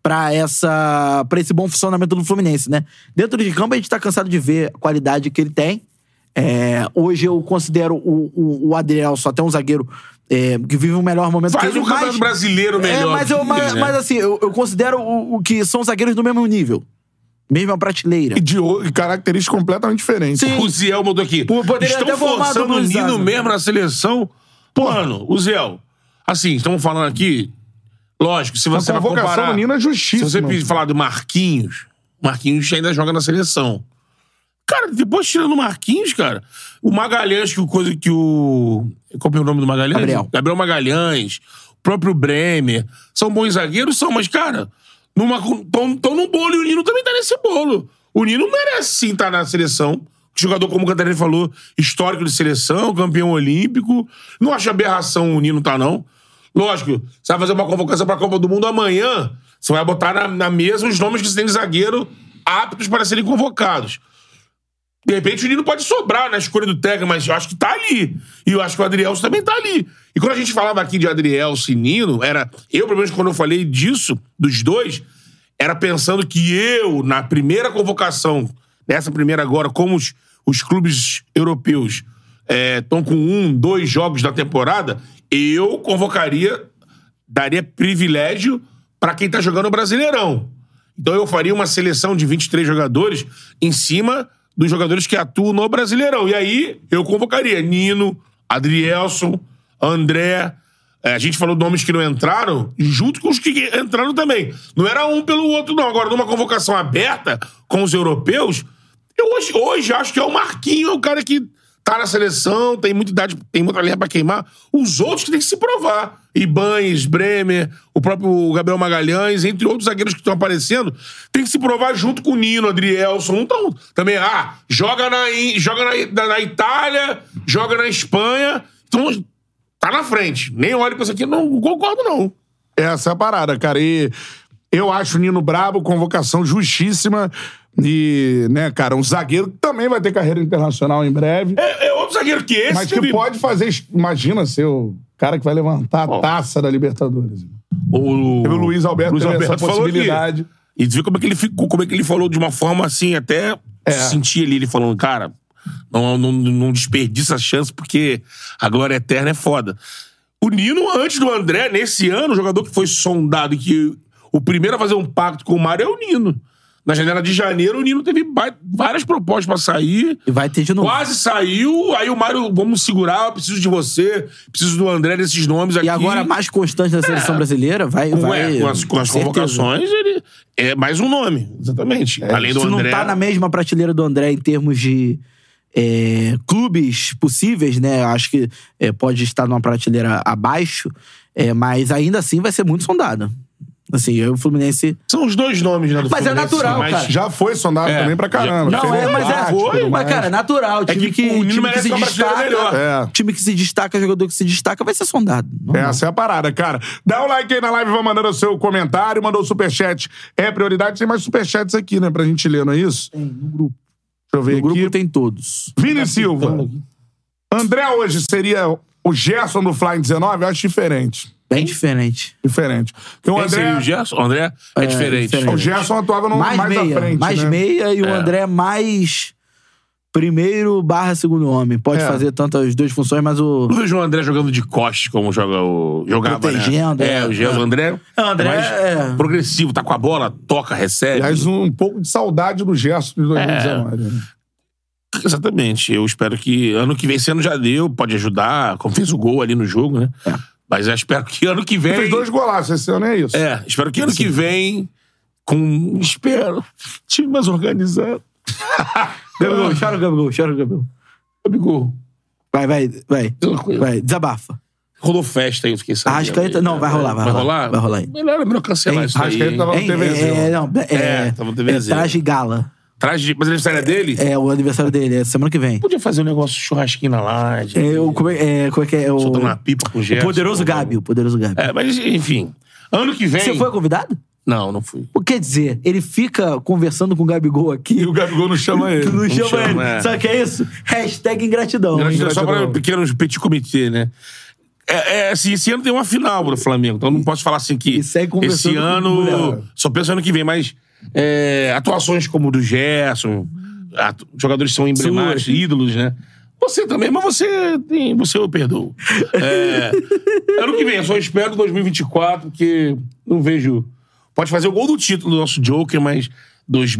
[SPEAKER 3] pra essa para esse bom funcionamento do Fluminense, né? Dentro de campo a gente tá cansado de ver a qualidade que ele tem. É, hoje eu considero o, o, o Adrielson até um zagueiro é, que vive o melhor momento que
[SPEAKER 2] Faz
[SPEAKER 3] ele,
[SPEAKER 2] um campeonato
[SPEAKER 3] mas-
[SPEAKER 2] brasileiro melhor.
[SPEAKER 3] é, mas, eu,
[SPEAKER 2] que
[SPEAKER 3] mas,
[SPEAKER 2] ele, né?
[SPEAKER 3] mas assim, eu, eu considero o, o que são zagueiros do mesmo nível. Mesma prateleira.
[SPEAKER 1] E de o- e características completamente diferentes.
[SPEAKER 2] O Ziel mudou aqui.
[SPEAKER 3] Pô, poderia
[SPEAKER 2] Estão
[SPEAKER 3] até formar a
[SPEAKER 2] forçando
[SPEAKER 3] dupla
[SPEAKER 2] o
[SPEAKER 3] de
[SPEAKER 2] Nino
[SPEAKER 3] zaga.
[SPEAKER 2] mesmo na seleção. Pô, Mano, o Ziel. Assim, estamos falando aqui. Lógico, se você
[SPEAKER 1] a
[SPEAKER 2] vai
[SPEAKER 1] convocação
[SPEAKER 2] comparar...
[SPEAKER 1] do Nino é
[SPEAKER 2] Se
[SPEAKER 1] justíssima.
[SPEAKER 2] você pedir- falar do Marquinhos, Marquinhos ainda joga na seleção. Cara, depois tirando o Marquinhos, cara, o Magalhães, que o coisa que o. Qual é o nome do Magalhães?
[SPEAKER 3] Gabriel.
[SPEAKER 2] Magalhães, o próprio Bremer. São bons zagueiros, são, mas, cara, estão num bolo e o Nino também tá nesse bolo. O Nino merece sim estar tá na seleção. Jogador, como o Catarina falou, histórico de seleção, campeão olímpico. Não acho aberração o Nino tá, não. Lógico, você vai fazer uma convocação pra Copa do Mundo amanhã, você vai botar na, na mesa os nomes que você tem de zagueiro aptos para serem convocados. De repente o Nino pode sobrar na escolha do técnico, mas eu acho que tá ali. E eu acho que o Adrielson também tá ali. E quando a gente falava aqui de Adrielson e Nino, era. Eu, pelo menos, quando eu falei disso, dos dois, era pensando que eu, na primeira convocação, nessa primeira agora, como os, os clubes europeus estão com um, dois jogos da temporada, eu convocaria, daria privilégio pra quem tá jogando o Brasileirão. Então eu faria uma seleção de 23 jogadores em cima dos jogadores que atuam no Brasileirão. E aí eu convocaria Nino, Adrielson, André. É, a gente falou nomes que não entraram, junto com os que entraram também. Não era um pelo outro, não. Agora, numa convocação aberta com os europeus, eu hoje, hoje acho que é o Marquinho, é o cara que tá na seleção, tem muita idade, tem muita lenha pra queimar. Os outros que tem que se provar. Ibanes, Bremer, o próprio Gabriel Magalhães, entre outros zagueiros que estão aparecendo, tem que se provar junto com o Nino, Adrielson. Não tão, também, ah, joga, na, In- joga na, na- na Itália, joga na Espanha. Então, tá na frente. Nem olha pra isso aqui, não concordo, não.
[SPEAKER 1] Essa é a parada, cara. E eu acho o Nino brabo, convocação justíssima. E, né, cara, um zagueiro que também vai ter carreira internacional em breve.
[SPEAKER 2] É, é outro zagueiro que esse,
[SPEAKER 1] mas que
[SPEAKER 2] teve-
[SPEAKER 1] pode fazer. es- Imagina ser o cara que vai levantar a
[SPEAKER 2] Ó.
[SPEAKER 1] taça da Libertadores.
[SPEAKER 2] O,
[SPEAKER 1] Teve o Luiz Alberto,
[SPEAKER 2] Luiz
[SPEAKER 1] teve essa
[SPEAKER 2] Alberto falou aqui.
[SPEAKER 1] possibilidade.
[SPEAKER 2] E tu viu como é que ele ficou, como é que ele falou de uma forma assim, até
[SPEAKER 3] É.
[SPEAKER 2] sentir ali ele falando, cara, não, não, não desperdiça a chance, porque a glória eterna é foda. O Nino, antes do André, nesse ano, o jogador que foi sondado e que o primeiro a fazer um pacto com o Mário é o Nino. Na janela de janeiro, o Nino teve ba- várias propostas pra sair.
[SPEAKER 3] E vai ter de novo.
[SPEAKER 2] Quase saiu, aí o Mário, vamos segurar, eu preciso de você, preciso do André, desses nomes aqui.
[SPEAKER 3] E agora, mais constante na seleção brasileira, vai.
[SPEAKER 2] Com,
[SPEAKER 3] vai
[SPEAKER 2] é, com as, com as
[SPEAKER 3] certeza.
[SPEAKER 2] convocações, ele é mais um nome, exatamente. Além do
[SPEAKER 3] Se
[SPEAKER 2] André.
[SPEAKER 3] não tá na mesma prateleira do André em termos de é, clubes possíveis, né? Eu Acho que é, pode estar numa prateleira abaixo, é, mas ainda assim vai ser muito sondada. Assim, aí o Fluminense.
[SPEAKER 2] São os dois nomes, né? Do
[SPEAKER 3] Mas é
[SPEAKER 2] Fluminense,
[SPEAKER 3] natural,
[SPEAKER 2] mas
[SPEAKER 3] cara.
[SPEAKER 1] Já foi sondado
[SPEAKER 2] É.
[SPEAKER 1] também pra caramba.
[SPEAKER 2] Já-
[SPEAKER 3] Não, é,
[SPEAKER 1] Fernando
[SPEAKER 3] mas
[SPEAKER 1] Bate,
[SPEAKER 3] é.
[SPEAKER 2] foi,
[SPEAKER 1] tudo mais.
[SPEAKER 3] mas, cara, é natural. Time
[SPEAKER 2] que
[SPEAKER 3] que,
[SPEAKER 2] o menino
[SPEAKER 3] time que
[SPEAKER 2] merece
[SPEAKER 3] se
[SPEAKER 2] uma brasileira
[SPEAKER 3] destaca.
[SPEAKER 2] melhor.
[SPEAKER 1] É.
[SPEAKER 3] Um Time que se destaca, jogador que se destaca, vai ser sondado. Normal.
[SPEAKER 1] Essa é a parada, cara. Dá o like aí na live, vai mandando o seu comentário, mandou o superchat. É prioridade, tem mais superchats aqui, né? Pra gente ler, não é isso? Deixa
[SPEAKER 3] No grupo.
[SPEAKER 1] eu ver
[SPEAKER 3] No grupo
[SPEAKER 1] aqui.
[SPEAKER 3] tem então. todos.
[SPEAKER 1] Vini Silva. André hoje seria o Gerson do Flying 19? Eu acho diferente.
[SPEAKER 3] Bem diferente.
[SPEAKER 1] Diferente. Porque o
[SPEAKER 2] Quem seria o
[SPEAKER 1] André...
[SPEAKER 2] Gerson? O André é, diferente.
[SPEAKER 1] O Gerson atuava no, mais,
[SPEAKER 3] mais, meia.
[SPEAKER 1] à frente,
[SPEAKER 3] mais
[SPEAKER 1] né?
[SPEAKER 3] meia e o
[SPEAKER 2] É.
[SPEAKER 3] André mais primeiro barra segundo homem. Pode
[SPEAKER 1] É.
[SPEAKER 3] fazer tanto as duas funções, mas o.
[SPEAKER 2] Eu vejo o André jogando de costas, como joga o. Jogava,
[SPEAKER 3] Protegendo,
[SPEAKER 2] né?
[SPEAKER 3] é.
[SPEAKER 2] o Gerson. O André,
[SPEAKER 3] É, o André
[SPEAKER 2] mais
[SPEAKER 3] é-
[SPEAKER 2] progressivo, tá com a bola, toca, recebe.
[SPEAKER 1] Aliás, um pouco de saudade do
[SPEAKER 3] É.
[SPEAKER 1] Gerson de 2019. né?
[SPEAKER 2] Exatamente. Eu espero que ano que vem, esse ano já deu, pode ajudar, como fez o gol ali no jogo, né?
[SPEAKER 3] É.
[SPEAKER 2] Mas eu espero que ano que vem.
[SPEAKER 1] Fez dois golaços esse ano, é isso.
[SPEAKER 2] É, espero que ano
[SPEAKER 3] assim,
[SPEAKER 2] que vem, com. Espero. Time mais (laughs) organizado.
[SPEAKER 3] Gabigol, chora o Gabigol, chora o Gabigol.
[SPEAKER 2] Gabigol.
[SPEAKER 3] Vai, vai, vai. Vai, desabafa.
[SPEAKER 2] Rolou festa aí, eu fiquei sabendo.
[SPEAKER 3] Arrascaeta- não, vai rolar, vai rolar.
[SPEAKER 2] rolar.
[SPEAKER 3] Vai rolar aí.
[SPEAKER 2] Melhor, é melhor cancelar
[SPEAKER 3] Hein,
[SPEAKER 2] isso aí.
[SPEAKER 1] Arrascaeta tava- Tá no
[SPEAKER 3] Hein?
[SPEAKER 1] TVzinho.
[SPEAKER 3] É, não, é,
[SPEAKER 2] É, tá no TVzinho.
[SPEAKER 3] é traje gala.
[SPEAKER 2] Traz de... Mas a aniversário é dele?
[SPEAKER 3] É o aniversário dele, é semana que vem.
[SPEAKER 2] Podia fazer um negócio churrasquinho na laje.
[SPEAKER 3] É, o, como, é, é, como é que é? O,
[SPEAKER 2] Soltando uma pipa com
[SPEAKER 3] o
[SPEAKER 2] gesso.
[SPEAKER 3] poderoso Gabi, o poderoso Gabi.
[SPEAKER 2] É, mas enfim. Ano que É. vem...
[SPEAKER 3] Você foi convidado?
[SPEAKER 2] Não, não fui.
[SPEAKER 3] O que quer dizer, ele fica conversando com o Gabigol
[SPEAKER 1] E
[SPEAKER 3] (laughs) aqui.
[SPEAKER 1] o Gabigol não
[SPEAKER 2] (laughs)
[SPEAKER 1] chama ele.
[SPEAKER 3] Tu não chama,
[SPEAKER 2] chama,
[SPEAKER 3] ele.
[SPEAKER 2] é.
[SPEAKER 3] Sabe o que é isso? Hashtag ingratidão. hein?
[SPEAKER 2] Gratidão Só para
[SPEAKER 1] gratidão.
[SPEAKER 2] pequenos petit comitê, né? É, é, assim, esse ano tem uma final pro Flamengo, então não posso falar assim que
[SPEAKER 3] E segue conversando
[SPEAKER 2] esse
[SPEAKER 3] com
[SPEAKER 2] ano.
[SPEAKER 3] mulher.
[SPEAKER 2] Só penso ano que vem, mas é, atuações como o do Gerson, atu- jogadores são emblemáticos,
[SPEAKER 3] Suas.
[SPEAKER 2] ídolos, né? Você também, mas você tem, você eu perdoo. É, ano que vem, eu só espero 2024, porque não vejo. Pode fazer o gol do título do nosso Joker, mas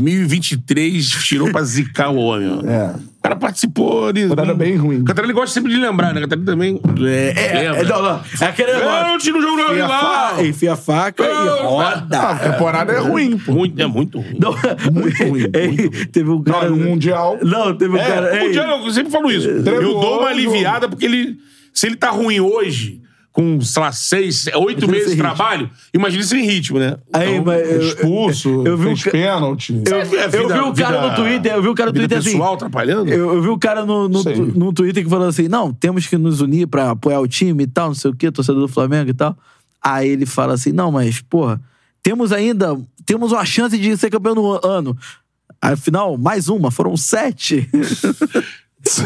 [SPEAKER 2] 2023 tirou pra zicar o homem. ó.
[SPEAKER 1] É.
[SPEAKER 2] O cara participou de.
[SPEAKER 1] Rodada bem ruim.
[SPEAKER 2] Catarina gosta sempre de lembrar, né? Catarina também.
[SPEAKER 3] É, é,
[SPEAKER 2] lembra.
[SPEAKER 3] é, não, não. É aquele
[SPEAKER 2] Eu não
[SPEAKER 3] negócio.
[SPEAKER 2] tiro o jogo não,
[SPEAKER 3] Enfia a
[SPEAKER 2] lá.
[SPEAKER 3] fa- Enfia a faca
[SPEAKER 2] Eu-
[SPEAKER 3] e
[SPEAKER 1] Ah, a
[SPEAKER 3] roda. (laughs)
[SPEAKER 1] temporada é ruim, pô.
[SPEAKER 2] Muito, é muito ruim.
[SPEAKER 3] Não,
[SPEAKER 1] Muito ruim, muito
[SPEAKER 3] (laughs) Ei, Teve um
[SPEAKER 1] Não,
[SPEAKER 3] cara.
[SPEAKER 1] no Mundial.
[SPEAKER 3] Não, teve um
[SPEAKER 2] É,
[SPEAKER 3] cara.
[SPEAKER 2] o
[SPEAKER 3] ei,
[SPEAKER 2] Thiago, eu sempre falo isso. eu
[SPEAKER 1] Tremor,
[SPEAKER 2] dou uma
[SPEAKER 1] jogo.
[SPEAKER 2] aliviada porque ele. Se ele tá ruim hoje, com, sei lá, seis, oito
[SPEAKER 3] Imagina
[SPEAKER 2] meses de
[SPEAKER 3] sem ritmo.
[SPEAKER 2] trabalho, imagina sem ritmo, né?
[SPEAKER 3] Aí,
[SPEAKER 2] Então,
[SPEAKER 3] mas eu-
[SPEAKER 1] Expulso,
[SPEAKER 3] eu vi um
[SPEAKER 1] fez
[SPEAKER 3] ca-
[SPEAKER 1] pênalti.
[SPEAKER 3] Eu,
[SPEAKER 2] É vida-
[SPEAKER 3] eu vi um cara
[SPEAKER 2] vida-
[SPEAKER 3] no Twitter, eu vi um cara no
[SPEAKER 2] vida
[SPEAKER 3] Twitter assim.
[SPEAKER 2] pessoal atrapalhando?
[SPEAKER 3] Eu, eu vi um cara no, no,
[SPEAKER 1] Sei.
[SPEAKER 3] tu- no Twitter que falou assim: não, temos que nos unir pra apoiar o time e tal, não sei o quê, torcedor do Flamengo e tal. Aí ele fala assim: não, mas, porra, temos ainda. Temos uma chance de ser campeão no ano. Afinal, mais uma, foram sete.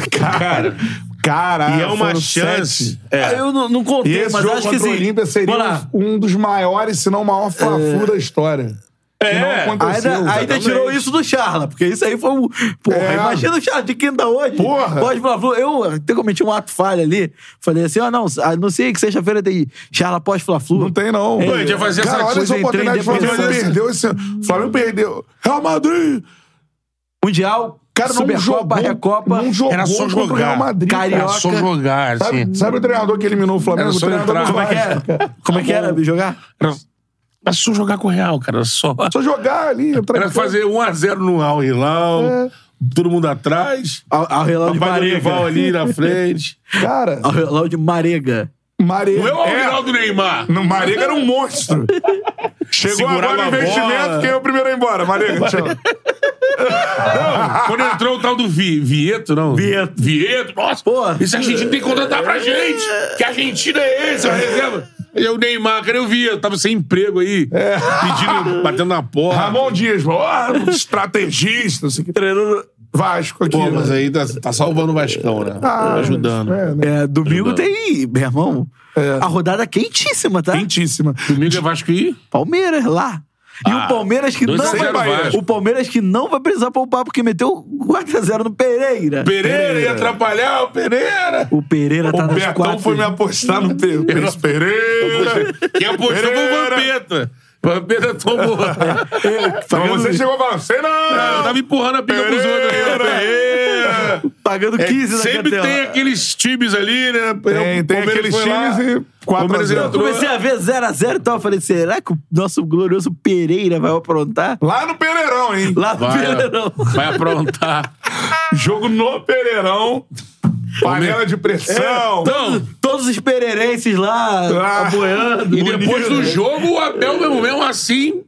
[SPEAKER 1] Cara, cara,
[SPEAKER 2] e
[SPEAKER 3] Ah,
[SPEAKER 2] é uma
[SPEAKER 1] foram
[SPEAKER 2] chance.
[SPEAKER 1] sete.
[SPEAKER 2] É.
[SPEAKER 3] Eu não, não
[SPEAKER 1] E
[SPEAKER 3] contei,
[SPEAKER 1] esse
[SPEAKER 3] mas
[SPEAKER 1] jogo
[SPEAKER 3] acho que assim,
[SPEAKER 1] contra o
[SPEAKER 3] sim.
[SPEAKER 1] Olímpia
[SPEAKER 3] Vamos
[SPEAKER 1] seria
[SPEAKER 3] lá. É.
[SPEAKER 1] um dos maiores, se não o maior fla-flu da história. Que não
[SPEAKER 2] É.
[SPEAKER 1] aconteceu.
[SPEAKER 3] Ainda, ainda
[SPEAKER 1] exatamente.
[SPEAKER 3] tirou isso do Charla, porque isso aí foi um. Porra,
[SPEAKER 1] É.
[SPEAKER 3] imagina o Charla de quinta hoje.
[SPEAKER 1] Porra.
[SPEAKER 3] Pode falar, Flu. eu até cometi um ato falha ali. Falei assim: ó, não, a não sei que sexta-feira tem Charla pós-Fla-Flu.
[SPEAKER 1] Não tem, não.
[SPEAKER 2] Pô, a gente ia fazer essa
[SPEAKER 1] Cara, olha
[SPEAKER 2] coisa,
[SPEAKER 1] essa
[SPEAKER 3] entrei
[SPEAKER 1] oportunidade. O
[SPEAKER 3] depois
[SPEAKER 1] Flamengo
[SPEAKER 3] dessa-
[SPEAKER 1] perdeu esse. O Flamengo perdeu. Real Madrid.
[SPEAKER 3] Mundial,
[SPEAKER 1] Cara, não
[SPEAKER 3] Supercopa,
[SPEAKER 1] jogou.
[SPEAKER 3] Recopa.
[SPEAKER 1] Não jogou
[SPEAKER 2] Era só
[SPEAKER 1] contra o
[SPEAKER 2] jogar.
[SPEAKER 1] Real Madrid. cara.
[SPEAKER 3] Carioca.
[SPEAKER 2] Era só jogar, assim.
[SPEAKER 1] Sabe, sabe o treinador que eliminou o Flamengo?
[SPEAKER 2] Era
[SPEAKER 1] O
[SPEAKER 2] só
[SPEAKER 1] treinador
[SPEAKER 2] entrar.
[SPEAKER 1] do
[SPEAKER 3] Como é que
[SPEAKER 1] Vasco.
[SPEAKER 3] era? Como é que era jogar?
[SPEAKER 2] Era, era só jogar com o Real, cara. Era só.
[SPEAKER 1] Só jogar ali. entrar
[SPEAKER 2] Era
[SPEAKER 1] em campo.
[SPEAKER 2] fazer 1x0 no Al Hilal,
[SPEAKER 1] É.
[SPEAKER 2] todo mundo atrás,
[SPEAKER 3] Ao, ao relógio de
[SPEAKER 2] papai do rival
[SPEAKER 3] Marega.
[SPEAKER 2] ali na (laughs) frente.
[SPEAKER 1] Cara,
[SPEAKER 3] Ao relógio de Marega.
[SPEAKER 1] Marega.
[SPEAKER 2] Não é o Al Hilal do Neymar.
[SPEAKER 1] Não, Marega era um monstro. Chegou
[SPEAKER 2] Segurava
[SPEAKER 1] agora
[SPEAKER 2] a
[SPEAKER 1] o investimento,
[SPEAKER 2] bola.
[SPEAKER 1] quem é o primeiro a ir embora? Marega,
[SPEAKER 2] (laughs)
[SPEAKER 1] tchau.
[SPEAKER 2] (laughs) Quando entrou o tal do Vi- Vieto, É. não?
[SPEAKER 3] Vieto.
[SPEAKER 2] Vieto, nossa.
[SPEAKER 3] Porra.
[SPEAKER 2] Isso a gente tem que contratar pra gente. Que a Argentina é esse, a reserva. E o Neymar, cadê o Vieto? Tava sem emprego aí, pedindo, batendo na porta.
[SPEAKER 1] Ramon Dias, ó, estrategista, não sei o que.
[SPEAKER 3] Treinando.
[SPEAKER 1] Vasco aqui.
[SPEAKER 2] Pô, mas
[SPEAKER 1] né?
[SPEAKER 2] aí tá, tá salvando o Vascão, né?
[SPEAKER 1] Ah,
[SPEAKER 2] Ajudando.
[SPEAKER 1] É, né?
[SPEAKER 3] É, domingo tem, meu irmão. A rodada quentíssima, tá?
[SPEAKER 1] Quentíssima.
[SPEAKER 2] Domingo é Vasco e...
[SPEAKER 3] Palmeiras lá. E
[SPEAKER 2] Ah,
[SPEAKER 3] o Palmeiras que não
[SPEAKER 2] dois a zero
[SPEAKER 3] vai,
[SPEAKER 2] Vasco.
[SPEAKER 3] o Palmeiras que não vai precisar poupar porque meteu 4 a 0 no Pereira.
[SPEAKER 2] Pereira ia atrapalhar o Pereira.
[SPEAKER 3] O Pereira tá
[SPEAKER 1] O
[SPEAKER 3] nas
[SPEAKER 1] Bertão
[SPEAKER 3] quatro.
[SPEAKER 1] foi me apostar no
[SPEAKER 2] (laughs)
[SPEAKER 1] Pedro Pereira.
[SPEAKER 2] Quem apostou foi o
[SPEAKER 1] Pereira.
[SPEAKER 2] Vampeta. Vampeta tomou. (laughs) Tá
[SPEAKER 1] Então você chegou a falar, você
[SPEAKER 2] Eu
[SPEAKER 1] não!
[SPEAKER 2] tava empurrando a pica pros outros aí.
[SPEAKER 1] Pereira.
[SPEAKER 2] Pereira.
[SPEAKER 3] pagando 15 na
[SPEAKER 2] É, Sempre
[SPEAKER 3] cartela.
[SPEAKER 2] tem aqueles times ali, né?
[SPEAKER 1] Tem, tem aqueles times e 4 a
[SPEAKER 2] Palmeiras
[SPEAKER 1] 0.
[SPEAKER 3] Eu comecei a ver 0 a 0 e tal, eu falei, será que o nosso glorioso Pereira vai aprontar?
[SPEAKER 1] Lá no Pereirão, hein?
[SPEAKER 3] Lá no
[SPEAKER 2] Vai,
[SPEAKER 3] Pereirão.
[SPEAKER 2] vai aprontar.
[SPEAKER 1] Jogo no Pereirão. Panela de pressão.
[SPEAKER 3] É.
[SPEAKER 2] Então,
[SPEAKER 3] Todos os pereirenses lá
[SPEAKER 1] Ah.
[SPEAKER 3] apoiando.
[SPEAKER 2] e depois
[SPEAKER 1] né?
[SPEAKER 2] do jogo, o Abel mesmo, mesmo assim,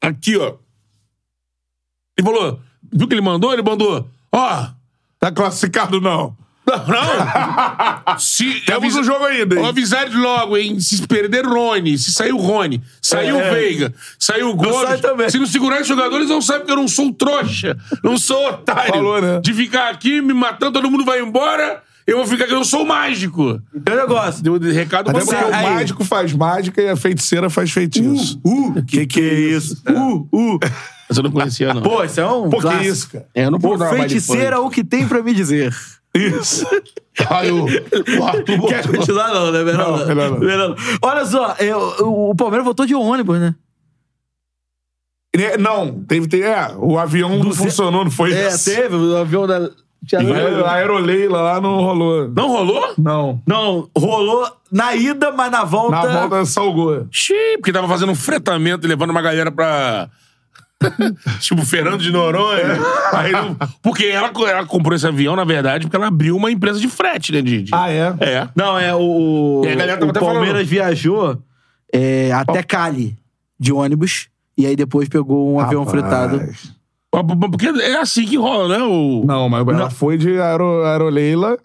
[SPEAKER 2] aqui, ó. Ele falou, viu o que ele mandou? Ele mandou, ó,
[SPEAKER 1] Tá classificado, não.
[SPEAKER 2] não,
[SPEAKER 1] (laughs)
[SPEAKER 2] não. Se,
[SPEAKER 1] Temos um jogo ainda, hein?
[SPEAKER 2] Ó, avisaram logo, hein? Se perder Rony, se saiu Rony, saiu
[SPEAKER 3] É.
[SPEAKER 2] Veiga, saiu
[SPEAKER 3] sai
[SPEAKER 2] Gomes.
[SPEAKER 3] também.
[SPEAKER 2] se não segurar esses jogadores, não sabe que eu não sou um trouxa, não sou otário.
[SPEAKER 1] Falou, né?
[SPEAKER 2] De ficar aqui me matando, todo mundo vai embora, eu vou ficar aqui, eu sou o mágico.
[SPEAKER 3] Tem um negócio.
[SPEAKER 2] Deu de recado
[SPEAKER 1] Até
[SPEAKER 2] pra
[SPEAKER 1] é porque
[SPEAKER 2] você.
[SPEAKER 1] o
[SPEAKER 3] aí.
[SPEAKER 1] mágico faz mágica e a feiticeira faz feitiço.
[SPEAKER 3] Uh, que que é isso? Uh, uh.
[SPEAKER 2] Mas eu não conhecia, não.
[SPEAKER 3] Pô, isso é um.
[SPEAKER 1] É. Pô, que
[SPEAKER 3] clássico.
[SPEAKER 1] isso, cara.
[SPEAKER 2] É, eu não vou
[SPEAKER 3] Pô,
[SPEAKER 2] dar uma
[SPEAKER 3] feiticeira, o que tem pra me dizer?
[SPEAKER 1] Isso. (laughs)
[SPEAKER 2] Aí o, o Arthur
[SPEAKER 3] Quer
[SPEAKER 2] botou.
[SPEAKER 3] continuar, não, né, Bernardo?
[SPEAKER 1] Não, melhor não.
[SPEAKER 3] Bernardo. Olha só, é, o, o Palmeiras voltou de ônibus, né?
[SPEAKER 1] Né, Não, teve, teve. É, o avião não funcionou, não foi
[SPEAKER 3] É,
[SPEAKER 1] isso?
[SPEAKER 3] teve o avião da. tinha-
[SPEAKER 1] A a aeroleila lá não rolou.
[SPEAKER 2] Não rolou?
[SPEAKER 1] Não.
[SPEAKER 3] Não, rolou na ida, mas na volta.
[SPEAKER 1] Na volta salgou.
[SPEAKER 2] Xiii, porque tava fazendo um fretamento e levando uma galera pra. (laughs) tipo, Fernando de Noronha. Aí não- Porque ela, ela comprou esse avião, na verdade, porque ela abriu uma empresa de frete, né, Didi?
[SPEAKER 1] Ah, é?
[SPEAKER 2] É.
[SPEAKER 3] Não, é o. o-
[SPEAKER 2] E a galera tava
[SPEAKER 3] o
[SPEAKER 2] até
[SPEAKER 3] Palmeiras
[SPEAKER 2] falando.
[SPEAKER 3] viajou é, até Cali de ônibus. E aí depois pegou um avião
[SPEAKER 1] Rapaz.
[SPEAKER 3] fretado.
[SPEAKER 2] Mas- mas- Porque é assim que rola, né? O...
[SPEAKER 1] Não, mas ela foi de aero, aeroleila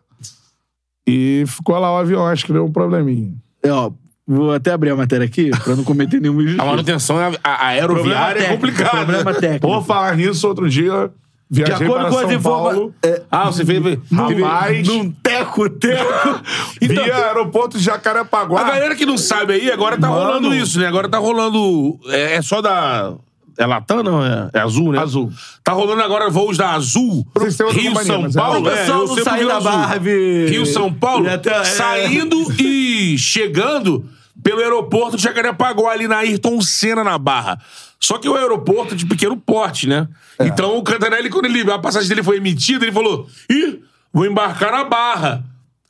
[SPEAKER 1] e ficou lá o avião, acho que deu um probleminha.
[SPEAKER 3] É, ó, vou até abrir a matéria aqui pra não cometer (laughs) nenhum
[SPEAKER 2] A manutenção né, a- a- aeroviária é
[SPEAKER 3] técnico,
[SPEAKER 2] complicada.
[SPEAKER 3] problema técnico.
[SPEAKER 1] Por falar nisso, outro dia viajei
[SPEAKER 3] acordo
[SPEAKER 1] para
[SPEAKER 3] com
[SPEAKER 1] São
[SPEAKER 3] as informa-
[SPEAKER 1] Paulo.
[SPEAKER 2] Ah, você fez. fez-
[SPEAKER 1] Rapaz,
[SPEAKER 3] Num (laughs) teco-teco.
[SPEAKER 1] via
[SPEAKER 3] Então,
[SPEAKER 1] aeroporto de Jacarepaguá.
[SPEAKER 2] A galera que não sabe aí, agora tá
[SPEAKER 1] Mano.
[SPEAKER 2] rolando isso, né? Agora tá rolando. É, é só da. É Latam, não? É, é azul, né?
[SPEAKER 1] Azul.
[SPEAKER 2] Tá rolando agora voos da Azul.
[SPEAKER 1] Vocês têm outra
[SPEAKER 2] Rio,
[SPEAKER 1] companhia,
[SPEAKER 2] São
[SPEAKER 1] mas é
[SPEAKER 2] Paulo.
[SPEAKER 3] O pessoal
[SPEAKER 2] eu
[SPEAKER 3] não
[SPEAKER 2] sempre
[SPEAKER 3] sai
[SPEAKER 2] vi
[SPEAKER 3] da
[SPEAKER 2] Azul.
[SPEAKER 3] Barbie.
[SPEAKER 2] Rio, São Paulo.
[SPEAKER 3] E até- é.
[SPEAKER 2] Saindo e chegando pelo aeroporto de Jacarepaguá, ali na Ayrton Senna, na Barra. Só que o aeroporto é de pequeno porte, né?
[SPEAKER 1] É.
[SPEAKER 2] Então o Cantarelli, quando ele, a passagem dele foi emitida, ele falou: Ih, vou embarcar na Barra.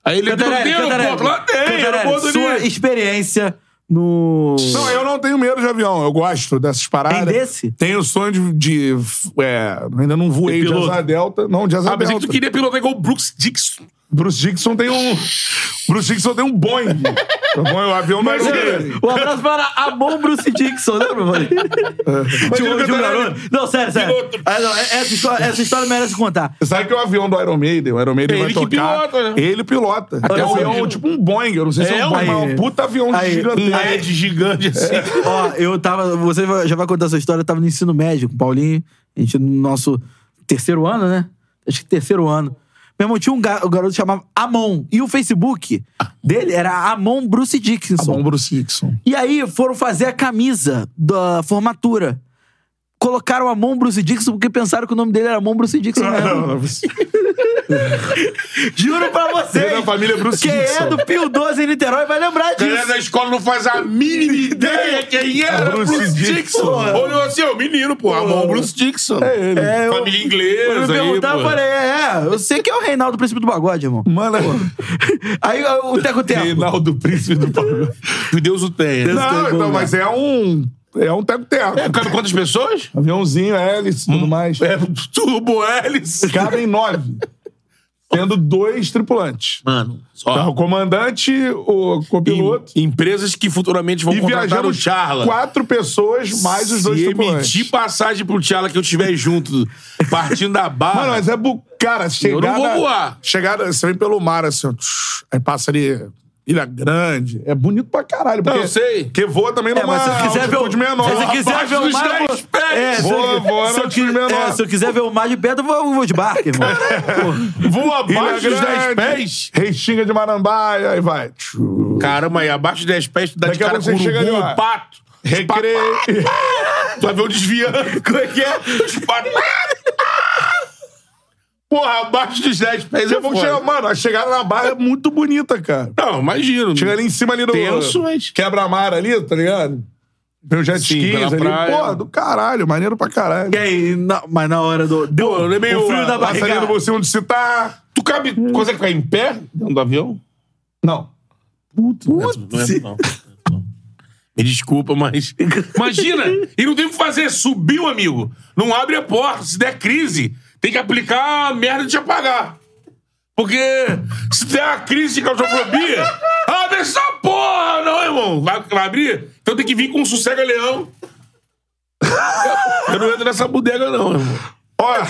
[SPEAKER 2] Aí ele não tem aeroporto lá? Tem, aeroporto ali.
[SPEAKER 3] sua experiência no...
[SPEAKER 1] Não, eu não tenho medo de avião. Eu gosto dessas paradas.
[SPEAKER 3] Tem desse?
[SPEAKER 1] Tenho o sonho de. de, é, ainda não voei de
[SPEAKER 2] piloto.
[SPEAKER 1] Asa Delta. Não, de Asa
[SPEAKER 2] Ah, pensei
[SPEAKER 1] Delta.
[SPEAKER 2] que tu queria pilotar igual o Brooks Dixon.
[SPEAKER 1] Bruce Dixon tem um. Bruce Dixon tem um Boeing. o Boeing, o avião não é dele.
[SPEAKER 3] Um abraço para Amon Bruce Dixon, lembra, mano? Tinha um-
[SPEAKER 1] ele
[SPEAKER 3] tinha um
[SPEAKER 1] tá-
[SPEAKER 3] garoto. Não, sério, sério.
[SPEAKER 2] Piloto.
[SPEAKER 3] Ah, não, essa, história, essa história merece contar.
[SPEAKER 1] Você sabe que é o avião do Iron Maiden, o Iron Maiden
[SPEAKER 2] É Ele
[SPEAKER 1] vai
[SPEAKER 2] que
[SPEAKER 1] tocar.
[SPEAKER 2] pilota, né?
[SPEAKER 1] Ele pilota. Até
[SPEAKER 3] Iron
[SPEAKER 1] o avião,
[SPEAKER 3] Maiden.
[SPEAKER 1] tipo um Boeing. Eu não sei se é,
[SPEAKER 2] É
[SPEAKER 1] um Boeing,
[SPEAKER 2] um-
[SPEAKER 1] mas é um puta avião
[SPEAKER 3] Aí-
[SPEAKER 1] gigante.
[SPEAKER 2] LED gigante
[SPEAKER 1] É.
[SPEAKER 2] assim.
[SPEAKER 3] Ó, eu tava. Você vai- já vai contar essa história, eu tava no ensino médio com o Paulinho. A gente no nosso terceiro ano, né? Acho que terceiro ano. Meu irmão, tinha um, ga- um garoto que chamava Amon. E o Facebook dele era Amon Bruce Dixon.
[SPEAKER 1] Bom, Bruce (laughs) Dixon.
[SPEAKER 3] E aí foram fazer a camisa da formatura. Colocaram Amon Bruce Dixon porque pensaram que o nome dele era Amon Bruce Dixon.
[SPEAKER 1] (laughs)
[SPEAKER 3] mesmo. Juro pra vocês.
[SPEAKER 1] Ele é da família Bruce
[SPEAKER 3] Quem
[SPEAKER 1] Dixon.
[SPEAKER 3] é do Pio 12 em Niterói vai lembrar
[SPEAKER 2] A galera
[SPEAKER 3] disso.
[SPEAKER 2] é da escola não faz a mínima ideia quem era
[SPEAKER 1] Bruce
[SPEAKER 2] Bruce,
[SPEAKER 1] Dixon.
[SPEAKER 2] Dixon. Olhou assim, ó, menino, pô. Amon Bruce Dixon. É
[SPEAKER 1] ele.
[SPEAKER 3] É,
[SPEAKER 2] Família
[SPEAKER 3] eu- Quando me
[SPEAKER 2] inglesa aí,
[SPEAKER 3] perguntaram, eu
[SPEAKER 2] pô.
[SPEAKER 3] falei, é, é, eu sei que é o Reinaldo Príncipe do Bagode, irmão.
[SPEAKER 1] Mano,
[SPEAKER 3] (laughs) Aí ó, o Teco Tempo.
[SPEAKER 1] Reinaldo Príncipe do Paulo.
[SPEAKER 2] Que Deus o tenha.
[SPEAKER 1] Não, então, mas é um. É um teco-teco.
[SPEAKER 2] É, cabe quantas pessoas?
[SPEAKER 1] Aviãozinho, hélice, tudo mais.
[SPEAKER 2] É, turbo hélice.
[SPEAKER 1] Cabem nove. Tendo dois tripulantes.
[SPEAKER 2] Mano, ó,
[SPEAKER 1] Tá, o comandante, o
[SPEAKER 2] em-
[SPEAKER 1] copiloto.
[SPEAKER 2] empresas que futuramente vão
[SPEAKER 1] E
[SPEAKER 2] contratar o
[SPEAKER 1] viajamos
[SPEAKER 2] Charla.
[SPEAKER 1] quatro pessoas, mais os dois
[SPEAKER 2] Se
[SPEAKER 1] tripulantes.
[SPEAKER 2] emitir passagem pro Charla que eu tiver junto, partindo da barra.
[SPEAKER 1] Mano, mas é bu... Cara, chegada...
[SPEAKER 2] não vou voar.
[SPEAKER 1] Chegada, você vem pelo mar, assim, ó, tsh, aí passa ali... Ilha Grande. É bonito pra caralho. Porque,
[SPEAKER 2] eu sei.
[SPEAKER 1] Porque voa também
[SPEAKER 3] É,
[SPEAKER 1] numa
[SPEAKER 3] mas se eu quiser ver o,
[SPEAKER 1] altitude menor.
[SPEAKER 3] se eu quiser
[SPEAKER 2] abaixo
[SPEAKER 3] ver o
[SPEAKER 2] dos
[SPEAKER 3] mar, eu
[SPEAKER 2] 10
[SPEAKER 3] vou- é, se eu-
[SPEAKER 1] Voa, voa,
[SPEAKER 3] se eu
[SPEAKER 1] não
[SPEAKER 3] qui-
[SPEAKER 1] tiro menor.
[SPEAKER 3] é, se eu quiser ver o mar de perto, eu vou, eu vou de barco, irmão.
[SPEAKER 2] Voa abaixo
[SPEAKER 1] Ilha
[SPEAKER 2] dos 10
[SPEAKER 1] é Grande,
[SPEAKER 2] pés.
[SPEAKER 1] Restinga de Marambaia, aí vai. Tchu.
[SPEAKER 2] Caramba, aí abaixo de 10 pés, tu dá
[SPEAKER 1] Daqui
[SPEAKER 2] de
[SPEAKER 1] a
[SPEAKER 2] cara
[SPEAKER 1] pouco
[SPEAKER 2] com
[SPEAKER 1] você chega ali,
[SPEAKER 2] urubu,
[SPEAKER 1] ó.
[SPEAKER 2] um pato.
[SPEAKER 1] Recreio.
[SPEAKER 2] Tu vai ver
[SPEAKER 1] (laughs)
[SPEAKER 2] o desviando. Como é que é? Os patos. Porra, abaixo dos 10 pés
[SPEAKER 1] Daqui
[SPEAKER 2] eu
[SPEAKER 1] a pouco
[SPEAKER 2] vou
[SPEAKER 1] chega, mano, a chegada na barra é muito bonita, cara.
[SPEAKER 2] Não, imagino.
[SPEAKER 1] Chega ali em cima ali do.
[SPEAKER 2] Tenso, mas-
[SPEAKER 1] Quebra-mar ali, tá ligado? Meu jet
[SPEAKER 2] Sim,
[SPEAKER 1] skis
[SPEAKER 2] pela
[SPEAKER 1] ali.
[SPEAKER 2] praia.
[SPEAKER 1] Porra, do caralho, maneiro pra caralho.
[SPEAKER 3] E aí, na- mas na hora do. Deu
[SPEAKER 2] Pô, eu lembrei
[SPEAKER 3] o
[SPEAKER 2] o-
[SPEAKER 3] frio da
[SPEAKER 2] a
[SPEAKER 1] Passarinho
[SPEAKER 3] barriga.
[SPEAKER 1] por cima de citar.
[SPEAKER 2] tá. Tu cabe, consegue ficar em pé dentro do avião?
[SPEAKER 1] Não.
[SPEAKER 2] Puta, não é, não. Me desculpa, mas. (laughs) Imagina! E não tem o que fazer. Subiu, amigo. Não abre a porta. Se der crise, tem que aplicar a merda de apagar. Porque se der uma crise de claustrofobia, ah, abre essa porra, não, irmão. Vai, vai abrir? Então tem que vir com um sossega-leão. Eu não entro nessa bodega, não, irmão.
[SPEAKER 1] Olha.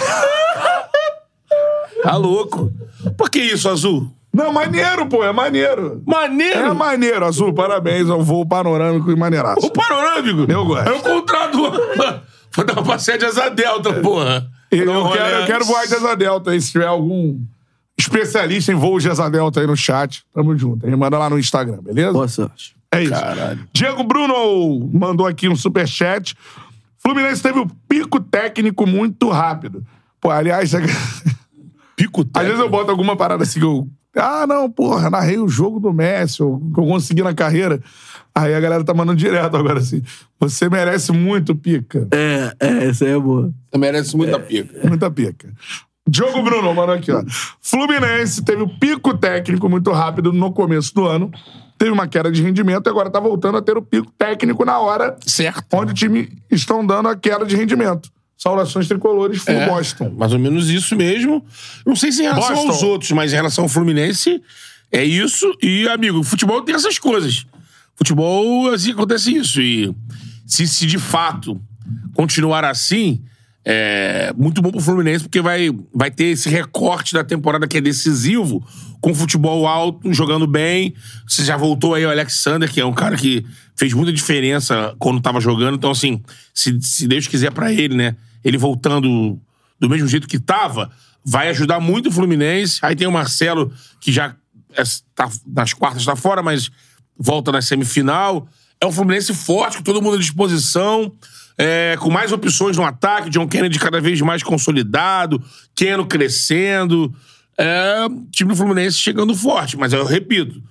[SPEAKER 2] Tá louco. Por que isso, Azul?
[SPEAKER 1] Não, maneiro, pô, é maneiro.
[SPEAKER 2] Maneiro.
[SPEAKER 1] É maneiro, Azul, parabéns. É um voo panorâmico e maneiraço.
[SPEAKER 2] O panorâmico.
[SPEAKER 1] Eu gosto.
[SPEAKER 2] É o contrato. Vou dar uma sede asa delta, porra.
[SPEAKER 1] Eu,
[SPEAKER 2] Não, olha,
[SPEAKER 1] quero, eu quero voar de Asa Delta aí, se tiver algum especialista em voos de Asa Delta aí no chat. Tamo junto. Aí manda lá no Instagram, beleza?
[SPEAKER 3] Boa sorte.
[SPEAKER 1] É isso. Diego Bruno mandou aqui um superchat. Fluminense teve um pico técnico muito rápido. Pô, aliás, (laughs) é que-
[SPEAKER 2] Pico
[SPEAKER 1] às vezes eu boto alguma parada assim que eu. Ah, não, porra, narrei o jogo do Messi, o que eu consegui na carreira. Aí a galera tá mandando direto agora assim. Você merece muito pica.
[SPEAKER 3] É, é, essa aí é boa.
[SPEAKER 4] Você merece muita pica.
[SPEAKER 1] Muita pica. Diogo Bruno, mano, aqui, ó. Fluminense teve o pico técnico muito rápido no começo do ano. Teve uma queda de rendimento e agora tá voltando a ter o pico técnico na hora
[SPEAKER 4] Certo.
[SPEAKER 1] onde o time estão dando a queda de rendimento. Saudações tricolores por
[SPEAKER 2] É,
[SPEAKER 1] Boston.
[SPEAKER 2] Mais ou menos isso mesmo. Não sei se em relação
[SPEAKER 1] Boston.
[SPEAKER 2] aos outros, mas em relação ao Fluminense, é isso. E, amigo, futebol tem essas coisas. Futebol, assim, acontece isso. E se, se de fato continuar assim, é muito bom pro Fluminense, porque vai, vai ter esse recorte da temporada que é decisivo, com futebol alto, jogando bem. Você já voltou aí o Alexander, que é um cara que fez muita diferença quando tava jogando. Então, assim, se, se Deus quiser pra ele, né? Ele voltando do mesmo jeito que tava, vai ajudar muito o Fluminense. Aí tem o Marcelo, que já é, tá, nas quartas está fora, mas volta na semifinal. É um Fluminense forte, com todo mundo à disposição, é, com mais opções no ataque. John Kennedy cada vez mais consolidado, Keno crescendo. É, o time do Fluminense chegando forte, mas eu repito,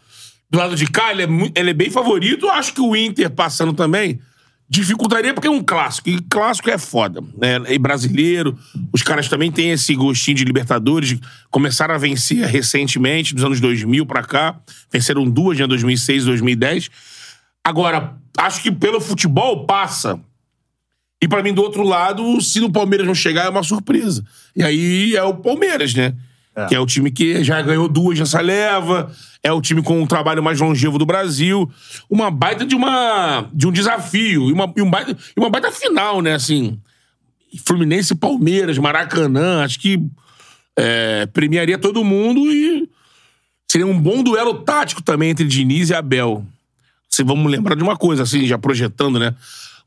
[SPEAKER 2] do lado de cá, ele é, mui- ele é bem favorito. Acho que o Inter passando também dificultaria porque é um clássico. E clássico é foda. Né? E brasileiro, os caras também têm esse gostinho de Libertadores. Começaram a vencer recentemente, dos anos 2000 pra cá. Venceram duas, né? 2006 e 2010. Agora, acho que pelo futebol passa. E pra mim, do outro lado, se o Palmeiras não chegar, é uma surpresa. E aí é o Palmeiras, né? Que é o time que já ganhou duas nessa leva, é o time com o trabalho mais longevo do Brasil. Uma baita de uma de um desafio e uma, e um baita, e uma baita final, né? Assim, Fluminense e Palmeiras, Maracanã, acho que é, premiaria todo mundo e seria um bom duelo tático também entre Diniz e Abel. Se vamos lembrar de uma coisa, assim, já projetando, né?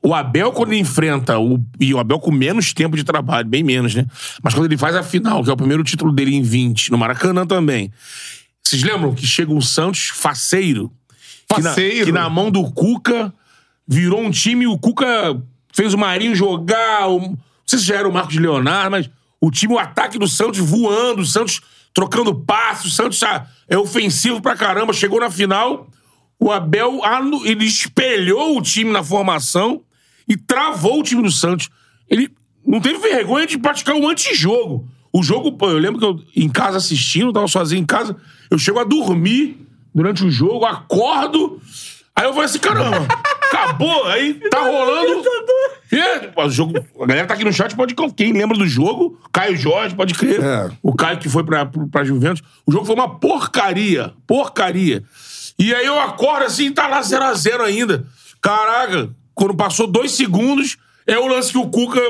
[SPEAKER 2] O Abel, quando ele enfrenta, o, e o Abel com menos tempo de trabalho, bem menos, né? Mas quando ele faz a final, que é o primeiro título dele em 20, no Maracanã também. Vocês lembram que chega o Santos faceiro? Que na-
[SPEAKER 1] Faceiro.
[SPEAKER 2] Que na, mão do Cuca virou um time, o Cuca fez o Marinho jogar. o- não sei se já era o Marcos Leonardo, mas o time, o ataque do Santos voando, o Santos trocando passos, o Santos ah, é ofensivo pra caramba. Chegou na final, o Abel anu- ele espelhou o time na formação e travou o time do Santos. Ele não teve vergonha de praticar um antijogo. O jogo, pô, eu lembro que eu em casa assistindo, tava sozinho em casa, eu chego a dormir durante o jogo, acordo, aí eu falei assim, caramba, acabou, aí tá rolando. É, o jogo, a galera tá aqui no chat, pode quem lembra do jogo, Caio Jorge, pode crer.
[SPEAKER 1] É.
[SPEAKER 2] O Caio que foi pra, pra Juventus. O jogo foi uma porcaria. Porcaria. E aí eu acordo assim, tá lá 0x0 ainda. Caraca, quando passou dois segundos, é o lance que o Cuca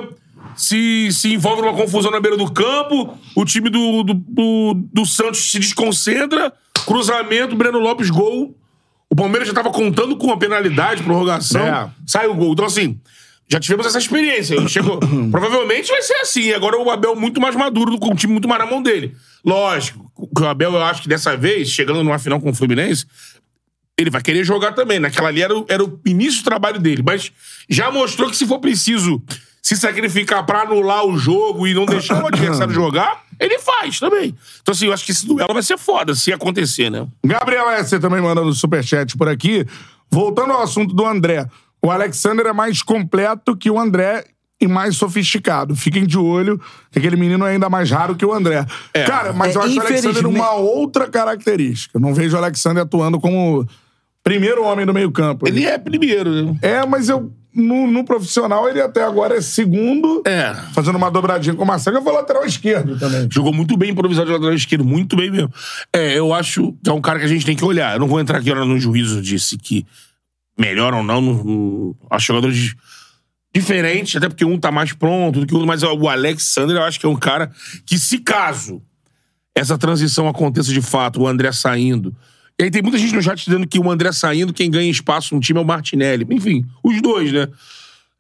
[SPEAKER 2] se, se envolve numa confusão na beira do campo. O time do, do, do, do Santos se desconcentra. Cruzamento, Breno Lopes, gol. O Palmeiras já tava contando com a penalidade, prorrogação.
[SPEAKER 1] É.
[SPEAKER 2] Sai o gol. Então, assim, já tivemos essa experiência. Chegou. Provavelmente vai ser assim. Agora o Abel muito mais maduro, com o time muito mais na mão dele. Lógico, que o Abel, eu acho que dessa vez, chegando numa final com o Fluminense, ele vai querer jogar também. Naquela ali era o, era o início do trabalho dele. Mas já mostrou que se for preciso se sacrificar pra anular o jogo e não deixar o adversário jogar, ele faz também. Então, assim, eu acho que esse duelo vai ser foda, se acontecer, né?
[SPEAKER 1] Gabriel S. também mandando superchat por aqui. Voltando ao assunto do André. O Alexander é mais completo que o André e mais sofisticado. Fiquem de olho, que aquele menino é ainda mais raro que o André. Cara, mas
[SPEAKER 3] É,
[SPEAKER 1] eu acho o Alexander
[SPEAKER 3] infelizmente-
[SPEAKER 1] uma outra característica. Eu não vejo o Alexander atuando como primeiro homem do meio campo.
[SPEAKER 2] Ele é primeiro, né?
[SPEAKER 1] É, mas eu no, no profissional, ele até agora é segundo,
[SPEAKER 2] É.
[SPEAKER 1] fazendo uma dobradinha com o Marcelo, que foi lateral esquerdo também.
[SPEAKER 2] Jogou muito bem improvisado de lateral esquerdo, muito bem mesmo. É, eu acho que é um cara que a gente tem que olhar. Eu não vou entrar aqui agora no juízo de se que melhor ou não. não- não- Acho jogadores diferentes, até porque um tá mais pronto do que o outro, mas o Alex Sander eu acho que é um cara que, se caso essa transição aconteça de fato, o André saindo. E aí tem muita gente no chat dizendo que o André saindo, quem ganha espaço no time é o Martinelli. Enfim, os dois, né?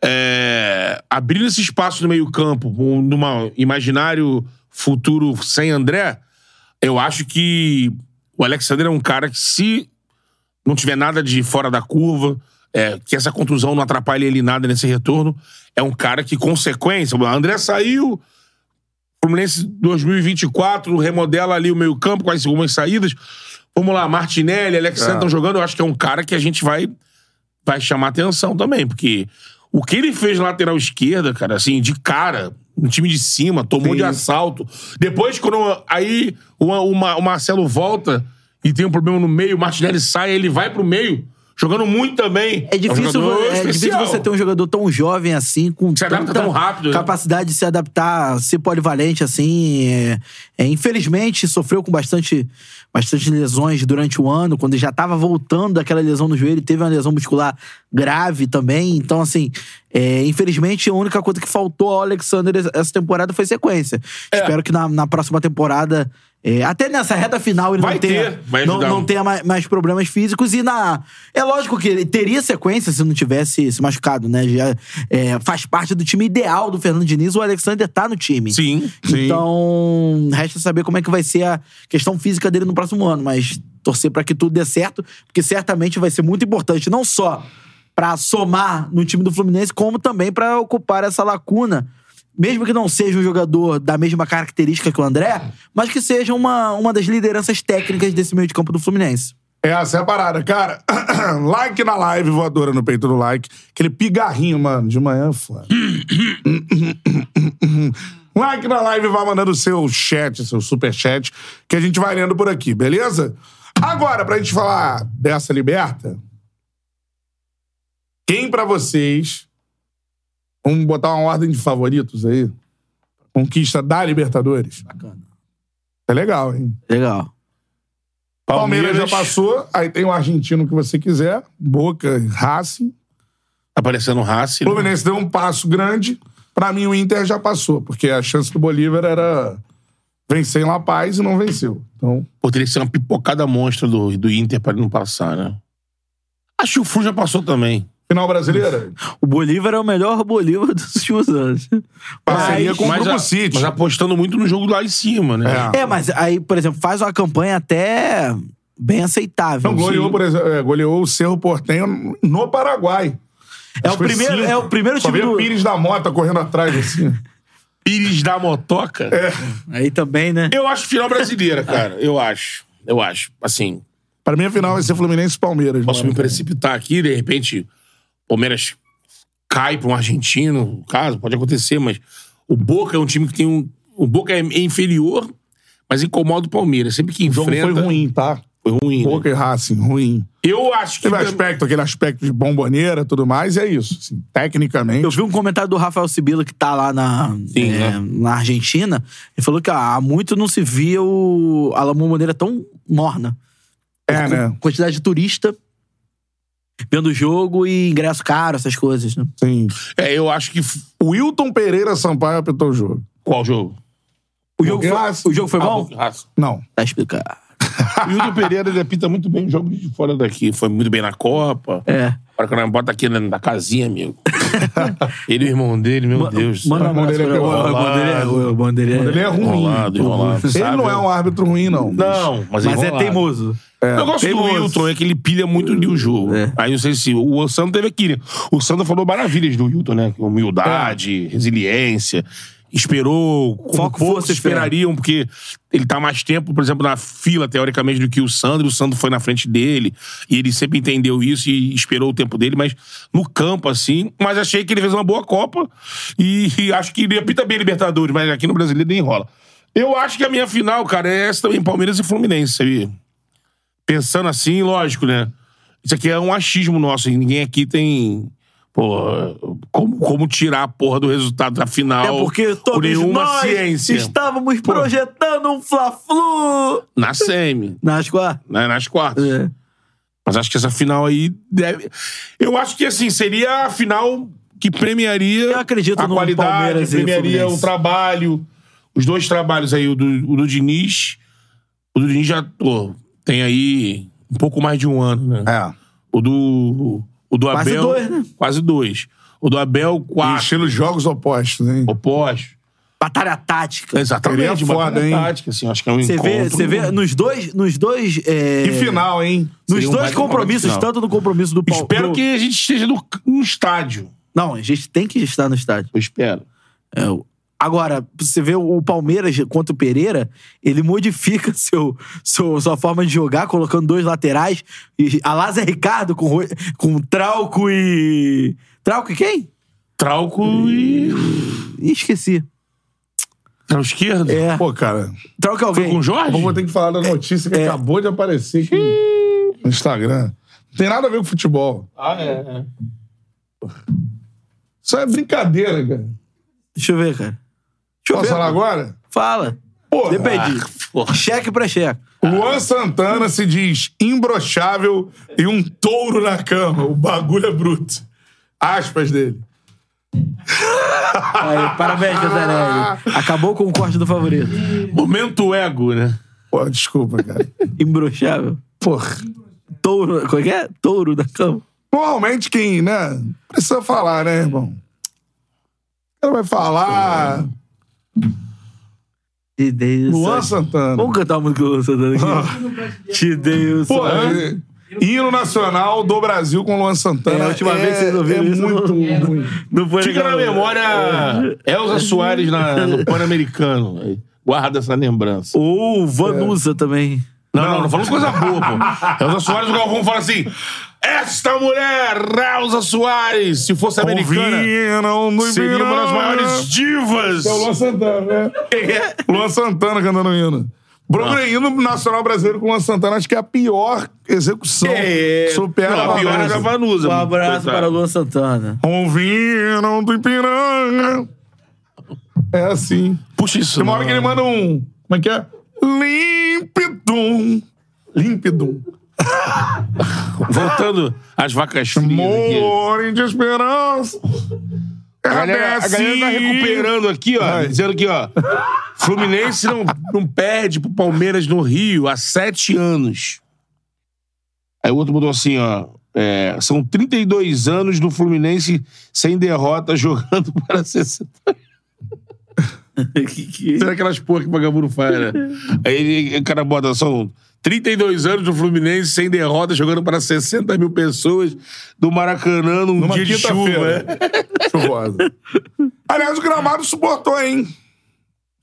[SPEAKER 2] É, abrindo esse espaço no meio-campo, um- numa imaginário futuro sem André, eu acho que o Alexander é um cara que, se não tiver nada de fora da curva, é, que essa contusão não atrapalhe ele em nada nesse retorno, é um cara que, consequência, o André saiu, Fluminense 2024 remodela ali o meio-campo com as algumas saídas. Vamos lá, Martinelli, Alexandre estão jogando. Eu acho que é um cara que a gente vai, vai chamar atenção também, porque o que ele fez na lateral esquerda, cara, assim, de cara, no time de cima, tomou de assalto. Depois, quando aí uma- uma- o Marcelo volta e tem um problema no meio, o Martinelli sai, ele vai pro meio, jogando muito também.
[SPEAKER 3] É difícil,
[SPEAKER 2] um jogador
[SPEAKER 3] vo- é difícil
[SPEAKER 2] especial.
[SPEAKER 3] você ter um jogador tão jovem assim, com
[SPEAKER 2] Se adapta
[SPEAKER 3] tanta
[SPEAKER 2] tão rápido, né?
[SPEAKER 3] capacidade de se adaptar, ser polivalente assim. é- é, infelizmente, sofreu com bastante, bastante lesões durante o ano, quando ele já estava voltando daquela lesão no joelho, teve uma lesão muscular grave também. Então, assim, é, infelizmente, a única coisa que faltou ao Alexander essa temporada foi sequência.
[SPEAKER 2] É.
[SPEAKER 3] Espero que na, na próxima temporada. é, até nessa reta final ele
[SPEAKER 2] Vai
[SPEAKER 3] não tenha,
[SPEAKER 2] ter, vai
[SPEAKER 3] não,
[SPEAKER 2] ajudar
[SPEAKER 3] não
[SPEAKER 2] muito.
[SPEAKER 3] tenha mais, mais problemas físicos e na. É lógico que ele teria sequência se não tivesse se machucado, né? Já é, faz parte do time ideal do Fernando Diniz, o Alexander tá no time.
[SPEAKER 2] Sim, sim.
[SPEAKER 3] Então, resta saber como é que vai ser a questão física dele no próximo ano, mas torcer pra que tudo dê certo, porque certamente vai ser muito importante, não só pra somar no time do Fluminense, como também pra ocupar essa lacuna. Mesmo que não seja um jogador da mesma característica que o André, mas que seja uma, uma das lideranças técnicas desse meio de campo do Fluminense.
[SPEAKER 1] Essa é a parada, cara. (clears throat) like na live, voadora no peito do like. Aquele pigarrinho, mano, de manhã, foda. (clears throat) like na live, vai mandando o seu chat, seu superchat, que a gente vai lendo por aqui, beleza? Agora, pra gente falar dessa liberta, quem pra vocês... Vamos botar uma ordem de favoritos aí? Conquista da Libertadores.
[SPEAKER 3] Bacana.
[SPEAKER 1] É legal, hein?
[SPEAKER 3] Legal.
[SPEAKER 1] Palmeiras, já passou, aí tem o argentino que você quiser, Boca, Racing.
[SPEAKER 2] Aparecendo o Racing.
[SPEAKER 1] O
[SPEAKER 2] né?
[SPEAKER 1] Fluminense deu um passo grande. Pra mim, o Inter já passou, porque a chance do Bolívar era vencer em La Paz e não venceu. Então,
[SPEAKER 2] Pô, teria que ser uma pipocada monstra do, do Inter pra ele não passar, né? Acho que o Flu já passou também.
[SPEAKER 1] final brasileira,
[SPEAKER 3] O Bolívar é o melhor Bolívar (laughs) dos últimos anos.
[SPEAKER 1] parceria
[SPEAKER 3] Mas-
[SPEAKER 1] com o
[SPEAKER 2] mas
[SPEAKER 1] Grupo
[SPEAKER 2] a-
[SPEAKER 1] City.
[SPEAKER 2] Mas apostando muito no jogo lá em cima, né?
[SPEAKER 1] É.
[SPEAKER 3] É, mas aí, por exemplo, faz uma campanha até bem aceitável.
[SPEAKER 1] Não, goleou, por exemplo, é, goleou o Cerro Portenho no Paraguai.
[SPEAKER 3] É
[SPEAKER 1] Acho
[SPEAKER 3] o
[SPEAKER 1] que foi
[SPEAKER 3] primeiro-
[SPEAKER 1] cinco.
[SPEAKER 3] é o primeiro
[SPEAKER 1] assim, Só
[SPEAKER 3] time
[SPEAKER 1] veio
[SPEAKER 3] do-
[SPEAKER 1] Pires da Mota correndo atrás,
[SPEAKER 3] (laughs)
[SPEAKER 1] assim.
[SPEAKER 2] Pires da motoca.
[SPEAKER 3] Aí também, né?
[SPEAKER 2] É. Eu acho final brasileira, cara. Eu acho. Eu acho. Assim,
[SPEAKER 1] Pra mim, a final vai ser Fluminense e Palmeiras.
[SPEAKER 2] posso
[SPEAKER 1] mano.
[SPEAKER 2] me precipitar aqui, de repente, Palmeiras cai pra um argentino, caso, pode acontecer, mas o Boca é um time que tem um. O Boca é inferior, mas incomoda o Palmeiras. Sempre que
[SPEAKER 1] O jogo
[SPEAKER 2] enfrenta.
[SPEAKER 1] foi ruim, tá?
[SPEAKER 2] Foi ruim, né?
[SPEAKER 1] Boca e Racing, ruim.
[SPEAKER 2] Eu acho que.
[SPEAKER 1] Aquele aspecto, aquele aspecto de bomboneira e tudo mais, e é isso. assim, tecnicamente.
[SPEAKER 3] Eu vi um comentário do Rafael Sibila que tá lá na,
[SPEAKER 2] Sim,
[SPEAKER 3] é,
[SPEAKER 2] né?
[SPEAKER 3] na Argentina. Ele falou que ah, há muito não se via o a La Bombonera tão morna.
[SPEAKER 1] É, né?
[SPEAKER 3] Quantidade de turista vendo o jogo e ingresso caro, essas coisas, né?
[SPEAKER 1] Sim.
[SPEAKER 2] É, eu acho que.
[SPEAKER 1] O Wilton Pereira Sampaio apitou o jogo.
[SPEAKER 2] Qual jogo? Ah,
[SPEAKER 3] O jogo,
[SPEAKER 1] Bocaço.
[SPEAKER 3] foi, o jogo foi bom?
[SPEAKER 1] (laughs) Não.
[SPEAKER 3] Tá explicado.
[SPEAKER 2] O Hildo Pereira
[SPEAKER 1] é
[SPEAKER 2] ele apita muito bem os jogos de fora daqui. Foi muito bem na Copa.
[SPEAKER 3] É.
[SPEAKER 2] Agora quando bota aqui na, na casinha, amigo. ele e o irmão dele, meu Deus.
[SPEAKER 3] Manda um
[SPEAKER 1] O Bandeira
[SPEAKER 3] abraço
[SPEAKER 1] é
[SPEAKER 3] pra-
[SPEAKER 1] pior.
[SPEAKER 3] o Bandeira é- o Bandeira é-
[SPEAKER 1] Ele é ruim.
[SPEAKER 2] Enrolado, enrolado.
[SPEAKER 1] Ele
[SPEAKER 2] Sabe?
[SPEAKER 1] não é um árbitro ruim, não.
[SPEAKER 2] Não, mas,
[SPEAKER 3] Mas é
[SPEAKER 2] enrolado.
[SPEAKER 3] teimoso.
[SPEAKER 2] Eu gosto
[SPEAKER 1] teimoso.
[SPEAKER 2] do Wilton, é que ele pilha muito ali o jogo.
[SPEAKER 3] É.
[SPEAKER 2] Aí não sei se. O Sandro teve aqui, né? O Sandro falou maravilhas do Wilton, né? Humildade, resiliência. Esperou como
[SPEAKER 3] É. Foco,
[SPEAKER 2] poucos
[SPEAKER 3] força, espera.
[SPEAKER 2] esperariam, porque ele tá mais tempo, por exemplo, na fila, teoricamente, do que o Sandro. O Sandro foi na frente dele. E ele sempre entendeu isso e esperou o tempo dele, mas no campo, assim. Mas achei que ele fez uma boa Copa. E, e acho que ele apita bem Libertadores, mas aqui no Brasileiro nem rola. Eu acho que a minha final, cara, é essa também, Palmeiras e Fluminense, sabia? pensando assim, lógico, né? Isso aqui é um achismo nosso, ninguém aqui tem Pô, como, como tirar a porra do resultado da final
[SPEAKER 3] É porque
[SPEAKER 2] com
[SPEAKER 3] todos
[SPEAKER 2] nenhuma
[SPEAKER 3] nós
[SPEAKER 2] ciência?
[SPEAKER 3] estávamos projetando um Fla-Flu
[SPEAKER 2] Na SEMI,
[SPEAKER 3] nas quartas.
[SPEAKER 2] né, nas quartas.
[SPEAKER 3] É.
[SPEAKER 2] Mas acho que essa final aí deve. Eu acho que assim, seria a final que premiaria
[SPEAKER 3] Eu acredito
[SPEAKER 2] a
[SPEAKER 3] no
[SPEAKER 2] qualidade,
[SPEAKER 3] Palmeiras e
[SPEAKER 2] premiaria o
[SPEAKER 3] Fluminense.
[SPEAKER 2] trabalho. Os dois trabalhos aí, o do, o do Diniz. O do Diniz já pô, tem aí um pouco mais de um ano, né?
[SPEAKER 1] É.
[SPEAKER 2] O do. O do
[SPEAKER 3] Quase
[SPEAKER 2] Abel.
[SPEAKER 3] dois, né?
[SPEAKER 2] Quase dois. O do Abel,
[SPEAKER 1] E
[SPEAKER 2] quatro.
[SPEAKER 1] estilo jogos opostos, hein?
[SPEAKER 2] Opostos.
[SPEAKER 3] Batalha tática.
[SPEAKER 2] Exatamente,
[SPEAKER 1] Seria
[SPEAKER 2] batalha
[SPEAKER 1] foda, hein?
[SPEAKER 2] tática, assim, acho que é um
[SPEAKER 3] Você vê,
[SPEAKER 2] encontro.
[SPEAKER 3] você vê nos dois, nos dois, é,
[SPEAKER 1] Que final, hein?
[SPEAKER 3] nos
[SPEAKER 2] Seria um
[SPEAKER 3] dois
[SPEAKER 2] baita
[SPEAKER 3] compromissos,
[SPEAKER 2] final.
[SPEAKER 3] tanto no compromisso do Palmeiras.
[SPEAKER 2] Espero que a gente esteja no, no estádio.
[SPEAKER 3] Não, a gente tem que estar no estádio.
[SPEAKER 2] Eu espero.
[SPEAKER 3] É, o- Agora, você vê o Palmeiras contra o Pereira, ele modifica (laughs) seu, seu- sua forma de jogar, colocando dois laterais. E a Lázaro Ricardo com, Rui- com Trauco e. Trauco e quem?
[SPEAKER 2] Trauco e.
[SPEAKER 3] Ih, esqueci.
[SPEAKER 2] Trauco esquerdo?
[SPEAKER 3] É.
[SPEAKER 1] Pô, cara,
[SPEAKER 3] Trauco é
[SPEAKER 2] Foi
[SPEAKER 3] alguém.
[SPEAKER 2] com o Jorge?
[SPEAKER 1] eu vou ter que falar da notícia que acabou de aparecer aqui no Instagram. Não tem nada a ver com futebol.
[SPEAKER 2] Ah, é.
[SPEAKER 1] Isso é brincadeira, cara.
[SPEAKER 3] Deixa eu ver, cara. Deixa eu
[SPEAKER 1] Posso
[SPEAKER 3] ver.
[SPEAKER 1] falar agora?
[SPEAKER 3] Fala.
[SPEAKER 1] Porra.
[SPEAKER 3] Depende.
[SPEAKER 2] Ah,
[SPEAKER 3] Cheque pra cheque.
[SPEAKER 1] Luan Santana se diz imbrochável e um touro na cama. O bagulho é bruto. Aspas dele.
[SPEAKER 3] Aí,
[SPEAKER 2] (laughs)
[SPEAKER 3] parabéns, José Nery. Acabou com o corte do favorito.
[SPEAKER 2] Momento ego, né?
[SPEAKER 1] Pô, desculpa,
[SPEAKER 3] (laughs)
[SPEAKER 1] cara.
[SPEAKER 3] Embruxável.
[SPEAKER 1] Porra.
[SPEAKER 3] Touro. Qual que é? Touro da cama.
[SPEAKER 1] Normalmente quem, né? Precisa falar, né, irmão? Ela vai falar.
[SPEAKER 3] Te dei o
[SPEAKER 1] Luan
[SPEAKER 3] sangue.
[SPEAKER 1] Santana.
[SPEAKER 3] Vamos cantar uma música do Luan Santana
[SPEAKER 2] Ah.
[SPEAKER 3] aqui? tá Te dei o
[SPEAKER 1] Pô,
[SPEAKER 3] sangue.
[SPEAKER 1] é- hino nacional do Brasil com Luan Santana.
[SPEAKER 3] né? É, a última vez que vocês ouviram
[SPEAKER 1] é
[SPEAKER 3] isso, né?
[SPEAKER 1] Muito
[SPEAKER 3] não-
[SPEAKER 1] ruim.
[SPEAKER 3] Não foi
[SPEAKER 2] Fica
[SPEAKER 3] legal, né?
[SPEAKER 2] na
[SPEAKER 3] não.
[SPEAKER 2] memória
[SPEAKER 3] É.
[SPEAKER 2] Elza Soares na- no Pan-Americano. Guarda essa lembrança.
[SPEAKER 3] Ou
[SPEAKER 2] É.
[SPEAKER 3] Vanusa também.
[SPEAKER 2] Não, não, não falando coisa boa, pô. Elza Soares, o Galvão fala assim: Esta mulher, Elza Soares, se fosse americana,
[SPEAKER 1] Convinham no
[SPEAKER 2] seria uma das
[SPEAKER 1] verão,
[SPEAKER 2] maiores divas.
[SPEAKER 1] É o Luan Santana, né? (laughs) Luan Santana cantando hino. Bruno
[SPEAKER 2] Ah.
[SPEAKER 1] hino nacional brasileiro com Luan Santana, acho que é a pior execução.
[SPEAKER 2] É.
[SPEAKER 1] Supera
[SPEAKER 2] Não,
[SPEAKER 1] a
[SPEAKER 2] a pior
[SPEAKER 1] Vanusa.
[SPEAKER 2] era a Vanusa.
[SPEAKER 3] Um abraço
[SPEAKER 2] Coitado.
[SPEAKER 3] para Luan Santana.
[SPEAKER 1] Ouviram do Ipiranga. É assim.
[SPEAKER 2] Puxa isso.
[SPEAKER 1] Tem uma hora que ele manda um. Como é que é? Limpidum. Limpidum.
[SPEAKER 2] Voltando às vacas frias. aqui.
[SPEAKER 1] Morem de esperança.
[SPEAKER 2] A galera, a galera tá recuperando aqui, ó.
[SPEAKER 1] Vai.
[SPEAKER 2] Dizendo aqui, ó. Fluminense não, não perde pro Palmeiras no Rio há sete anos. Aí o outro botou assim, ó. é, são 32 anos do Fluminense sem derrota, (laughs) jogando para 60.
[SPEAKER 3] (laughs) Que é que-
[SPEAKER 2] Será aquelas porra que o vagabundo faz, né? (laughs) Aí ele- o cara bota só 32 anos do Fluminense sem derrota, jogando para 60 mil pessoas do Maracanã num
[SPEAKER 1] Numa
[SPEAKER 2] um dia de chuva.
[SPEAKER 1] quinta-feira.
[SPEAKER 2] é.
[SPEAKER 1] (laughs) Chuvosa. Aliás, o gramado suportou, hein?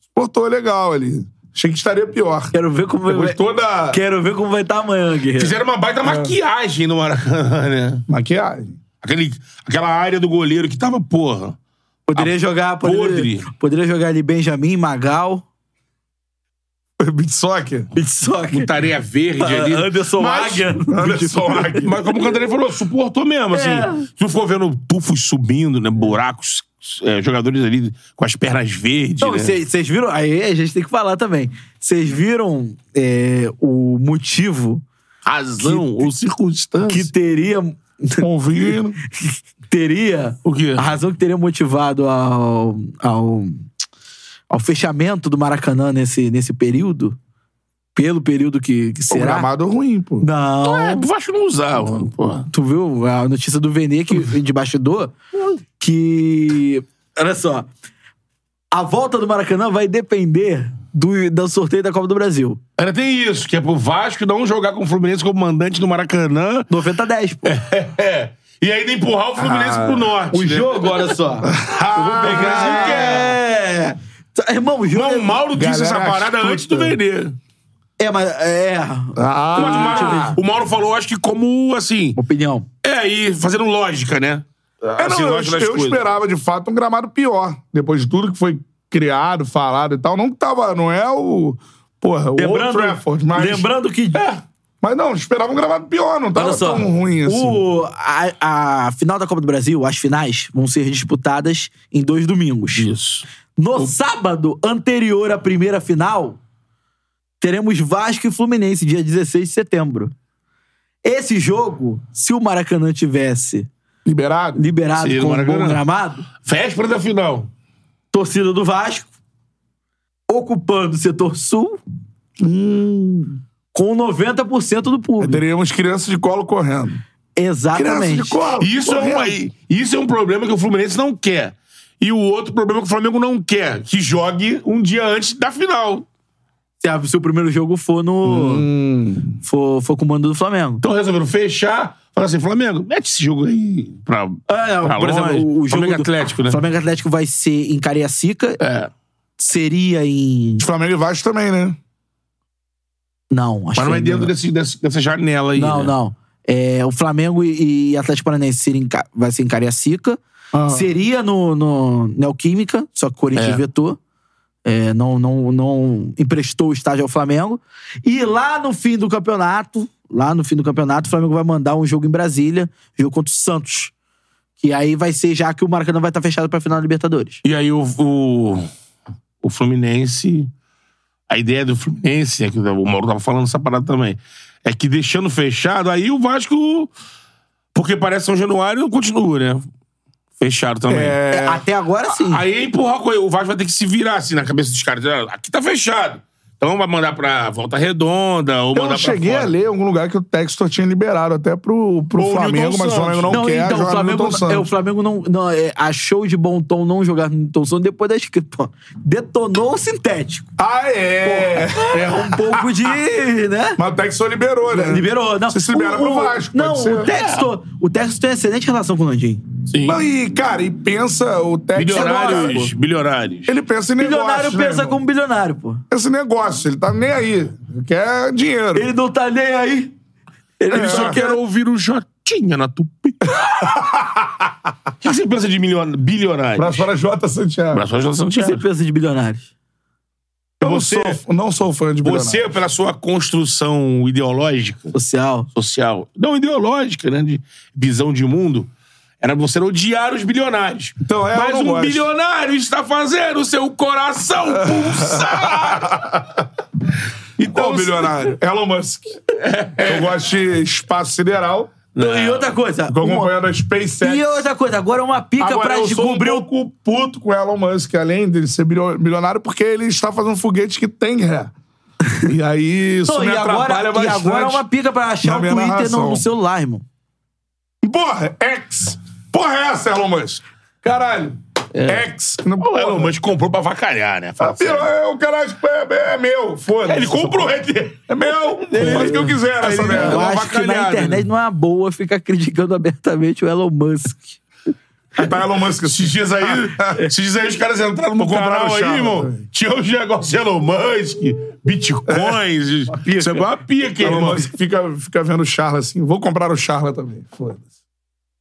[SPEAKER 1] Suportou é legal ali. Achei que estaria pior.
[SPEAKER 3] Quero ver como
[SPEAKER 2] É
[SPEAKER 1] Depois
[SPEAKER 3] vai...
[SPEAKER 1] toda
[SPEAKER 3] Quero ver como vai estar amanhã, guerreiro.
[SPEAKER 2] Fizeram uma baita maquiagem no Maracanã, né?
[SPEAKER 1] maquiagem.
[SPEAKER 2] Aquele, aquela área do goleiro que tava, porra.
[SPEAKER 3] Poderia jogar... Poderia,
[SPEAKER 2] podre.
[SPEAKER 3] poderia jogar ali Benjamin, Magal... (laughs)
[SPEAKER 1] Beat soccer.
[SPEAKER 3] Só que...
[SPEAKER 2] Com tareia verde ali.
[SPEAKER 3] (laughs) Anderson
[SPEAKER 2] Mas-
[SPEAKER 3] Águia.
[SPEAKER 1] Anderson Águia.
[SPEAKER 2] Mas como o Cantarelli falou, suportou mesmo, assim. Se tu for vendo tufos subindo, né? Buracos, é, jogadores ali com as pernas verdes.
[SPEAKER 3] Então,
[SPEAKER 2] né?
[SPEAKER 3] vocês viram. Aí a gente tem que falar também. Vocês viram é, o motivo
[SPEAKER 2] Razão ou circunstância.
[SPEAKER 3] que tá teria.
[SPEAKER 1] Ouvindo.
[SPEAKER 3] teria.
[SPEAKER 2] O quê?
[SPEAKER 3] A razão que teria motivado ao. ao, ao fechamento do Maracanã nesse, nesse período? Pelo período que, que
[SPEAKER 1] O
[SPEAKER 3] será?
[SPEAKER 1] gramado ruim, pô.
[SPEAKER 3] Não.
[SPEAKER 2] É, o Vasco não usava, mano, porra.
[SPEAKER 3] Tu viu a notícia do
[SPEAKER 1] (laughs)
[SPEAKER 3] Vene que, de bastidor? Que. Olha só. A volta do Maracanã vai depender do, do sorteio da Copa do Brasil.
[SPEAKER 2] Ainda tem isso, que é pro Vasco não jogar com o Fluminense como mandante no Maracanã.
[SPEAKER 3] 90 a 10, pô.
[SPEAKER 2] É. E ainda empurrar o Fluminense
[SPEAKER 1] Ah,
[SPEAKER 2] pro norte.
[SPEAKER 3] O
[SPEAKER 2] né?
[SPEAKER 3] jogo, olha (laughs) só.
[SPEAKER 2] Ah,
[SPEAKER 3] é. Irmão, o jogo.
[SPEAKER 2] Não, o Mauro disse
[SPEAKER 1] Galera
[SPEAKER 2] essa parada
[SPEAKER 1] astuta.
[SPEAKER 2] antes do Vene.
[SPEAKER 3] É, mas. É.
[SPEAKER 1] Ah,
[SPEAKER 2] Mas o Mauro- o Mauro falou, acho que como assim.
[SPEAKER 3] Opinião.
[SPEAKER 2] É aí, fazendo lógica, né?
[SPEAKER 1] É, não,
[SPEAKER 2] Assim,
[SPEAKER 1] eu,
[SPEAKER 2] lógica das
[SPEAKER 1] eu
[SPEAKER 2] coisas.
[SPEAKER 1] esperava, de fato, um gramado pior. Depois de tudo que foi criado, falado e tal. Não que tava, não é o. Porra, o Old Trafford, mas.
[SPEAKER 3] lembrando que
[SPEAKER 1] Mas não, esperava um gramado pior, não tava
[SPEAKER 3] Olha só,
[SPEAKER 1] tão ruim assim.
[SPEAKER 3] o- a, a final da Copa do Brasil, as finais, vão ser disputadas em dois domingos.
[SPEAKER 2] Isso.
[SPEAKER 3] No sábado anterior à primeira final, teremos Vasco e Fluminense, dia 16 de setembro. Esse jogo, se o Maracanã tivesse
[SPEAKER 1] Liberado?
[SPEAKER 3] liberado
[SPEAKER 2] Seria no
[SPEAKER 3] com um
[SPEAKER 2] Maracanã.
[SPEAKER 3] bom gramado,
[SPEAKER 2] Véspera da final.
[SPEAKER 3] torcida do Vasco, ocupando o setor sul, Hum. com 90% do público.
[SPEAKER 1] Teríamos crianças de colo correndo. Crianças de
[SPEAKER 3] É Exatamente.
[SPEAKER 1] colo.
[SPEAKER 2] Isso é,
[SPEAKER 1] correndo.
[SPEAKER 2] uma, isso é um problema que o Fluminense não quer. E o outro problema que o Flamengo não quer, que jogue um dia antes da final.
[SPEAKER 3] Se, a- se o primeiro jogo for no. For, for com o mando do Flamengo.
[SPEAKER 2] Então resolveram fechar, falar assim, Flamengo, mete esse jogo aí pra...
[SPEAKER 3] Ah, não,
[SPEAKER 2] pra Tá
[SPEAKER 3] por
[SPEAKER 2] longe.
[SPEAKER 3] exemplo, o- o jogo
[SPEAKER 2] Flamengo
[SPEAKER 3] do-
[SPEAKER 2] Atlético, né?
[SPEAKER 3] Flamengo Atlético vai ser em Cariacica,
[SPEAKER 2] É.
[SPEAKER 3] seria em.
[SPEAKER 1] De Flamengo e Vasco também, né?
[SPEAKER 3] Não, acho
[SPEAKER 2] Mas
[SPEAKER 3] que
[SPEAKER 2] não é
[SPEAKER 3] ainda
[SPEAKER 2] dentro desse, desse- dessa janela aí,
[SPEAKER 3] Não,
[SPEAKER 2] né?
[SPEAKER 3] não. É, o Flamengo e, e Atlético Paranaense seria em Ca- vai ser em Cariacica. Seria no, no Neoquímica, só que o Corinthians
[SPEAKER 2] Ah. É.
[SPEAKER 3] vetou. É, não, não, não emprestou o estádio ao Flamengo. E lá no fim do campeonato, lá no fim do campeonato, o Flamengo vai mandar um jogo em Brasília, jogo contra o Santos. Que aí vai ser já que o Maracanã vai estar fechado pra final da Libertadores.
[SPEAKER 2] E aí o, o, o Fluminense. A ideia do Fluminense, é que o Mauro tava falando essa parada também, é que deixando fechado, aí o Vasco. Porque parece São Januário continua, né? Fechado também.
[SPEAKER 3] É, até agora sim.
[SPEAKER 2] Aí empurrar a coisa. O Vasco vai ter que se virar assim na cabeça dos caras. Ah, Aqui tá fechado. Então vai mandar pra Volta Redonda ou
[SPEAKER 1] Eu
[SPEAKER 2] mandar
[SPEAKER 1] cheguei
[SPEAKER 2] pra
[SPEAKER 1] a
[SPEAKER 2] fora.
[SPEAKER 1] ler em algum lugar que o Textor tinha liberado até pro, pro
[SPEAKER 2] Ou o
[SPEAKER 1] Flamengo,
[SPEAKER 2] Newton
[SPEAKER 1] mas o Flamengo não,
[SPEAKER 2] Santos.
[SPEAKER 1] quer
[SPEAKER 3] então,
[SPEAKER 1] jogar
[SPEAKER 3] o Flamengo,
[SPEAKER 1] no Newton Santos.
[SPEAKER 3] é, o Flamengo não, não, é, achou de bom tom não jogar no Newton Santos depois da escrita. Detonou o sintético.
[SPEAKER 1] Ah, é!
[SPEAKER 3] É um pouco de. né?
[SPEAKER 1] Mas o Textor liberou, né?
[SPEAKER 3] Liberou. Não,
[SPEAKER 1] Você se libera
[SPEAKER 3] o,
[SPEAKER 1] pro
[SPEAKER 3] o-
[SPEAKER 1] Vasco,
[SPEAKER 3] Não,
[SPEAKER 1] pode ser.
[SPEAKER 3] o Texto. O Texto tem excelente relação com o Landim.
[SPEAKER 2] Sim.
[SPEAKER 1] Não, e, cara, e pensa o Textor...
[SPEAKER 2] Bilionários. Bilionários.
[SPEAKER 1] Ele pensa em negócio,
[SPEAKER 3] Bilionário
[SPEAKER 1] né,
[SPEAKER 3] pensa
[SPEAKER 1] irmão?
[SPEAKER 3] como bilionário, pô.
[SPEAKER 1] Esse negócio, ele tá nem aí. Ele quer dinheiro.
[SPEAKER 3] Ele não tá nem aí. Ele
[SPEAKER 1] É.
[SPEAKER 2] Ele só quer ouvir o Jotinha
[SPEAKER 1] (laughs)
[SPEAKER 2] na tupi. O que você pensa de milion... bilionário?
[SPEAKER 1] Abraço para Jota Santiago.
[SPEAKER 2] Abraço para Jota
[SPEAKER 3] O que você
[SPEAKER 2] Santiago.
[SPEAKER 3] pensa de bilionários?
[SPEAKER 1] Eu não,
[SPEAKER 2] Você-
[SPEAKER 1] sou, não sou fã de Bilionário.
[SPEAKER 2] Você, pela sua construção ideológica,
[SPEAKER 3] Social.
[SPEAKER 2] social, não ideológica, né, de visão de mundo, era você odiar os bilionários.
[SPEAKER 1] Então, é, eu
[SPEAKER 2] Mas
[SPEAKER 1] não
[SPEAKER 2] um
[SPEAKER 1] gosto.
[SPEAKER 2] bilionário está fazendo o seu coração pulsar.
[SPEAKER 1] (laughs) Qual
[SPEAKER 2] então,
[SPEAKER 1] bilionário? Elon Musk. Eu gosto de espaço sideral.
[SPEAKER 3] E outra coisa.
[SPEAKER 1] Tô
[SPEAKER 3] uma-
[SPEAKER 1] acompanhando a SpaceX.
[SPEAKER 3] e outra coisa, agora uma pica
[SPEAKER 1] Agora,
[SPEAKER 3] pra
[SPEAKER 1] eu sou
[SPEAKER 3] descobrir
[SPEAKER 1] um
[SPEAKER 3] o.
[SPEAKER 1] pouco puto com o Elon Musk, além dele ser bilio- bilionário, porque ele está fazendo um foguete que tem ré. E aí isso
[SPEAKER 3] Não,
[SPEAKER 1] me
[SPEAKER 3] e,
[SPEAKER 1] atrapalha
[SPEAKER 3] agora, e
[SPEAKER 1] bastante.
[SPEAKER 3] agora é uma pica pra
[SPEAKER 1] na
[SPEAKER 3] achar o
[SPEAKER 1] minha
[SPEAKER 3] Twitter
[SPEAKER 1] narração.
[SPEAKER 3] no, no celular, irmão.
[SPEAKER 1] Porra, X. Porra é essa, Elon Musk? Caralho. X. Não,
[SPEAKER 2] o É. Elon Musk comprou pra vacalhar, né? Fala
[SPEAKER 1] Ah, pirou,
[SPEAKER 2] sério.
[SPEAKER 1] é, o caralho é, é meu, foda-se.
[SPEAKER 2] Ele comprou, é dele.
[SPEAKER 1] É meu, ele faz o que eu quiser nessa
[SPEAKER 2] Ele-
[SPEAKER 1] merda.
[SPEAKER 3] Eu
[SPEAKER 2] uma
[SPEAKER 3] acho que na
[SPEAKER 2] avacalhada,
[SPEAKER 3] internet
[SPEAKER 2] né?
[SPEAKER 3] não é uma boa ficar criticando abertamente o Elon Musk.
[SPEAKER 1] Tá Elon Musk
[SPEAKER 2] Esses dias (laughs) aí, esses dias aí os caras entraram no
[SPEAKER 1] Vou comprar
[SPEAKER 2] É. canal
[SPEAKER 1] o
[SPEAKER 2] aí,
[SPEAKER 1] Chava
[SPEAKER 2] irmão.
[SPEAKER 1] também.
[SPEAKER 2] Tinha os negócios de Elon Musk,
[SPEAKER 1] (laughs)
[SPEAKER 2] bitcoins. Isso é uma pica,
[SPEAKER 1] Elon
[SPEAKER 2] irmão.
[SPEAKER 1] Musk fica, fica vendo o Charla assim, vou comprar o Charla também, foda-se.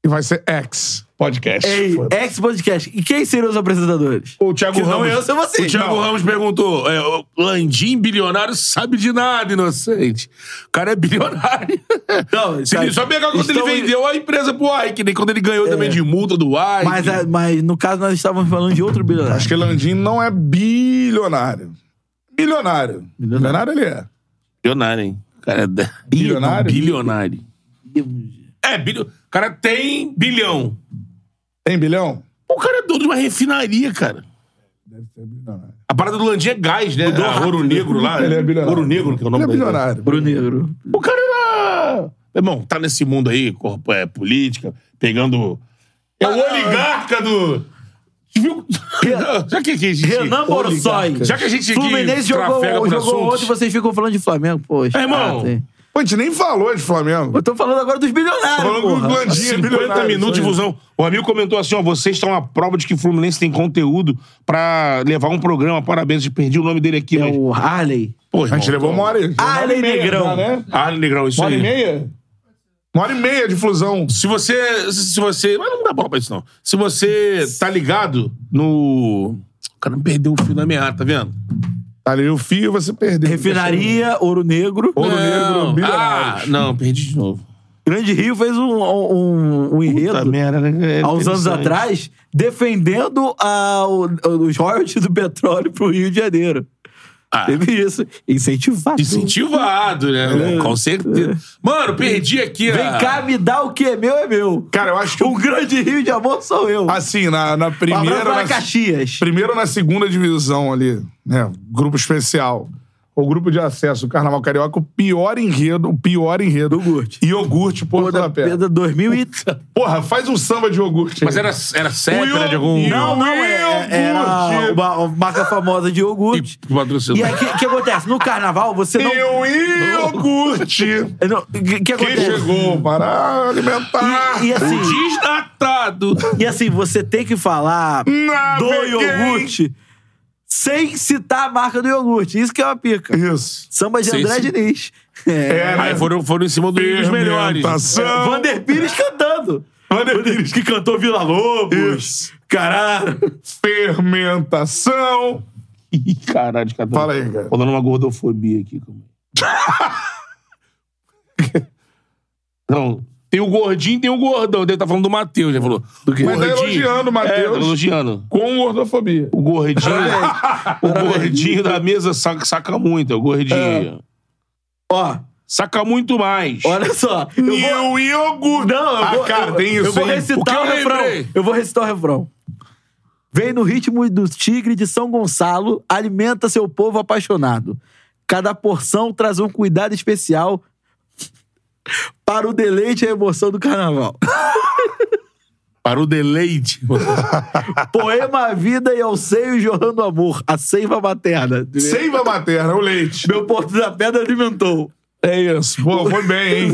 [SPEAKER 1] E vai ser X podcast.
[SPEAKER 3] Ei,
[SPEAKER 1] foda-se.
[SPEAKER 3] ex-podcast. E quem seriam os apresentadores?
[SPEAKER 1] é,
[SPEAKER 2] O Thiago
[SPEAKER 3] Que não é
[SPEAKER 2] Ramos.
[SPEAKER 3] eu, sou você.
[SPEAKER 2] O Thiago
[SPEAKER 3] Não.
[SPEAKER 2] Ramos perguntou: é, o Landim, bilionário, sabe de nada, inocente. O cara é bilionário. (laughs)
[SPEAKER 3] Não,
[SPEAKER 2] Se
[SPEAKER 3] tá-
[SPEAKER 2] ele só pegar quando
[SPEAKER 3] estão- É.
[SPEAKER 2] ele vendeu a empresa pro Ike, nem quando ele ganhou também de multa do Ike.
[SPEAKER 3] Mas, a- mas no caso nós estávamos falando de outro bilionário.
[SPEAKER 1] Acho que Landim não é bilionário. Bilionário. Bilionário ele é.
[SPEAKER 2] Bilionário, hein? O cara é da-
[SPEAKER 1] Bilionário?
[SPEAKER 2] Bilionário. É, bilho... o cara tem bilhão.
[SPEAKER 1] Tem bilhão?
[SPEAKER 2] O cara é dono de uma refinaria, cara.
[SPEAKER 1] Deve ser bilionário.
[SPEAKER 2] A parada do Landim é gás, né? Ah,
[SPEAKER 1] (laughs)
[SPEAKER 2] ouro negro lá.
[SPEAKER 1] Ele é bilionário.
[SPEAKER 2] Ouro negro, que é o
[SPEAKER 1] Ele
[SPEAKER 2] nome
[SPEAKER 1] é
[SPEAKER 2] da empresa.
[SPEAKER 1] bilionário.
[SPEAKER 3] Bruno Negro.
[SPEAKER 2] O cara era. Meu irmão, tá nesse mundo aí, corpo, é, política, pegando. É
[SPEAKER 3] Ah,
[SPEAKER 2] o oligarca do. Tu viu? Não, Já que, que a gente.
[SPEAKER 3] Renan Borossói.
[SPEAKER 2] Já que a gente
[SPEAKER 3] Fluminense jogou,
[SPEAKER 2] trafega por
[SPEAKER 3] jogou
[SPEAKER 2] assuntos.
[SPEAKER 3] outro e vocês ficam falando de Flamengo, poxa.
[SPEAKER 2] É, irmão.
[SPEAKER 1] Pô, a gente nem falou de Flamengo.
[SPEAKER 3] Eu tô falando agora dos bilionários,
[SPEAKER 1] Falando
[SPEAKER 3] porra. Assim,
[SPEAKER 1] do Landim, é
[SPEAKER 2] 50
[SPEAKER 1] bilionário.
[SPEAKER 2] minutos de
[SPEAKER 1] isso aí.
[SPEAKER 2] fusão. O amigo comentou assim: ó, vocês estão à prova de que o Fluminense tem conteúdo pra levar um programa. Parabéns, eu perdi o nome dele aqui.
[SPEAKER 3] É
[SPEAKER 2] mas-
[SPEAKER 3] o Harley.
[SPEAKER 2] Pô,
[SPEAKER 1] A gente levou uma hora e
[SPEAKER 3] Ah,
[SPEAKER 1] uma hora e
[SPEAKER 3] ele
[SPEAKER 1] meia,
[SPEAKER 3] negrão.
[SPEAKER 1] já, né?
[SPEAKER 2] Arlen Negrão, isso
[SPEAKER 1] Uma hora e
[SPEAKER 2] aí.
[SPEAKER 1] meia? Uma hora e meia de fusão.
[SPEAKER 2] Se você. Se você. Mas não dá bola pra isso, não. Se você tá ligado no. O cara me perdeu o fio da meada, tá vendo?
[SPEAKER 1] Tá ali o fio, você perdeu.
[SPEAKER 3] Refinaria, Ouro Negro.
[SPEAKER 1] Ouro Negro,
[SPEAKER 2] Ah,
[SPEAKER 1] bilionários.
[SPEAKER 2] não, perdi de novo.
[SPEAKER 3] Grande Rio fez um, um, um
[SPEAKER 2] Puta
[SPEAKER 3] enredo
[SPEAKER 2] merda, né? É
[SPEAKER 3] há uns anos
[SPEAKER 2] interessante.
[SPEAKER 3] atrás defendendo a, o- os royalties do petróleo pro Rio de Janeiro.
[SPEAKER 2] Ah.
[SPEAKER 3] Teve um isso. Incentivado.
[SPEAKER 2] Incentivado, né? Com certeza. Mano, perdi aqui
[SPEAKER 3] Vem
[SPEAKER 2] a...
[SPEAKER 3] cá, me dá o que é meu, é meu.
[SPEAKER 1] Cara, eu acho que.
[SPEAKER 3] O grande Rio de amor sou eu.
[SPEAKER 1] Assim, na, na
[SPEAKER 3] Um abraço
[SPEAKER 1] primeira.
[SPEAKER 3] para
[SPEAKER 1] na-
[SPEAKER 3] Caxias.
[SPEAKER 1] primeiro na segunda divisão ali, né? Grupo especial. O grupo de acesso, o Carnaval Carioca, o pior enredo, o pior enredo.
[SPEAKER 3] Iogurte.
[SPEAKER 1] Iogurte,
[SPEAKER 3] Pô,
[SPEAKER 1] Porto
[SPEAKER 3] da
[SPEAKER 1] da Pedra.
[SPEAKER 3] Pedra 2000 e...
[SPEAKER 1] Porra, faz um samba de iogurte.
[SPEAKER 2] Mas
[SPEAKER 1] aí.
[SPEAKER 2] era, era sério, era de algum...
[SPEAKER 1] Não, não
[SPEAKER 3] É, era
[SPEAKER 1] iogurte.
[SPEAKER 3] uma uma marca famosa de iogurte.
[SPEAKER 1] Tipo.
[SPEAKER 2] E patrocinador.
[SPEAKER 3] E aí, o que, que acontece? No carnaval, você não...
[SPEAKER 1] Eu iogurte.
[SPEAKER 3] não o que, que
[SPEAKER 1] Quem
[SPEAKER 3] acontece?
[SPEAKER 1] chegou para alimentar.
[SPEAKER 3] E, e assim,
[SPEAKER 2] O desnatado.
[SPEAKER 3] e assim, você tem que falar do
[SPEAKER 1] Naveguei.
[SPEAKER 3] iogurte sem citar a marca do iogurte. Isso que é uma pica.
[SPEAKER 1] Isso.
[SPEAKER 3] Samba de
[SPEAKER 2] Sim,
[SPEAKER 3] André
[SPEAKER 2] sim.
[SPEAKER 3] Diniz. É.
[SPEAKER 1] É,
[SPEAKER 2] Aí foram, foram em cima dos
[SPEAKER 3] um
[SPEAKER 2] melhores.
[SPEAKER 1] Fermentação.
[SPEAKER 3] Vander Pires cantando.
[SPEAKER 1] Vander Pires
[SPEAKER 3] que cantou Vila Lobos.
[SPEAKER 1] Isso.
[SPEAKER 3] Caralho.
[SPEAKER 1] Fermentação.
[SPEAKER 2] Ih, Caralho, de cada
[SPEAKER 1] Fala aí, cara.
[SPEAKER 2] Tô dando uma gordofobia aqui. calma
[SPEAKER 1] (laughs)
[SPEAKER 2] aí. Não, tem o gordinho e tem o gordão. Ele tá falando do Matheus, ele falou. Do
[SPEAKER 1] Mas tá elogiando o Matheus.
[SPEAKER 2] É, tá elogiando.
[SPEAKER 1] Com gordofobia.
[SPEAKER 2] O gordinho. o gordinho da mesa saca, saca muito, é o gordinho.
[SPEAKER 3] Ó,
[SPEAKER 2] Saca muito mais.
[SPEAKER 3] olha só. Eu vou-
[SPEAKER 1] o iogurte.
[SPEAKER 3] Não, eu
[SPEAKER 1] ah,
[SPEAKER 3] vou,
[SPEAKER 1] cara,
[SPEAKER 3] eu,
[SPEAKER 1] tem isso
[SPEAKER 3] eu vou
[SPEAKER 1] hein?
[SPEAKER 2] O que
[SPEAKER 3] recitar
[SPEAKER 2] eu
[SPEAKER 3] o, refrão.
[SPEAKER 2] lembrei?
[SPEAKER 3] Eu vou recitar o refrão. Vem no ritmo do tigre de São Gonçalo, alimenta seu povo apaixonado. Cada porção traz um cuidado especial (laughs) para o deleite e a emoção do carnaval.
[SPEAKER 2] Para o deleite.
[SPEAKER 3] Poema à vida e ao seio jorrando amor, a seiva materna.
[SPEAKER 1] Seiva materna, o leite.
[SPEAKER 3] Meu porto da pedra alimentou.
[SPEAKER 1] (laughs) É isso. Pô, foi bem, hein?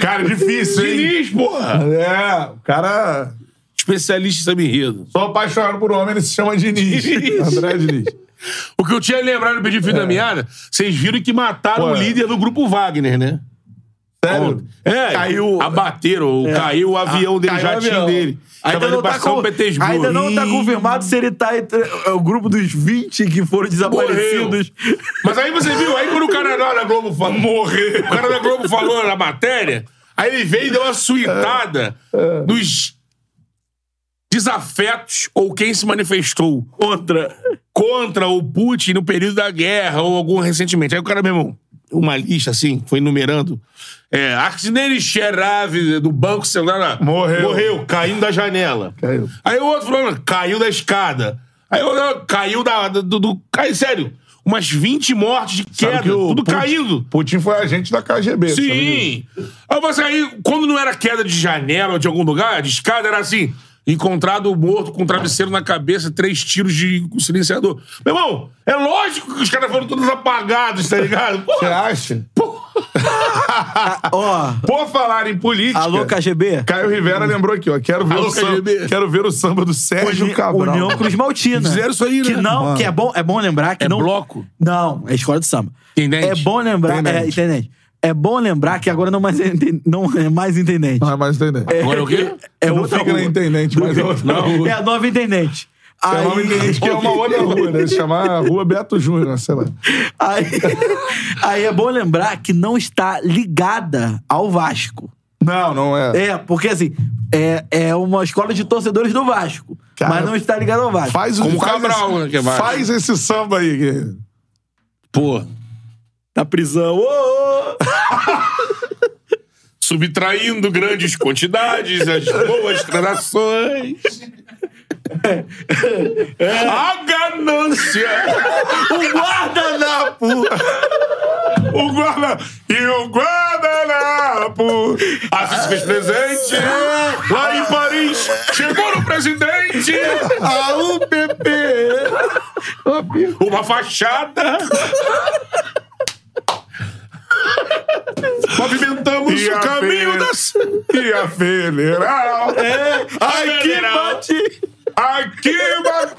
[SPEAKER 1] Cara, difícil, hein?
[SPEAKER 2] Diniz, porra!
[SPEAKER 1] É, o cara.
[SPEAKER 2] Especialista em samba enredo.
[SPEAKER 1] Sou apaixonado por homem, ele se chama Diniz.
[SPEAKER 2] Diniz.
[SPEAKER 1] (laughs) André Diniz.
[SPEAKER 2] O que eu tinha lembrado no pedido fim
[SPEAKER 3] É.
[SPEAKER 2] da meada, vocês viram que mataram
[SPEAKER 1] Pô,
[SPEAKER 2] o
[SPEAKER 1] é.
[SPEAKER 2] líder do grupo Wagner, né?
[SPEAKER 1] Sério?
[SPEAKER 2] É,
[SPEAKER 1] Caiu-
[SPEAKER 2] abateram, caiu o avião dele,
[SPEAKER 3] É. Caiu
[SPEAKER 2] o
[SPEAKER 3] o
[SPEAKER 2] um jatinho
[SPEAKER 3] avião.
[SPEAKER 2] dele.
[SPEAKER 3] Ainda
[SPEAKER 2] Tava
[SPEAKER 3] não,
[SPEAKER 2] indo pra
[SPEAKER 3] tá
[SPEAKER 2] São
[SPEAKER 3] com-
[SPEAKER 2] Petersburgo.
[SPEAKER 3] ainda não tá confirmado se ele tá entre é, o grupo dos 20 que foram desaparecidos.
[SPEAKER 2] Mas aí você viu, aí quando o cara da da Globo falou, morreu. O cara da Globo falou na matéria, aí ele veio e deu uma suitada
[SPEAKER 3] É.
[SPEAKER 2] dos desafetos ou quem se manifestou
[SPEAKER 3] Contra.
[SPEAKER 2] contra o Putin no período da guerra ou algum recentemente. Aí o cara mesmo, uma lista assim, foi numerando. É, Arsenal Xerave do Banco Celular
[SPEAKER 1] Morreu.
[SPEAKER 2] morreu, caindo da janela.
[SPEAKER 1] Caiu.
[SPEAKER 2] Aí o outro falando, caiu da escada. Aí o outro, caiu da. Do, do, do- cai, sério, umas 20 mortes de
[SPEAKER 1] Sabe
[SPEAKER 2] queda,
[SPEAKER 1] que o
[SPEAKER 2] tudo
[SPEAKER 1] Putin-
[SPEAKER 2] caindo.
[SPEAKER 1] Putin foi agente da KGB. sabe disso?
[SPEAKER 2] Sim! Aí você aí, quando não era queda de janela ou de algum lugar, de escada, era assim: encontrado morto com um travesseiro na cabeça, três tiros de com silenciador. Meu irmão, é lógico que os caras foram todos apagados, tá ligado?
[SPEAKER 1] Você
[SPEAKER 2] Porra,
[SPEAKER 1] acha?
[SPEAKER 3] Ó,
[SPEAKER 1] Por falar em política.
[SPEAKER 3] alô
[SPEAKER 2] é
[SPEAKER 3] KGB.
[SPEAKER 1] Caio Rivera lembrou aqui, ó. Quero ver,
[SPEAKER 2] Alô,
[SPEAKER 1] o, samba,
[SPEAKER 2] KGB.
[SPEAKER 1] quero ver o samba do Sérgio Cabral.
[SPEAKER 3] União
[SPEAKER 1] (laughs)
[SPEAKER 3] Cruz Maltina.
[SPEAKER 2] Fizeram isso aí, né?
[SPEAKER 3] Que não, que é bom, é bom lembrar que
[SPEAKER 2] É
[SPEAKER 3] não
[SPEAKER 2] bloco?
[SPEAKER 3] Não, é escola de samba.
[SPEAKER 2] Intendente?
[SPEAKER 3] É bom lembrar, é
[SPEAKER 1] Intendente.
[SPEAKER 3] intendente. É bom lembrar que agora não mais é inten- não é mais intendente.
[SPEAKER 1] Não é mais entender.
[SPEAKER 2] Agora é o quê?
[SPEAKER 3] É
[SPEAKER 1] não
[SPEAKER 3] outra
[SPEAKER 1] fica
[SPEAKER 3] rua.
[SPEAKER 1] na intendente, mas é outra rua.
[SPEAKER 3] É a nova intendente.
[SPEAKER 1] É
[SPEAKER 3] Aí-
[SPEAKER 1] o nome dele, que é uma
[SPEAKER 3] (laughs)
[SPEAKER 1] outra rua, né? Chamar Rua Beto Júnior, né? sei lá.
[SPEAKER 3] Aí, aí é bom lembrar que não está ligada ao Vasco.
[SPEAKER 1] Não, não é.
[SPEAKER 3] É, porque assim, é, é uma escola de torcedores do Vasco.
[SPEAKER 1] Cara,
[SPEAKER 3] mas não está ligada ao Vasco.
[SPEAKER 1] Faz o
[SPEAKER 2] Como
[SPEAKER 1] faz
[SPEAKER 2] Cabral,
[SPEAKER 1] esse,
[SPEAKER 2] né, que é mais.
[SPEAKER 1] Faz esse samba aí, guerreiro.
[SPEAKER 2] Pô,
[SPEAKER 3] Na prisão.
[SPEAKER 1] (laughs)
[SPEAKER 3] Ô, ô.
[SPEAKER 2] subtraindo grandes quantidades, as boas transações. A ganância.
[SPEAKER 3] O guardanapo!
[SPEAKER 1] O guarda e o guardanapo.
[SPEAKER 2] Assim se fez presente. Lá em Paris, chegou no presidente.
[SPEAKER 1] A UPP.
[SPEAKER 2] Uma fachada. Pavimentamos
[SPEAKER 1] E
[SPEAKER 2] o
[SPEAKER 1] a
[SPEAKER 2] caminho
[SPEAKER 1] fe-
[SPEAKER 2] das.
[SPEAKER 1] E a federal.
[SPEAKER 3] É, aqui
[SPEAKER 2] Federal.
[SPEAKER 3] bate!
[SPEAKER 2] Aqui, mano.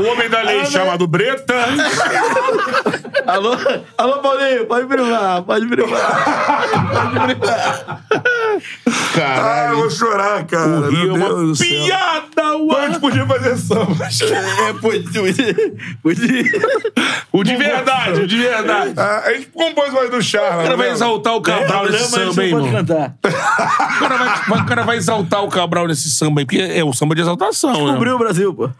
[SPEAKER 2] O homem da lei chamado Breta.
[SPEAKER 3] Alô, alô, Paulinho, pode privar, pode privar.
[SPEAKER 1] Ah, eu vou chorar, cara.
[SPEAKER 2] o Rio
[SPEAKER 1] Meu
[SPEAKER 2] é uma
[SPEAKER 1] Deus do céu.
[SPEAKER 2] piada,
[SPEAKER 1] A
[SPEAKER 2] uai.
[SPEAKER 1] gente podia fazer samba.
[SPEAKER 3] É, podia.
[SPEAKER 2] O de verdade, o de verdade. O
[SPEAKER 1] Ah, a gente compôs mais do Charla. não
[SPEAKER 2] cara
[SPEAKER 1] é
[SPEAKER 2] vai
[SPEAKER 1] lembra?
[SPEAKER 2] exaltar o
[SPEAKER 1] um
[SPEAKER 2] Cabral nesse samba aí, mano.
[SPEAKER 3] cantar.
[SPEAKER 2] O cara, vai, o cara vai exaltar o Cabral nesse samba aí, porque é um samba de exaltação, né?
[SPEAKER 3] Descobriu o Brasil, pô.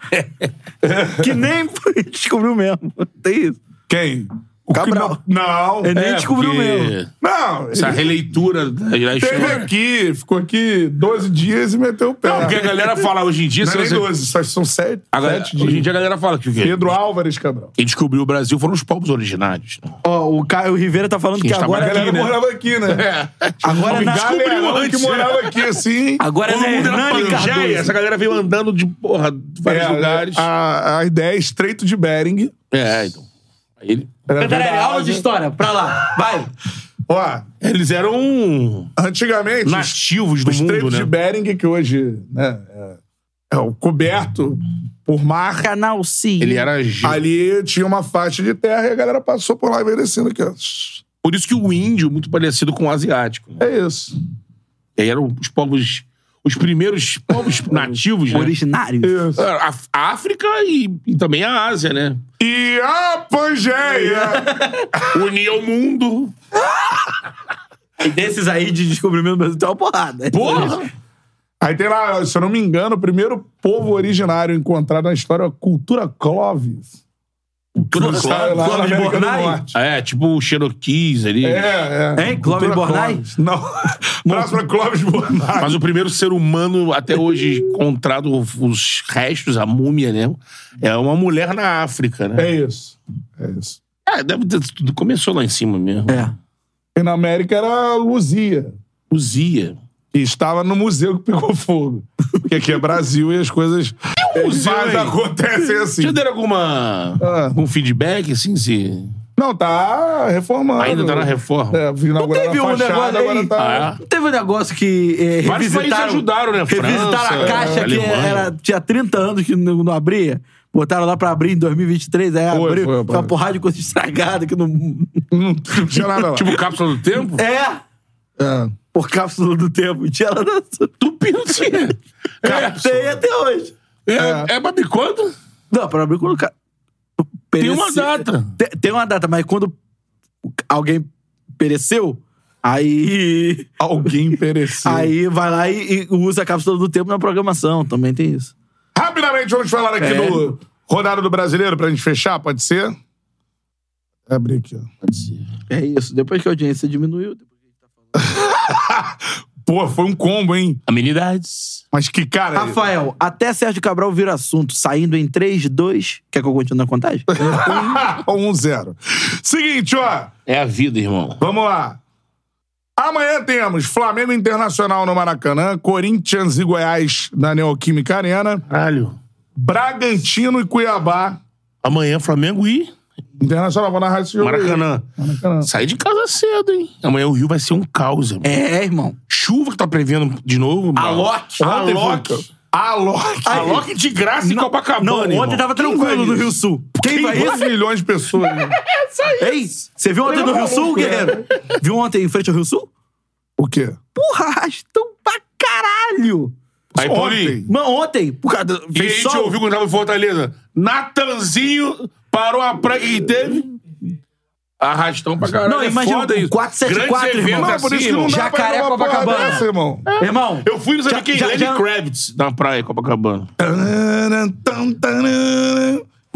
[SPEAKER 3] que nem foi- descobriu mesmo. Tem isso.
[SPEAKER 1] Quem? O
[SPEAKER 3] Cabral.
[SPEAKER 1] que Não.
[SPEAKER 3] É
[SPEAKER 1] Não.
[SPEAKER 3] nem descobriu
[SPEAKER 2] porque
[SPEAKER 3] mesmo.
[SPEAKER 1] Não.
[SPEAKER 2] Essa releitura da da
[SPEAKER 1] Teve
[SPEAKER 2] história.
[SPEAKER 1] aqui, ficou aqui 12 dias e meteu o pé.
[SPEAKER 2] né? Não, porque a galera fala hoje em dia...
[SPEAKER 1] Não
[SPEAKER 2] se
[SPEAKER 1] é nem
[SPEAKER 2] você-
[SPEAKER 1] 12, só são 7,
[SPEAKER 2] a galera- hoje em dia a galera fala que o quê?
[SPEAKER 1] Pedro Álvares Cabral.
[SPEAKER 2] Quem descobriu o Brasil foram os povos originários. né?
[SPEAKER 3] Ó, o Caio Rivera tá falando que,
[SPEAKER 2] Quem está
[SPEAKER 1] A
[SPEAKER 3] agora.
[SPEAKER 2] mais
[SPEAKER 1] galera
[SPEAKER 2] Aqui, né?
[SPEAKER 1] morava aqui, né?
[SPEAKER 3] Agora
[SPEAKER 1] O
[SPEAKER 3] na-
[SPEAKER 1] galerão
[SPEAKER 2] descobriu antes,
[SPEAKER 1] que
[SPEAKER 2] né?
[SPEAKER 1] morava aqui, assim.
[SPEAKER 3] Agora
[SPEAKER 2] Todo
[SPEAKER 3] é
[SPEAKER 2] mundo era
[SPEAKER 3] Hernani
[SPEAKER 2] Pangeia,
[SPEAKER 3] Cardoso.
[SPEAKER 2] essa galera veio andando de porra, vários
[SPEAKER 1] É,
[SPEAKER 2] lugares.
[SPEAKER 1] A, a ideia é Estreito de Bering.
[SPEAKER 2] É, então. Aí ele-
[SPEAKER 1] Era
[SPEAKER 3] Peraí,
[SPEAKER 1] da
[SPEAKER 3] aula de
[SPEAKER 1] Ásia.
[SPEAKER 3] história, pra lá. Vai.
[SPEAKER 1] Ó,
[SPEAKER 2] Eles eram
[SPEAKER 1] antigamente, os
[SPEAKER 2] nativos do
[SPEAKER 1] o Estreito
[SPEAKER 2] mundo,
[SPEAKER 1] de
[SPEAKER 2] né?
[SPEAKER 1] Bering, que hoje né, é, é o coberto por mar,
[SPEAKER 3] Canal Sim.
[SPEAKER 2] Ele é era... ge-
[SPEAKER 1] ali tinha uma faixa de terra e a galera passou por lá envelhecendo aqui. ó.
[SPEAKER 2] Por isso que o índio é muito parecido com o asiático. né?
[SPEAKER 1] É isso.
[SPEAKER 2] E aí eram os povos... Os primeiros (laughs) povos nativos, né?
[SPEAKER 3] Originário.
[SPEAKER 1] isso.
[SPEAKER 2] A a África e, e também a Ásia, né?
[SPEAKER 1] E a Pangeia!
[SPEAKER 3] (laughs)
[SPEAKER 2] Unia o mundo.
[SPEAKER 3] E desses aí de descobrimento do Brasil tem uma porrada.
[SPEAKER 2] Porra!
[SPEAKER 1] Aí tem lá, se eu não me engano, o primeiro povo originário encontrado na história é a cultura Clovis.
[SPEAKER 2] Tudo
[SPEAKER 1] Sabe, lá na
[SPEAKER 3] Clovis
[SPEAKER 1] América do
[SPEAKER 3] Bornai?
[SPEAKER 1] Norte.
[SPEAKER 2] É, tipo o Cherokees ali.
[SPEAKER 1] É, é.
[SPEAKER 3] Hein? Clóvis
[SPEAKER 1] Cultura
[SPEAKER 3] Bornai?
[SPEAKER 1] Clóvis.
[SPEAKER 3] (laughs)
[SPEAKER 1] Não. Próximo é Clóvis Bornai.
[SPEAKER 2] Mas o primeiro ser humano até hoje encontrado os restos, a múmia, né? É uma mulher na África, né?
[SPEAKER 1] É isso. É isso.
[SPEAKER 2] É, deve ter, tudo começou lá em cima mesmo.
[SPEAKER 3] É.
[SPEAKER 1] E na América era a Luzia,
[SPEAKER 2] Uzia.
[SPEAKER 1] que estava no museu que pegou (laughs) fogo. Porque aqui é Brasil e as coisas
[SPEAKER 2] museu
[SPEAKER 1] mas
[SPEAKER 2] aí?
[SPEAKER 1] acontecem assim.
[SPEAKER 2] Já deram alguma
[SPEAKER 1] Ah.
[SPEAKER 2] algum feedback, assim, se
[SPEAKER 1] Não, tá reformando.
[SPEAKER 2] ainda tá na reforma?
[SPEAKER 1] É,
[SPEAKER 3] Não
[SPEAKER 1] inaugurando
[SPEAKER 3] teve
[SPEAKER 1] a
[SPEAKER 3] um
[SPEAKER 1] fachada,
[SPEAKER 3] negócio
[SPEAKER 1] agora
[SPEAKER 3] aí.
[SPEAKER 1] tá...
[SPEAKER 2] Ah, é?
[SPEAKER 3] Não Teve um negócio que. É,
[SPEAKER 2] Vários países
[SPEAKER 3] revisitaram-
[SPEAKER 2] ajudaram, né?
[SPEAKER 3] Revisitaram
[SPEAKER 2] França,
[SPEAKER 3] a caixa que
[SPEAKER 2] Alemanha.
[SPEAKER 3] era, tinha 30 anos que não, não abria. Botaram lá pra abrir em 2023, aí
[SPEAKER 1] Foi,
[SPEAKER 3] abriu.
[SPEAKER 1] foi,
[SPEAKER 3] Foi, uma
[SPEAKER 1] foi.
[SPEAKER 3] porrada de coisa estragada que não.
[SPEAKER 1] Não tinha nada lá.
[SPEAKER 2] Tipo cápsula do tempo?
[SPEAKER 3] É!
[SPEAKER 1] É.
[SPEAKER 3] Por cápsula do tempo. Tinha ela na.
[SPEAKER 2] Tupindo tinha.
[SPEAKER 3] É, tem até hoje.
[SPEAKER 2] É, é, é mas quando?
[SPEAKER 3] Não, pra abrir quando. o ca-
[SPEAKER 2] Tem uma
[SPEAKER 3] perece-
[SPEAKER 2] data.
[SPEAKER 3] Te- Tem, uma data, mas quando alguém pereceu, aí.
[SPEAKER 1] Alguém pereceu.
[SPEAKER 3] Aí vai lá e, e usa a cápsula do tempo na programação. Também tem isso.
[SPEAKER 1] Rapidamente, vamos falar aqui
[SPEAKER 3] É.
[SPEAKER 1] do Rodada do Brasileiro pra gente fechar, pode ser? Vou Abrir aqui, ó.
[SPEAKER 3] É isso. Depois que a audiência diminuiu.
[SPEAKER 1] Pô, foi um combo, hein?
[SPEAKER 2] Amenidades.
[SPEAKER 1] Mas que cara. é (laughs)
[SPEAKER 3] Rafael, até Sérgio Cabral vira assunto, saindo em 3, 2. Quer que eu continue na (laughs) contagem?
[SPEAKER 1] 1-0. Seguinte, ó.
[SPEAKER 2] É a vida, irmão.
[SPEAKER 1] Vamos lá. Amanhã temos Flamengo Internacional no Maracanã, Corinthians e Goiás na Neoquímica Arena,
[SPEAKER 2] Caralho.
[SPEAKER 1] Bragantino e Cuiabá.
[SPEAKER 2] Amanhã, Flamengo e
[SPEAKER 1] Internacional, vou narrar esse jogo. aí.
[SPEAKER 2] Maracanã.
[SPEAKER 1] Maracanã.
[SPEAKER 2] Sai de casa cedo, hein? Amanhã o Rio vai ser um caos, irmão.
[SPEAKER 3] É, irmão.
[SPEAKER 2] Chuva que tá prevendo de novo. mano.
[SPEAKER 3] Alok.
[SPEAKER 1] Ontem foi- um
[SPEAKER 2] Alok.
[SPEAKER 1] Alok.
[SPEAKER 2] Alok de graça em Copacabana.
[SPEAKER 3] Não, ontem
[SPEAKER 2] irmão.
[SPEAKER 3] tava tranquilo no Rio Sul. Quem vai isso?
[SPEAKER 1] milhões de pessoas. né?
[SPEAKER 3] Ei, É você viu ontem no Rio Sul, guerreiro? Viu ontem em frente ao Rio Sul?
[SPEAKER 1] o quê?
[SPEAKER 3] Porra, arrastou pra caralho!
[SPEAKER 2] Aí, Paulinho.
[SPEAKER 1] Ontem.
[SPEAKER 3] Não, ontem, por causa do.
[SPEAKER 2] E a gente ouviu quando tava em Fortaleza. Natanzinho parou a praga que teve. Arrastão pra caralho.
[SPEAKER 3] Não, imagina
[SPEAKER 2] é foda
[SPEAKER 3] um
[SPEAKER 2] isso.
[SPEAKER 3] 474,
[SPEAKER 2] Grandes
[SPEAKER 3] irmão.
[SPEAKER 2] eventos
[SPEAKER 3] Não, é
[SPEAKER 1] por isso
[SPEAKER 2] assim,
[SPEAKER 1] que não
[SPEAKER 2] irmão.
[SPEAKER 1] dá
[SPEAKER 3] Jacaré
[SPEAKER 1] pra ir numa porra
[SPEAKER 3] Copacabana.
[SPEAKER 1] dessa, irmão.
[SPEAKER 3] Irmão,
[SPEAKER 2] Eu fui, não sabia
[SPEAKER 3] Já-
[SPEAKER 2] quem?
[SPEAKER 3] já-
[SPEAKER 2] Lenny
[SPEAKER 3] já-
[SPEAKER 2] Kravitz, na praia, Copacabana.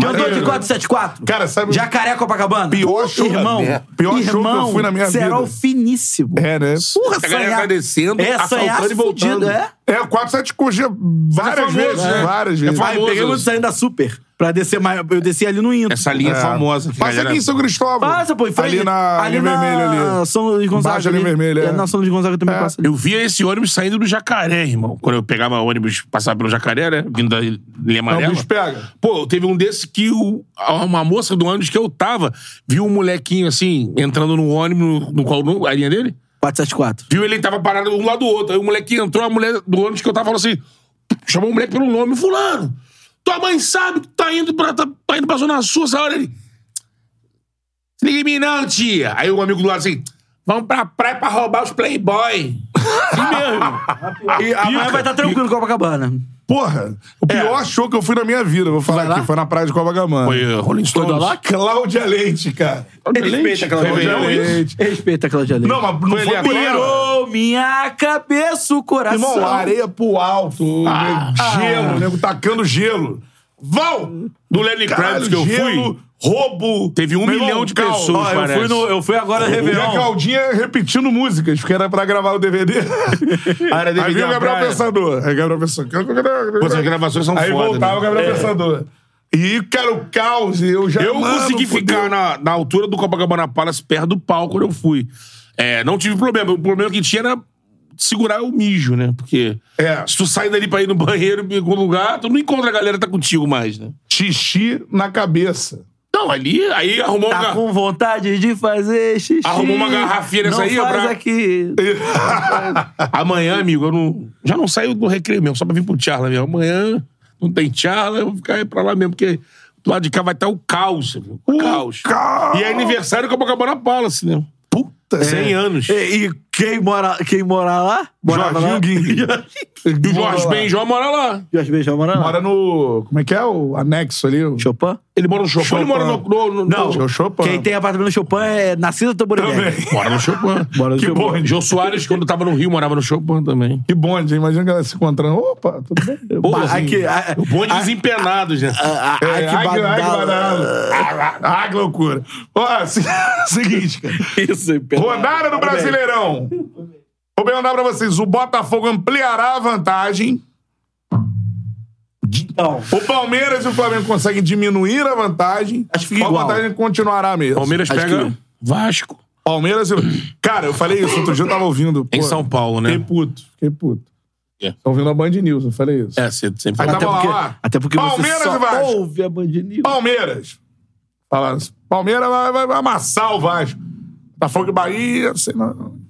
[SPEAKER 3] Cantor de 474.
[SPEAKER 1] Cara, sabe-
[SPEAKER 3] Jacaré Copacabana.
[SPEAKER 1] Pior show da
[SPEAKER 3] irmão,
[SPEAKER 1] merda. Pior show que eu
[SPEAKER 3] irmão,
[SPEAKER 1] fui na minha vida.
[SPEAKER 3] Serol finíssimo.
[SPEAKER 1] É, né?
[SPEAKER 3] Porra,
[SPEAKER 2] A galera
[SPEAKER 3] sonhar-
[SPEAKER 2] tá descendo,
[SPEAKER 3] É, sonhar
[SPEAKER 2] assaltando e voltando.
[SPEAKER 3] fudido, é.
[SPEAKER 1] É, o 47 cogia várias
[SPEAKER 2] famoso,
[SPEAKER 1] vezes.
[SPEAKER 2] né?
[SPEAKER 1] Várias vezes.
[SPEAKER 2] É
[SPEAKER 3] Aí
[SPEAKER 2] famoso.
[SPEAKER 3] pegamos saindo da Super. Pra descer mais. Eu desci ali no Indo.
[SPEAKER 2] Essa linha é famosa. que a
[SPEAKER 1] Passa
[SPEAKER 2] galera-
[SPEAKER 1] aqui em São Cristóvão.
[SPEAKER 3] Passa, pô, em frente.
[SPEAKER 1] Ali na
[SPEAKER 3] ali
[SPEAKER 1] ali
[SPEAKER 3] na
[SPEAKER 1] vermelho ali.
[SPEAKER 3] São Luís Gonzaga.
[SPEAKER 1] Baixa ali vermelho, é.
[SPEAKER 3] é. Na São Luís Gonzaga também passa ali.
[SPEAKER 2] Eu via esse ônibus saindo do Jacaré, irmão. Quando eu pegava ônibus, passava pelo Jacaré, né? Vindo da Ilha
[SPEAKER 1] Não, o
[SPEAKER 2] Amarela.
[SPEAKER 1] bicho pega.
[SPEAKER 2] Pô, teve um desse que o- uma moça do ônibus que eu tava viu um molequinho assim, entrando no ônibus, no, no qual no- a linha dele?
[SPEAKER 3] 474.
[SPEAKER 2] Viu ele tava parado um lado do outro. Aí o molequinho entrou, a mulher do ônibus que eu tava falou assim: chamou o moleque pelo nome, Fulano. Tua mãe sabe que tu tá indo pra, tá, tá indo pra Zona Sul essa hora. Ele. "Se Liga em mim, não, tia. Aí um amigo do lado assim: vamos pra praia pra roubar os Playboy. Sim mesmo.
[SPEAKER 1] E a
[SPEAKER 3] Mas
[SPEAKER 1] marca-
[SPEAKER 3] vai estar tranquilo com Copacabana.
[SPEAKER 1] Porra,
[SPEAKER 2] É.
[SPEAKER 1] o pior show que eu fui na minha vida, vou falar aqui, foi na praia de Copacabana.
[SPEAKER 2] Foi uh, Rolling Stones.
[SPEAKER 3] do Alok?
[SPEAKER 1] Cláudia Leite, cara.
[SPEAKER 2] Leite,
[SPEAKER 3] aquela
[SPEAKER 2] Cláudia
[SPEAKER 1] Cláudia
[SPEAKER 2] Leite.
[SPEAKER 1] Leite.
[SPEAKER 3] Respeita a Cláudia Leite.
[SPEAKER 1] Não, mas não foi,
[SPEAKER 2] Foi
[SPEAKER 1] foi
[SPEAKER 2] ali
[SPEAKER 1] por ela.
[SPEAKER 3] Tirou minha cabeça, o coração.
[SPEAKER 1] Irmão, areia pro alto,
[SPEAKER 2] Ah.
[SPEAKER 1] nego, gelo, nego tacando gelo. Val!
[SPEAKER 2] Do Lenny
[SPEAKER 1] Caralho,
[SPEAKER 2] Kravitz que eu
[SPEAKER 1] gelo,
[SPEAKER 2] fui,
[SPEAKER 1] roubo.
[SPEAKER 2] teve um
[SPEAKER 1] Meu irmão,
[SPEAKER 2] milhão de
[SPEAKER 1] cal-
[SPEAKER 2] pessoas,
[SPEAKER 1] Ó,
[SPEAKER 2] parece.
[SPEAKER 4] eu, fui no, eu fui agora no
[SPEAKER 1] E a
[SPEAKER 4] Réveillon.
[SPEAKER 1] Claudinha repetindo músicas, porque era pra gravar o
[SPEAKER 2] (laughs)
[SPEAKER 1] DVD.
[SPEAKER 2] Ah, era DVD
[SPEAKER 1] Aí viu o
[SPEAKER 2] na
[SPEAKER 1] Gabriel
[SPEAKER 2] praia.
[SPEAKER 1] Pensador. Aí Gabriel Pensador.
[SPEAKER 2] Pô, essas gravações são
[SPEAKER 1] Aí
[SPEAKER 2] foda,
[SPEAKER 1] voltava
[SPEAKER 2] né?
[SPEAKER 1] o Gabriel Pensador. E, cara, o caos, eu já.
[SPEAKER 2] Eu
[SPEAKER 1] Mano,
[SPEAKER 2] consegui
[SPEAKER 1] fudeu.
[SPEAKER 2] ficar na, na altura do Copacabana Palace, perto do palco onde eu fui. É, não tive problema. O problema que tinha era segurar o mijo, né? Porque
[SPEAKER 1] É.
[SPEAKER 2] se tu sai dali pra ir no banheiro, em algum lugar, tu não encontra a galera que tá contigo mais, né?
[SPEAKER 1] Xixi na
[SPEAKER 2] (laughs)
[SPEAKER 1] cabeça.
[SPEAKER 2] Não, ali, aí arrumou um
[SPEAKER 3] Tá
[SPEAKER 2] gar-
[SPEAKER 3] com vontade de fazer xixi.
[SPEAKER 2] Arrumou uma garrafinha nessa
[SPEAKER 3] não
[SPEAKER 2] aí,
[SPEAKER 3] faz
[SPEAKER 2] Abra?
[SPEAKER 3] aqui.
[SPEAKER 2] Amanhã, amigo, eu não... já não saio do recreio mesmo, só pra vir pro Charla mesmo. Amanhã não tem Charla, eu vou ficar pra lá mesmo, porque do lado de cá vai estar o caos, viu? O caos.
[SPEAKER 1] caos.
[SPEAKER 2] E é aniversário do Copacabana Palace, né?
[SPEAKER 1] Puta.
[SPEAKER 2] 100 anos.
[SPEAKER 3] E, e quem, mora, quem mora lá? Morava
[SPEAKER 1] Jorginho
[SPEAKER 3] lá? (laughs)
[SPEAKER 1] Guingue.
[SPEAKER 2] E o Jorge Benjó mora lá.
[SPEAKER 3] Jorge Beijão mora lá.
[SPEAKER 1] Mora no. Como é que é o anexo ali? O...
[SPEAKER 3] Chopin?
[SPEAKER 2] Ele mora no Chopin. Ele mora no, no, no-
[SPEAKER 3] Não,
[SPEAKER 1] acho que é o Chopin.
[SPEAKER 3] quem tem apartamento no Chopin é Nascida Tamborelli.
[SPEAKER 2] Mora no Chopin.
[SPEAKER 3] Mora no
[SPEAKER 2] que
[SPEAKER 3] Chopin.
[SPEAKER 2] bom. Jô Soares, quando tava no Rio, morava no Chopin também.
[SPEAKER 1] Que bonde, hein? imagina que ela se encontrando. Opa, tudo bem?
[SPEAKER 2] Porra, assim, um
[SPEAKER 3] aqui, a-
[SPEAKER 2] o bonde dos empenados, né?
[SPEAKER 3] Ah, ah,
[SPEAKER 1] É,
[SPEAKER 3] que
[SPEAKER 1] ai, que ai, que
[SPEAKER 3] badala.
[SPEAKER 1] badala. Ah, que loucura. Ó, se- (laughs) seguinte, cara.
[SPEAKER 3] Isso, aí, pera-
[SPEAKER 1] Rodada do Brasileirão. Vou perguntar pra vocês. O Botafogo ampliará a vantagem.
[SPEAKER 3] Então,
[SPEAKER 1] O Palmeiras e o Flamengo conseguem diminuir a vantagem.
[SPEAKER 3] Acho que fica
[SPEAKER 1] Ou
[SPEAKER 3] igual.
[SPEAKER 1] A vantagem continuará mesmo.
[SPEAKER 2] Palmeiras
[SPEAKER 3] acho
[SPEAKER 2] pega
[SPEAKER 3] que-
[SPEAKER 2] Vasco.
[SPEAKER 1] Palmeiras e... Cara, eu falei isso. Outro dia eu tava ouvindo.
[SPEAKER 2] Em
[SPEAKER 1] pô,
[SPEAKER 2] São Paulo, né?
[SPEAKER 1] Fiquei puto. Fiquei puto.
[SPEAKER 2] É.
[SPEAKER 1] Tô ouvindo a Band News. Eu falei isso.
[SPEAKER 2] É, você sempre
[SPEAKER 1] Aí
[SPEAKER 2] fala.
[SPEAKER 3] até,
[SPEAKER 1] tava
[SPEAKER 3] porque,
[SPEAKER 1] lá.
[SPEAKER 3] até porque
[SPEAKER 1] Palmeiras
[SPEAKER 3] você
[SPEAKER 1] e Vasco.
[SPEAKER 3] só ouve a Band News.
[SPEAKER 1] Palmeiras. Falaram assim, Palmeiras vai, vai- vai amassar o Vasco. Botafogo e Bahia, não sei não.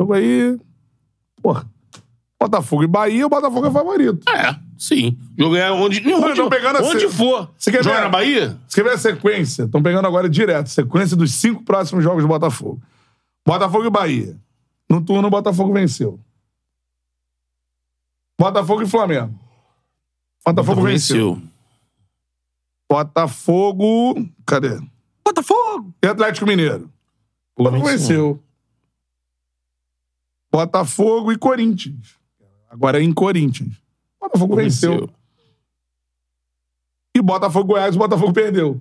[SPEAKER 1] Jogo aí. Porra. Botafogo e Bahia, o Botafogo é favorito.
[SPEAKER 2] É, sim. Jogar onde,
[SPEAKER 1] Não,
[SPEAKER 2] onde,
[SPEAKER 1] não pegando a
[SPEAKER 2] onde
[SPEAKER 1] cena.
[SPEAKER 2] for.
[SPEAKER 1] Você quer
[SPEAKER 2] Joga
[SPEAKER 1] ver?
[SPEAKER 2] na Bahia?
[SPEAKER 1] Se quer ver a sequência, estão pegando agora direto sequência dos cinco próximos jogos do Botafogo. Botafogo e Bahia. No turno, o Botafogo venceu. Botafogo e Flamengo. Botafogo, venceu. Botafogo. Cadê?
[SPEAKER 3] Botafogo!
[SPEAKER 1] E Atlético Mineiro. O Botafogo venceu. Botafogo e Corinthians. Agora é em Corinthians. Botafogo venceu.
[SPEAKER 2] Venceu.
[SPEAKER 1] E Botafogo e Goiás, o Botafogo perdeu.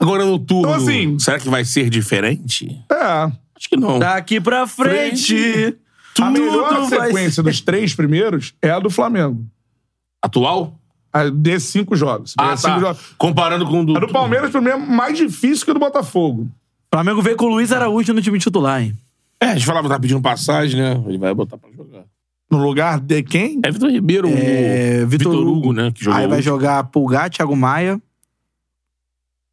[SPEAKER 2] Agora no turno.
[SPEAKER 1] Então, assim-
[SPEAKER 2] será que vai ser diferente?
[SPEAKER 1] É.
[SPEAKER 2] Acho que não.
[SPEAKER 3] Daqui pra frente,
[SPEAKER 1] a melhor
[SPEAKER 3] tudo vai
[SPEAKER 1] sequência dos três primeiros é a do Flamengo.
[SPEAKER 2] Atual?
[SPEAKER 1] A de cinco jogos.
[SPEAKER 2] Ah,
[SPEAKER 1] De cinco
[SPEAKER 2] tá.
[SPEAKER 1] jogos.
[SPEAKER 2] Comparando com o do.
[SPEAKER 1] A do Palmeiras, pra mim, assim, é mais difícil que a do Botafogo.
[SPEAKER 3] Flamengo veio com o Luiz Araújo no time titular, hein?
[SPEAKER 2] É, a gente falava, tá pedindo passagem, né? Ele vai botar pra jogar.
[SPEAKER 1] No lugar de quem?
[SPEAKER 2] É Vitor Ribeiro,
[SPEAKER 3] É,
[SPEAKER 2] o
[SPEAKER 3] Vitor
[SPEAKER 2] Vitor
[SPEAKER 3] Hugo.
[SPEAKER 2] Hugo, né? Que jogou.
[SPEAKER 3] Aí vai jogar Pulgar, Thiago Maia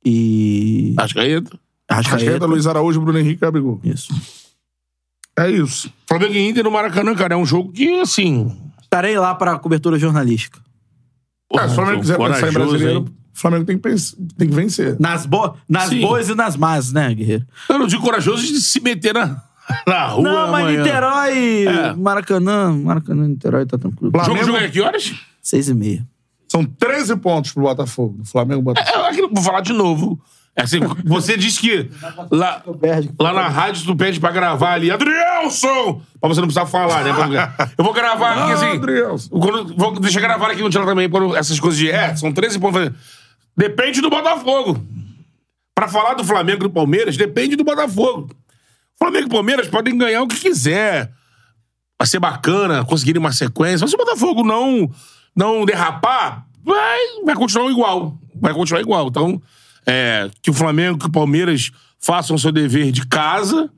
[SPEAKER 3] e...
[SPEAKER 2] Acho que aí. entra.
[SPEAKER 3] é
[SPEAKER 1] Rascaeta, Luiz Araújo, Bruno Henrique e Gabigol.
[SPEAKER 3] Isso.
[SPEAKER 1] É isso.
[SPEAKER 2] Flamengo e Inter no Maracanã, cara, é um jogo que, assim.
[SPEAKER 3] Estarei lá pra cobertura jornalística.
[SPEAKER 1] É, se o Flamengo quiser pensar em
[SPEAKER 2] corajoso,
[SPEAKER 1] brasileiro,
[SPEAKER 2] hein?
[SPEAKER 1] o Flamengo tem que, pens- tem que vencer.
[SPEAKER 3] Nas, bo... Nas
[SPEAKER 2] Sim.
[SPEAKER 3] boas e nas más, né, Guerreiro?
[SPEAKER 2] Eu não digo corajoso de se meter na, na rua.
[SPEAKER 3] Não, mas
[SPEAKER 2] amanhã.
[SPEAKER 3] Niterói,
[SPEAKER 2] É.
[SPEAKER 3] Maracanã, Maracanã, Niterói tá tranquilo.
[SPEAKER 2] O jogo
[SPEAKER 1] Flamengo-
[SPEAKER 2] joga que horas?
[SPEAKER 3] Seis e meia.
[SPEAKER 1] São 13 pontos pro Botafogo. Do Flamengo Botafogo.
[SPEAKER 2] É, aquilo- vou falar de novo. É assim, (laughs) você disse que lá,
[SPEAKER 3] Então.
[SPEAKER 2] lá na rádio tu pede pra gravar ali, Adrielson! Pra você não precisar falar, né? Pra- Eu vou gravar
[SPEAKER 3] Ah,
[SPEAKER 2] aqui assim.
[SPEAKER 1] Adrielson.
[SPEAKER 2] Quando, vou deixar gravar aqui no tela também, quando essas coisas de. É, são 13 pontos. Depende do Botafogo. Pra falar do Flamengo e do Palmeiras, depende do Botafogo. Flamengo e Palmeiras podem ganhar o que quiser. Vai ser bacana, conseguirem uma sequência. Mas se o Botafogo não, não derrapar, vai, vai continuar igual. Vai continuar igual. Então, é, que o Flamengo e o Palmeiras façam o seu dever de casa,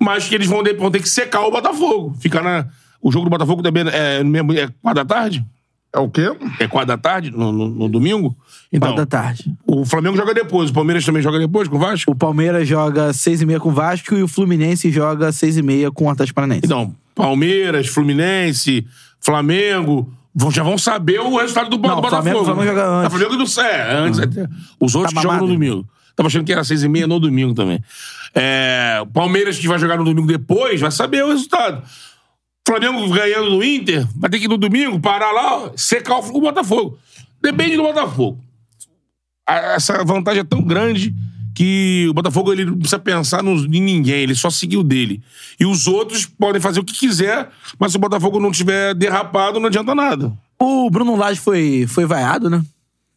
[SPEAKER 2] mas que eles vão, de- vão ter que secar o Botafogo. Ficar na. O jogo do Botafogo também é, no mesmo, é quatro da tarde?
[SPEAKER 1] É o quê?
[SPEAKER 2] É quatro da tarde, no, no- no domingo? Então,
[SPEAKER 3] Quatro da tarde.
[SPEAKER 2] o Flamengo joga depois, o Palmeiras também joga depois com o Vasco?
[SPEAKER 3] O Palmeiras joga seis e meia com o Vasco e o Fluminense joga seis e meia com o Atlético Paranaense.
[SPEAKER 2] Então, Palmeiras, Fluminense, Flamengo, vão- já vão saber o resultado do, Bo-
[SPEAKER 3] Não,
[SPEAKER 2] do Botafogo. Tá
[SPEAKER 3] Flamengo- Flamengo joga antes.
[SPEAKER 2] Ah, Flamengo do, é, antes. até. Os outros
[SPEAKER 3] Tá
[SPEAKER 2] que jogam no
[SPEAKER 3] mamado.
[SPEAKER 2] domingo. Tava achando que era seis e meia no domingo também. É, o Palmeiras que vai jogar no domingo depois, vai saber o resultado. Flamengo ganhando no Inter, vai ter que ir no domingo, parar lá, secar o o Botafogo. Depende do Botafogo. A- Essa vantagem é tão grande que o Botafogo ele não precisa pensar nos- em ninguém, ele só seguiu dele. E os outros podem fazer o que quiser, mas se o Botafogo não tiver derrapado, não adianta nada.
[SPEAKER 3] O Bruno Lage foi, foi vaiado, né?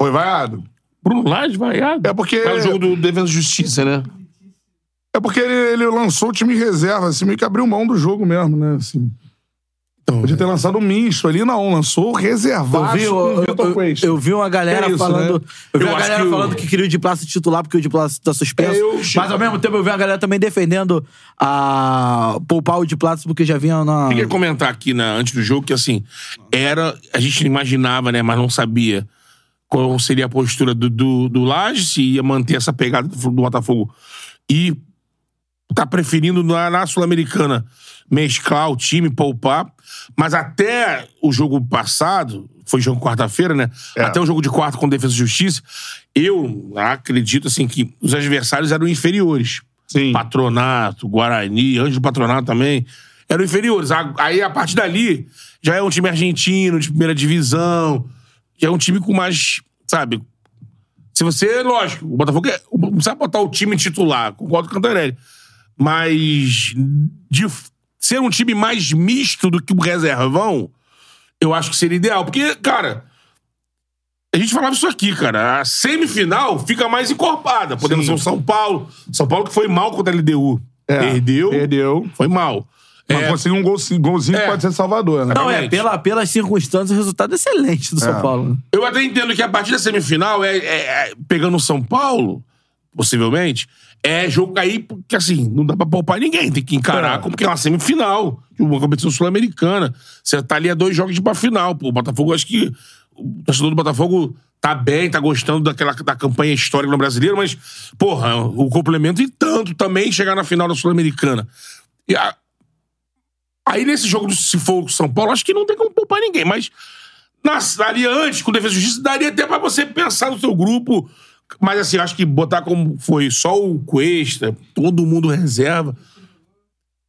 [SPEAKER 1] Foi vaiado.
[SPEAKER 2] Bruno Lage vaiado.
[SPEAKER 1] É porque-
[SPEAKER 2] É o jogo do Defesa e Justiça, né?
[SPEAKER 1] É porque ele, ele lançou o time em reserva, assim, meio que abriu mão do jogo mesmo, né? Assim. Podia ter lançado um misto ali, não. Lançou o
[SPEAKER 3] Eu
[SPEAKER 1] reservado
[SPEAKER 3] vi,
[SPEAKER 1] com
[SPEAKER 3] eu,
[SPEAKER 1] o Vitor
[SPEAKER 3] eu-
[SPEAKER 1] Cuesta.
[SPEAKER 3] eu vi uma galera
[SPEAKER 1] É isso,
[SPEAKER 3] falando.
[SPEAKER 1] né?
[SPEAKER 3] Eu vi
[SPEAKER 2] Eu
[SPEAKER 3] uma
[SPEAKER 2] acho
[SPEAKER 3] galera
[SPEAKER 2] que o-
[SPEAKER 3] falando que queria o de Plácio titular, porque o de Plácio tá suspenso.
[SPEAKER 1] É, eu-
[SPEAKER 3] mas ao mesmo tempo eu vi uma galera também defendendo a poupar o de Plácio, porque já vinha na.
[SPEAKER 2] Eu queria comentar aqui na, antes do jogo que, assim, era. A gente imaginava, né, mas não sabia qual seria a postura do, do, do Laje, se ia manter essa pegada do, do Botafogo. E tá preferindo na, na Sul-Americana mesclar o time, poupar. Mas até o jogo passado, foi jogo quarta-feira, né?
[SPEAKER 1] É.
[SPEAKER 2] Até o jogo de quarta com Defesa e Justiça, eu acredito, assim, que os adversários eram inferiores.
[SPEAKER 1] Sim.
[SPEAKER 2] Patronato, Guarani, Anjo do Patronato também, eram inferiores. A- Aí, a partir dali, já é um time argentino, de primeira divisão, já é um time com mais, sabe... Se você, lógico, o Botafogo é, não precisa botar o time titular, concordo com o Cantarelli, mas de f- ser um time mais misto do que o reservão, eu acho que seria ideal. Porque, cara, a gente falava isso aqui, cara. A semifinal fica mais encorpada. Podemos ser o São Paulo. São Paulo que foi mal contra a LDU.
[SPEAKER 1] É,
[SPEAKER 2] perdeu,
[SPEAKER 1] Perdeu.
[SPEAKER 2] foi mal.
[SPEAKER 1] Mas
[SPEAKER 2] É,
[SPEAKER 1] conseguiu um golzinho, golzinho
[SPEAKER 2] É.
[SPEAKER 1] que pode ser Salvador, né?
[SPEAKER 3] Não, é,
[SPEAKER 2] realmente.
[SPEAKER 3] pela, pelas circunstâncias, o resultado é excelente do São Paulo. né?
[SPEAKER 2] Eu até entendo que a partir da semifinal, é, é- é- pegando o São Paulo, possivelmente, é jogo aí, porque assim, não dá pra poupar ninguém. Tem que encarar
[SPEAKER 1] É.
[SPEAKER 2] como que é uma semifinal de uma competição sul-americana. Você tá ali a dois jogos de pra final. Pô, o Botafogo, acho que o torcedor do Botafogo tá bem, tá gostando daquela da campanha histórica no brasileiro, mas, porra, o complemento e tanto também chegar na final da Sul-Americana. E a- Aí nesse jogo, se for o São Paulo, acho que não tem como poupar ninguém, mas na, ali antes, com defesa e justiça, daria até pra você pensar no seu grupo. Mas assim, acho que botar como foi só o Cuesta, todo mundo reserva.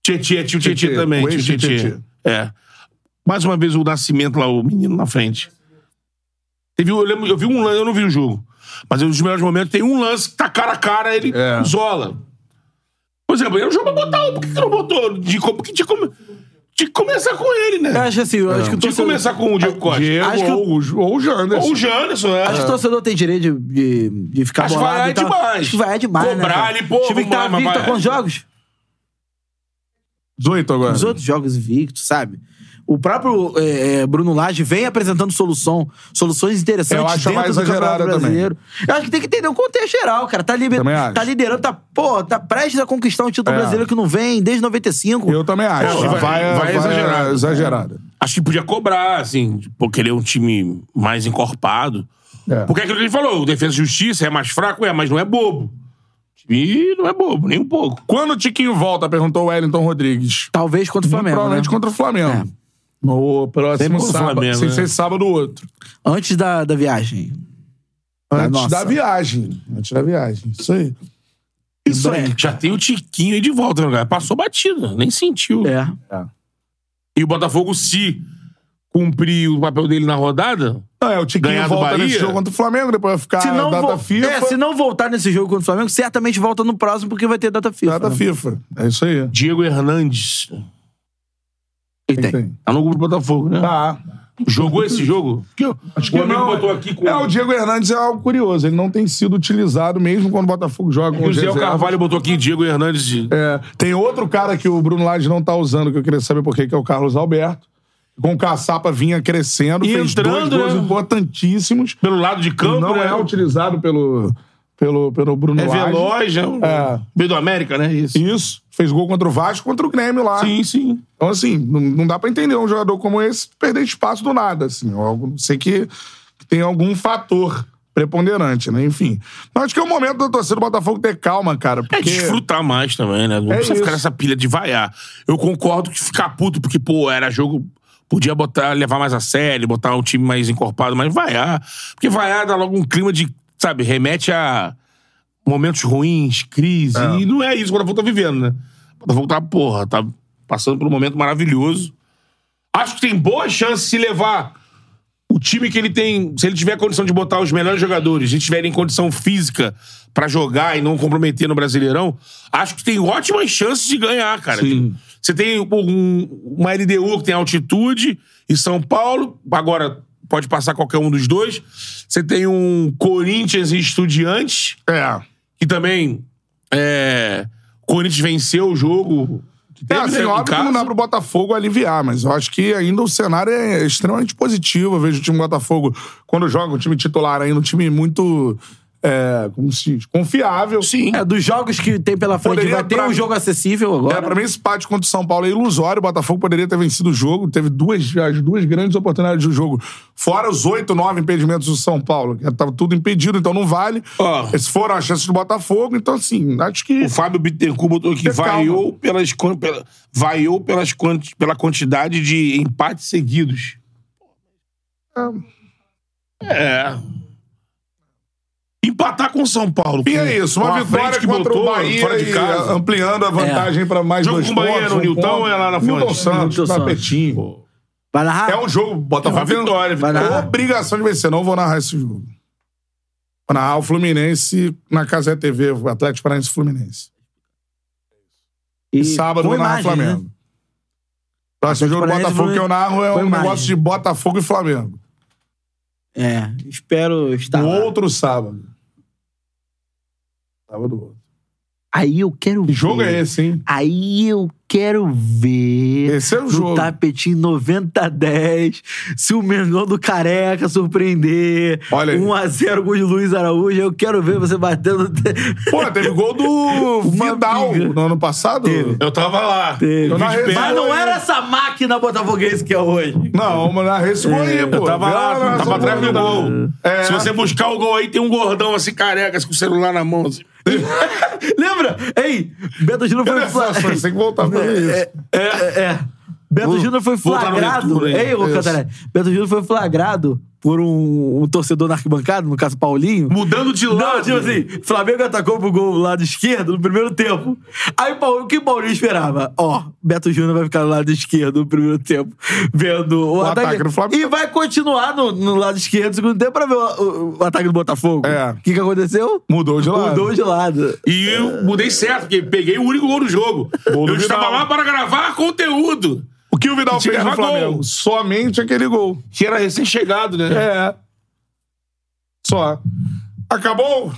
[SPEAKER 2] Tietê, tinha o Tietê
[SPEAKER 1] Tietê,
[SPEAKER 2] também. Tinha o
[SPEAKER 1] Cuesta e
[SPEAKER 2] Tietê.
[SPEAKER 1] Tietê.
[SPEAKER 2] É. Mais uma vez o Nascimento lá, o menino na frente. Teve, eu, lembro, eu vi um lance, eu não vi o jogo. Mas um dos melhores momentos tem um lance que tá cara a cara, ele
[SPEAKER 1] É.
[SPEAKER 2] isola. Por exemplo, era um jogo pra botar um. Por que, que não botou? De, como- porque tinha, como- tinha que começar com ele, né?
[SPEAKER 3] Eu acho assim, eu acho que
[SPEAKER 2] Tinha
[SPEAKER 3] o
[SPEAKER 2] que
[SPEAKER 3] torcedor,
[SPEAKER 2] começar com o Diego Costa.
[SPEAKER 1] Diego
[SPEAKER 3] Acho que eu-
[SPEAKER 1] ou, o- ou o Janderson.
[SPEAKER 2] Ou o Janderson, é.
[SPEAKER 3] acho que o torcedor tem direito de, de, de ficar
[SPEAKER 2] Acho que
[SPEAKER 3] bolado
[SPEAKER 2] vaiar
[SPEAKER 3] e tal.
[SPEAKER 2] demais.
[SPEAKER 3] Acho que vai demais, né?
[SPEAKER 2] Cobrar
[SPEAKER 3] cara?
[SPEAKER 2] ali, pô,
[SPEAKER 3] O time que
[SPEAKER 2] vamos
[SPEAKER 3] tá
[SPEAKER 2] lá, mas
[SPEAKER 3] invicto
[SPEAKER 2] vai.
[SPEAKER 3] há quantos jogos?
[SPEAKER 1] 18 agora.
[SPEAKER 3] Os outros jogos invictos, sabe? O próprio é, é, Bruno Lage vem apresentando solução, soluções interessantes
[SPEAKER 1] Eu acho a
[SPEAKER 3] dentro
[SPEAKER 1] mais
[SPEAKER 3] do Campeonato
[SPEAKER 1] exagerada também.
[SPEAKER 3] Brasileiro. Eu acho que tem que entender o contexto geral, cara. Tá, liber-
[SPEAKER 1] Também acho.
[SPEAKER 3] tá liderando, tá, pô, tá prestes a conquistar um título
[SPEAKER 1] É.
[SPEAKER 3] brasileiro que não vem desde 95.
[SPEAKER 1] Eu também acho.
[SPEAKER 2] Não, vai-
[SPEAKER 1] vai, né?
[SPEAKER 2] vai
[SPEAKER 1] vai
[SPEAKER 2] exagerado.
[SPEAKER 1] exagerada.
[SPEAKER 2] Acho que podia cobrar, assim, porque ele é um time mais encorpado.
[SPEAKER 1] É.
[SPEAKER 2] Porque é aquilo que ele falou, o Defesa e Justiça é mais fraco, é, mas não é bobo. E não é bobo, nem um pouco.
[SPEAKER 1] Quando o Tiquinho volta, perguntou o Wellington Rodrigues.
[SPEAKER 3] Talvez Tá contra o
[SPEAKER 1] Muito
[SPEAKER 3] Flamengo.
[SPEAKER 1] provavelmente
[SPEAKER 3] né?
[SPEAKER 1] contra o Flamengo. É. No
[SPEAKER 2] Sempre
[SPEAKER 1] próximo
[SPEAKER 2] contra o
[SPEAKER 1] sábado.
[SPEAKER 2] Flamengo,
[SPEAKER 1] sem
[SPEAKER 2] né?
[SPEAKER 1] ser sábado outro.
[SPEAKER 3] Antes da, da viagem.
[SPEAKER 1] Antes
[SPEAKER 3] É, nossa.
[SPEAKER 1] da viagem. Antes da viagem. Isso aí. Isso
[SPEAKER 3] É.
[SPEAKER 1] aí.
[SPEAKER 2] Já tem o Tiquinho aí de volta, né, cara? Passou batida, nem sentiu.
[SPEAKER 3] É.
[SPEAKER 2] E o Botafogo, se cumprir o papel dele na rodada,
[SPEAKER 1] Não, é, o Tiquinho
[SPEAKER 2] Ganhar do
[SPEAKER 1] volta nesse
[SPEAKER 2] Bahia?
[SPEAKER 1] jogo contra o Flamengo, depois vai ficar
[SPEAKER 3] Se não,
[SPEAKER 1] Ah, data
[SPEAKER 3] vo-
[SPEAKER 1] FIFA.
[SPEAKER 3] é, se não voltar nesse jogo contra o Flamengo, certamente volta no próximo, porque vai ter data FIFA.
[SPEAKER 1] Data
[SPEAKER 3] né?
[SPEAKER 1] FIFA. É isso aí.
[SPEAKER 2] Diego Hernandes
[SPEAKER 3] E tem.
[SPEAKER 1] Tem.
[SPEAKER 2] tá no grupo do Botafogo, né?
[SPEAKER 1] Tá.
[SPEAKER 2] Jogou esse jogo? Que eu-
[SPEAKER 1] Acho
[SPEAKER 2] o amigo botou aqui com
[SPEAKER 1] É, o Diego Hernandes é algo curioso. Ele não tem sido utilizado mesmo quando o Botafogo joga com
[SPEAKER 2] o
[SPEAKER 1] os
[SPEAKER 2] Zé
[SPEAKER 1] reservas.
[SPEAKER 2] Carvalho botou aqui Diego Hernandes.
[SPEAKER 1] É, tem outro cara que o Bruno Lage não tá usando, que eu queria saber por quê, que é o Carlos Alberto. Com o Caçapa vinha crescendo,
[SPEAKER 2] E
[SPEAKER 1] fez
[SPEAKER 2] entrando,
[SPEAKER 1] dois gols
[SPEAKER 2] né?
[SPEAKER 1] importantíssimos.
[SPEAKER 2] Pelo lado de campo,
[SPEAKER 1] não
[SPEAKER 2] né?
[SPEAKER 1] é utilizado pelo, pelo, pelo Bruno
[SPEAKER 2] É
[SPEAKER 1] Lage.
[SPEAKER 2] veloz, né?
[SPEAKER 1] É.
[SPEAKER 2] Veio do América, né? Isso.
[SPEAKER 1] Isso. Fez gol contra o Vasco, contra o Grêmio lá.
[SPEAKER 2] Sim, sim.
[SPEAKER 1] Então, assim, não, não dá pra entender um jogador como esse perder espaço do nada, assim. Ou algo- não sei que, que tem algum fator preponderante, né? Enfim. Mas acho que é o momento da torcida do Botafogo ter calma, cara. Porque...
[SPEAKER 2] É desfrutar mais também, né? Não
[SPEAKER 1] É
[SPEAKER 2] precisa ficar
[SPEAKER 1] isso.
[SPEAKER 2] nessa pilha de vaiar. Eu concordo que ficar puto, porque, pô, era jogo. Podia botar, levar mais a sério, botar um time mais encorpado, mas vaiar. Porque vaiar dá logo um clima de, sabe, remete a momentos ruins, crise. E não é isso que o Botafogo tá vivendo, né? O Botafogo tá, porra, tá passando por um momento maravilhoso. Acho que tem boa chance de se levar o time que ele tem. Se ele tiver condição de botar os melhores jogadores, se tiver em condição física pra jogar e não comprometer no Brasileirão, acho que tem ótimas chances de ganhar, cara.
[SPEAKER 1] Sim.
[SPEAKER 2] Você tem pô, um- uma LDU que tem altitude e São Paulo, agora pode passar qualquer um dos dois. Você tem um Corinthians e Estudiantes,
[SPEAKER 1] É.
[SPEAKER 2] que também é, o Corinthians venceu o jogo. que
[SPEAKER 1] É,
[SPEAKER 2] teve, né,
[SPEAKER 1] assim,
[SPEAKER 2] em
[SPEAKER 1] óbvio que não
[SPEAKER 2] casa.
[SPEAKER 1] dá pro Botafogo aliviar, mas eu acho que ainda o cenário é extremamente positivo. Eu vejo o time Botafogo, quando joga, um time titular ainda, um time muito. É, como se diz? Confiável.
[SPEAKER 2] Sim.
[SPEAKER 3] É, dos jogos que tem pela frente,
[SPEAKER 1] Poderia
[SPEAKER 3] vai ter
[SPEAKER 1] pra-
[SPEAKER 3] um jogo acessível agora.
[SPEAKER 1] É, pra mim, esse empate contra o São Paulo é ilusório. O Botafogo poderia ter vencido o jogo. Teve duas, as duas grandes oportunidades do jogo. Fora os oito, nove impedimentos do São Paulo. que Tava tudo impedido, então não vale.
[SPEAKER 2] Ó.
[SPEAKER 1] Esses foram as chances do Botafogo. Então, assim, acho que...
[SPEAKER 2] Ah. O Fábio Bittencourt botou aqui,
[SPEAKER 1] Ter calma.
[SPEAKER 2] vaiou, pelas, quan- pela, vaiou pelas, quanti- pela quantidade de empates seguidos. Ah. É. Empatar com o São Paulo.
[SPEAKER 1] E
[SPEAKER 2] com-
[SPEAKER 1] é isso.
[SPEAKER 2] com
[SPEAKER 1] Uma
[SPEAKER 2] a
[SPEAKER 1] vitória
[SPEAKER 2] frente que
[SPEAKER 1] contra
[SPEAKER 2] botou,
[SPEAKER 1] o Bahia
[SPEAKER 2] fora de
[SPEAKER 1] e é,
[SPEAKER 2] casa.
[SPEAKER 3] É.
[SPEAKER 1] ampliando a vantagem pra mais
[SPEAKER 2] Jogo
[SPEAKER 1] dois
[SPEAKER 2] com o Bahia
[SPEAKER 1] pontos.
[SPEAKER 2] no
[SPEAKER 1] um
[SPEAKER 2] Newton
[SPEAKER 1] ponto.
[SPEAKER 2] ou é lá na
[SPEAKER 1] Nilton
[SPEAKER 2] Fonte?
[SPEAKER 1] Santos,
[SPEAKER 3] Newton
[SPEAKER 1] na
[SPEAKER 3] Santos.
[SPEAKER 1] Petinho.
[SPEAKER 3] Vai narrar?
[SPEAKER 1] É um jogo, Botafogo.
[SPEAKER 2] Uma vitória,
[SPEAKER 3] Vai
[SPEAKER 2] vitória.
[SPEAKER 3] narrar.
[SPEAKER 1] Obrigação de vencer. Não vou narrar esse jogo. Vou narrar o Fluminense na Casa TV, o Atlético Paranaense e Fluminense. E sábado eu
[SPEAKER 3] com
[SPEAKER 1] vou narrar
[SPEAKER 3] imagem,
[SPEAKER 1] Flamengo.
[SPEAKER 3] né?
[SPEAKER 1] Próximo jogo do
[SPEAKER 3] Paranaense
[SPEAKER 1] Botafogo que eu narro é
[SPEAKER 3] com
[SPEAKER 1] um
[SPEAKER 3] imagem.
[SPEAKER 1] negócio de Botafogo e Flamengo.
[SPEAKER 3] É, espero estar.
[SPEAKER 1] No
[SPEAKER 3] lá.
[SPEAKER 1] outro sábado. Sábado outro.
[SPEAKER 3] Aí eu quero
[SPEAKER 1] Que
[SPEAKER 3] ver.
[SPEAKER 1] jogo é esse, hein?
[SPEAKER 3] Aí eu quero ver.
[SPEAKER 1] Esse é o
[SPEAKER 3] no
[SPEAKER 1] jogo.
[SPEAKER 3] tapetinho 90-10. Se o Mengão do Careca surpreender.
[SPEAKER 1] Olha aí.
[SPEAKER 3] 1x0 gol de Luiz Araújo. Eu quero ver você batendo.
[SPEAKER 1] Pô, teve gol do
[SPEAKER 3] (laughs) Uma
[SPEAKER 1] Vidal
[SPEAKER 3] briga.
[SPEAKER 1] no ano passado.
[SPEAKER 3] Teve.
[SPEAKER 2] Eu tava lá.
[SPEAKER 3] Teve.
[SPEAKER 2] Eu
[SPEAKER 1] Mas
[SPEAKER 2] vi de
[SPEAKER 3] Mas
[SPEAKER 2] perto.
[SPEAKER 3] não era
[SPEAKER 1] né?
[SPEAKER 3] essa máquina botafoguense que é hoje.
[SPEAKER 1] Não, mas narrei esse gol
[SPEAKER 3] É,
[SPEAKER 1] aí, pô.
[SPEAKER 2] Eu tava
[SPEAKER 1] Vela,
[SPEAKER 2] lá,
[SPEAKER 1] narração
[SPEAKER 2] tava atrás do
[SPEAKER 1] Vidal.
[SPEAKER 2] gol.
[SPEAKER 1] É.
[SPEAKER 2] Se você buscar o gol aí, tem um gordão assim, careca, assim, com o celular na mão. Assim.
[SPEAKER 3] Lembra? Ei, Beto Júnior foi
[SPEAKER 1] Cadê
[SPEAKER 3] pro
[SPEAKER 1] essas ações?
[SPEAKER 3] Flamengo.
[SPEAKER 1] Tem que voltar pra fazer isso.
[SPEAKER 3] É, é, é. Beto
[SPEAKER 2] Vou-
[SPEAKER 3] Júnior foi
[SPEAKER 2] vou botar no
[SPEAKER 3] flagrado.
[SPEAKER 2] leitura aí.
[SPEAKER 3] Ei, ô
[SPEAKER 1] Isso.
[SPEAKER 3] Cantarelli. Beto Júnior foi flagrado por um, um torcedor na arquibancada, no caso Paulinho.
[SPEAKER 2] Mudando de lado.
[SPEAKER 3] Não, tipo assim, Flamengo atacou pro gol do lado esquerdo no primeiro tempo. Aí Paulo- o que Paulinho esperava? Ó, Beto Júnior vai ficar no lado esquerdo no primeiro tempo, vendo o,
[SPEAKER 1] O ataque do Flamengo.
[SPEAKER 3] E vai continuar no, no lado esquerdo no segundo tempo pra ver o, o- o ataque do Botafogo.
[SPEAKER 1] É.
[SPEAKER 3] O que, que aconteceu?
[SPEAKER 1] Mudou de lado.
[SPEAKER 3] Mudou de lado.
[SPEAKER 2] E eu mudei certo, porque peguei o único gol do jogo.
[SPEAKER 1] Gol do
[SPEAKER 2] eu
[SPEAKER 1] Vidal.
[SPEAKER 2] estava lá para gravar conteúdo.
[SPEAKER 1] O que o Vidal
[SPEAKER 2] Tinha
[SPEAKER 1] fez no
[SPEAKER 2] errado
[SPEAKER 1] Flamengo?
[SPEAKER 2] gol.
[SPEAKER 1] Somente aquele gol.
[SPEAKER 2] Que era recém-chegado, né?
[SPEAKER 1] É. Só. Acabou?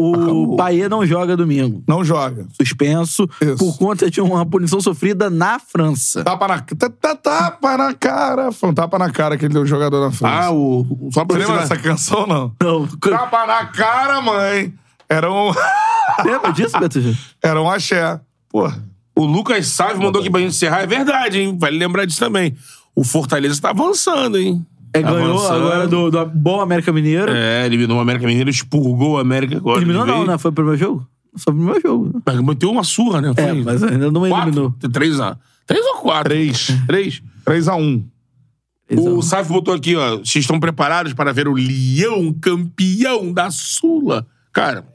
[SPEAKER 3] O Paê não joga domingo.
[SPEAKER 1] Não joga.
[SPEAKER 3] Suspenso
[SPEAKER 1] Isso.
[SPEAKER 3] por conta de uma punição sofrida na França.
[SPEAKER 1] Tapa na, tá, tá- tapa na cara. Foi um tapa na cara que ele deu um jogador na frente.
[SPEAKER 2] Ah, o. Só pra
[SPEAKER 1] Você lembra
[SPEAKER 2] lembrar.
[SPEAKER 1] dessa canção, não?
[SPEAKER 3] Não,
[SPEAKER 1] Tapa na cara, mãe. Era um, (laughs)
[SPEAKER 3] lembra disso, Beto Júnior?
[SPEAKER 1] era um axé. Porra.
[SPEAKER 2] O Lucas Sávio mandou aqui pra gente encerrar. É verdade, hein? Vale lembrar disso também. O Fortaleza tá avançando, hein?
[SPEAKER 3] É,
[SPEAKER 2] Tá
[SPEAKER 3] ganhou
[SPEAKER 2] avançando.
[SPEAKER 3] agora do, do bom América Mineiro.
[SPEAKER 2] É, eliminou o América Mineiro, expurgou o América agora.
[SPEAKER 3] Eliminou
[SPEAKER 2] de
[SPEAKER 3] não,
[SPEAKER 2] vez.
[SPEAKER 3] né? Foi pro meu jogo? Foi pro meu jogo. né?
[SPEAKER 2] Mas meteu uma surra, né? Foi
[SPEAKER 3] É, mas ainda não eliminou.
[SPEAKER 2] quatro, três, a, três ou quatro?
[SPEAKER 1] Três.
[SPEAKER 2] Três.
[SPEAKER 1] 3x1.
[SPEAKER 2] O Sávio botou aqui, ó. Vocês estão preparados para ver o Leão campeão da Sula? Cara,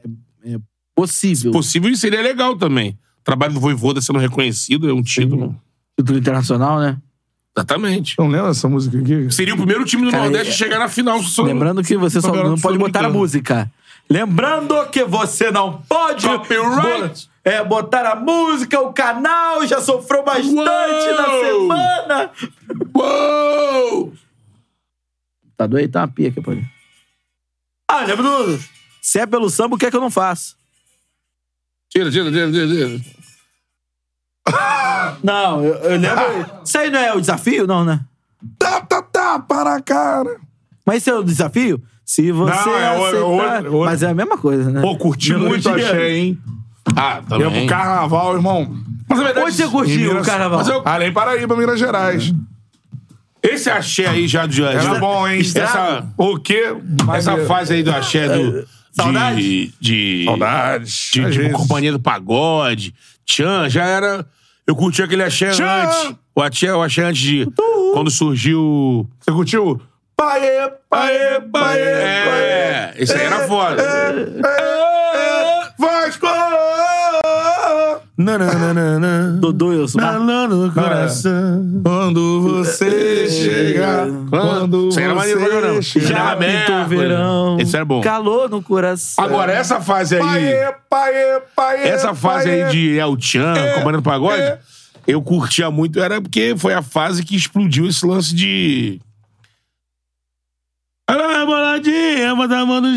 [SPEAKER 3] Possível.
[SPEAKER 2] possível e seria legal também. O trabalho do Voivoda sendo reconhecido é um título.
[SPEAKER 3] Título internacional, né?
[SPEAKER 2] Exatamente.
[SPEAKER 1] Não lembra essa música aqui?
[SPEAKER 2] Seria o primeiro time do
[SPEAKER 3] Cara,
[SPEAKER 2] Nordeste a
[SPEAKER 3] é-
[SPEAKER 2] chegar na final. só-
[SPEAKER 3] Lembrando que você só
[SPEAKER 2] Campeonato
[SPEAKER 3] não pode botar a
[SPEAKER 2] Sul-Americano.
[SPEAKER 3] música. Lembrando que você não pode
[SPEAKER 2] Copyright.
[SPEAKER 3] bo- é, botar a música, o canal já sofreu bastante
[SPEAKER 2] Uou.
[SPEAKER 3] na semana.
[SPEAKER 2] Uou!
[SPEAKER 3] Tá doido? Tá uma pia aqui, pô. Ah, lembra do... Se é pelo samba, o que é que eu não faço?
[SPEAKER 2] Tira, tira, tira, tira, tira.
[SPEAKER 3] Não, eu, eu lembro... (laughs) Isso aí não é o desafio, não, né?
[SPEAKER 1] Tapa, tapa na cara.
[SPEAKER 3] Mas esse é o desafio? Se você
[SPEAKER 1] Não, é o- é o
[SPEAKER 3] aceitar...
[SPEAKER 1] outro- outro.
[SPEAKER 3] Mas é a mesma coisa, né?
[SPEAKER 1] Pô, curti muito
[SPEAKER 3] Melodia.
[SPEAKER 1] axé, hein?
[SPEAKER 2] Ah,
[SPEAKER 1] Eu pro
[SPEAKER 2] também.
[SPEAKER 1] carnaval, irmão.
[SPEAKER 2] Mas na verdade,
[SPEAKER 3] é Onde você curtiu
[SPEAKER 1] Minas-
[SPEAKER 3] o carnaval?
[SPEAKER 2] Mas eu-
[SPEAKER 1] Além Paraíba, Minas Gerais.
[SPEAKER 2] esse axé aí já de...
[SPEAKER 1] Era bom, hein?
[SPEAKER 2] Essa,
[SPEAKER 1] O quê? é-
[SPEAKER 2] essa fase aí do axé do...
[SPEAKER 3] Saudade?
[SPEAKER 2] De, de,
[SPEAKER 1] Saudades.
[SPEAKER 2] de,
[SPEAKER 1] Às
[SPEAKER 2] de
[SPEAKER 1] vezes.
[SPEAKER 2] companhia do pagode. Tchan, já era... Eu curti aquele axé
[SPEAKER 1] Tchan!
[SPEAKER 2] antes. O axé, o axé antes de... Quando surgiu...
[SPEAKER 1] Você curtiu? É, Paê, paê, paê, paê.
[SPEAKER 2] É, esse aí era foda.
[SPEAKER 1] É,
[SPEAKER 2] Nananana.
[SPEAKER 3] Dodô Wilson.
[SPEAKER 2] Tá lá no coração.
[SPEAKER 1] É.
[SPEAKER 2] Quando
[SPEAKER 1] Você chega É, quando
[SPEAKER 2] Isso
[SPEAKER 1] você
[SPEAKER 2] aí era maneiro pra caramba.
[SPEAKER 1] chega.
[SPEAKER 2] Já
[SPEAKER 3] Já pintou o
[SPEAKER 2] merda.
[SPEAKER 3] verão.
[SPEAKER 2] Esse era bom.
[SPEAKER 3] Calor no coração.
[SPEAKER 2] Agora, essa fase aí.
[SPEAKER 1] Paê, paê, paê,
[SPEAKER 2] Essa fase
[SPEAKER 1] paê.
[SPEAKER 2] aí de El Chan, Comandante do Pagode,
[SPEAKER 1] é.
[SPEAKER 2] eu curtia muito, era porque foi a fase que explodiu esse lance de. Ela é boladinha, bota a mão no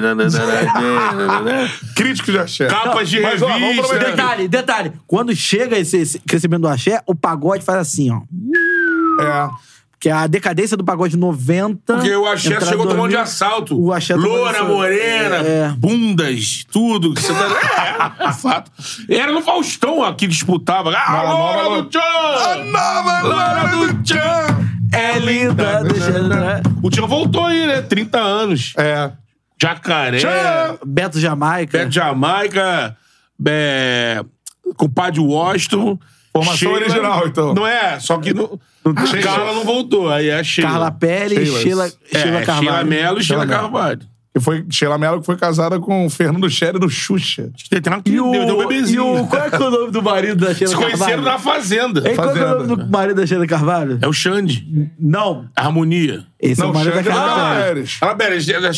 [SPEAKER 1] (laughs)
[SPEAKER 2] nananana.
[SPEAKER 1] Crítico de axé.
[SPEAKER 2] Capas de
[SPEAKER 1] Mas, ó, vamos
[SPEAKER 2] revista.
[SPEAKER 1] aproveitar
[SPEAKER 3] Detalhe, detalhe. Quando chega esse, esse crescimento do axé, o pagode faz assim, ó.
[SPEAKER 1] É.
[SPEAKER 3] Que é a decadência do pagode 90.
[SPEAKER 2] Porque o Axé
[SPEAKER 3] entrada
[SPEAKER 2] chegou
[SPEAKER 3] 2000.
[SPEAKER 2] tomando de assalto.
[SPEAKER 3] O Axé tomando de
[SPEAKER 2] Loura,
[SPEAKER 3] assalto.
[SPEAKER 2] morena,
[SPEAKER 3] É.
[SPEAKER 2] bundas, tudo. que você tá- (laughs) É, é fato. Era no Faustão aqui que disputava. Ah,
[SPEAKER 1] Nova,
[SPEAKER 2] Loura
[SPEAKER 1] nova. Ah,
[SPEAKER 2] do Tchan! A
[SPEAKER 1] nova Loura do
[SPEAKER 2] Tchan!
[SPEAKER 3] É linda, deixa né? entrar.
[SPEAKER 2] O Tchan voltou aí, né? 30 anos.
[SPEAKER 1] É.
[SPEAKER 2] Jacaré.
[SPEAKER 1] Tchan!
[SPEAKER 3] Beto Jamaica.
[SPEAKER 2] Beto Jamaica. É... Compadre Washington.
[SPEAKER 1] Formação original, então.
[SPEAKER 2] Não é, só que não, a Carla não voltou. Aí é Sheila.
[SPEAKER 3] Carla Pérez,
[SPEAKER 1] Sheila.
[SPEAKER 3] Sheila,
[SPEAKER 2] é,
[SPEAKER 3] Sheila Carvalho.
[SPEAKER 2] Sheila Mello e Sheila Carvalho.
[SPEAKER 1] Que foi Sheila Mello que foi casada com o Fernando Scherer do Xuxa.
[SPEAKER 2] Tem tem um
[SPEAKER 3] E
[SPEAKER 2] deu, deu um
[SPEAKER 3] o, e
[SPEAKER 2] bebezinho.
[SPEAKER 3] o... Qual é, que é o nome do marido da Sheila
[SPEAKER 2] Se
[SPEAKER 3] Carvalho?
[SPEAKER 2] conheceram na Fazenda.
[SPEAKER 3] Ei, qual é, que é o nome
[SPEAKER 1] Fazenda.
[SPEAKER 3] do marido da Sheila Carvalho?
[SPEAKER 2] É o Xande.
[SPEAKER 3] Não.
[SPEAKER 2] Harmonia.
[SPEAKER 3] Esse é o marido da
[SPEAKER 1] Xander
[SPEAKER 3] Carla
[SPEAKER 1] não,
[SPEAKER 3] Pérez.
[SPEAKER 1] Pérez.
[SPEAKER 2] Ela, pera,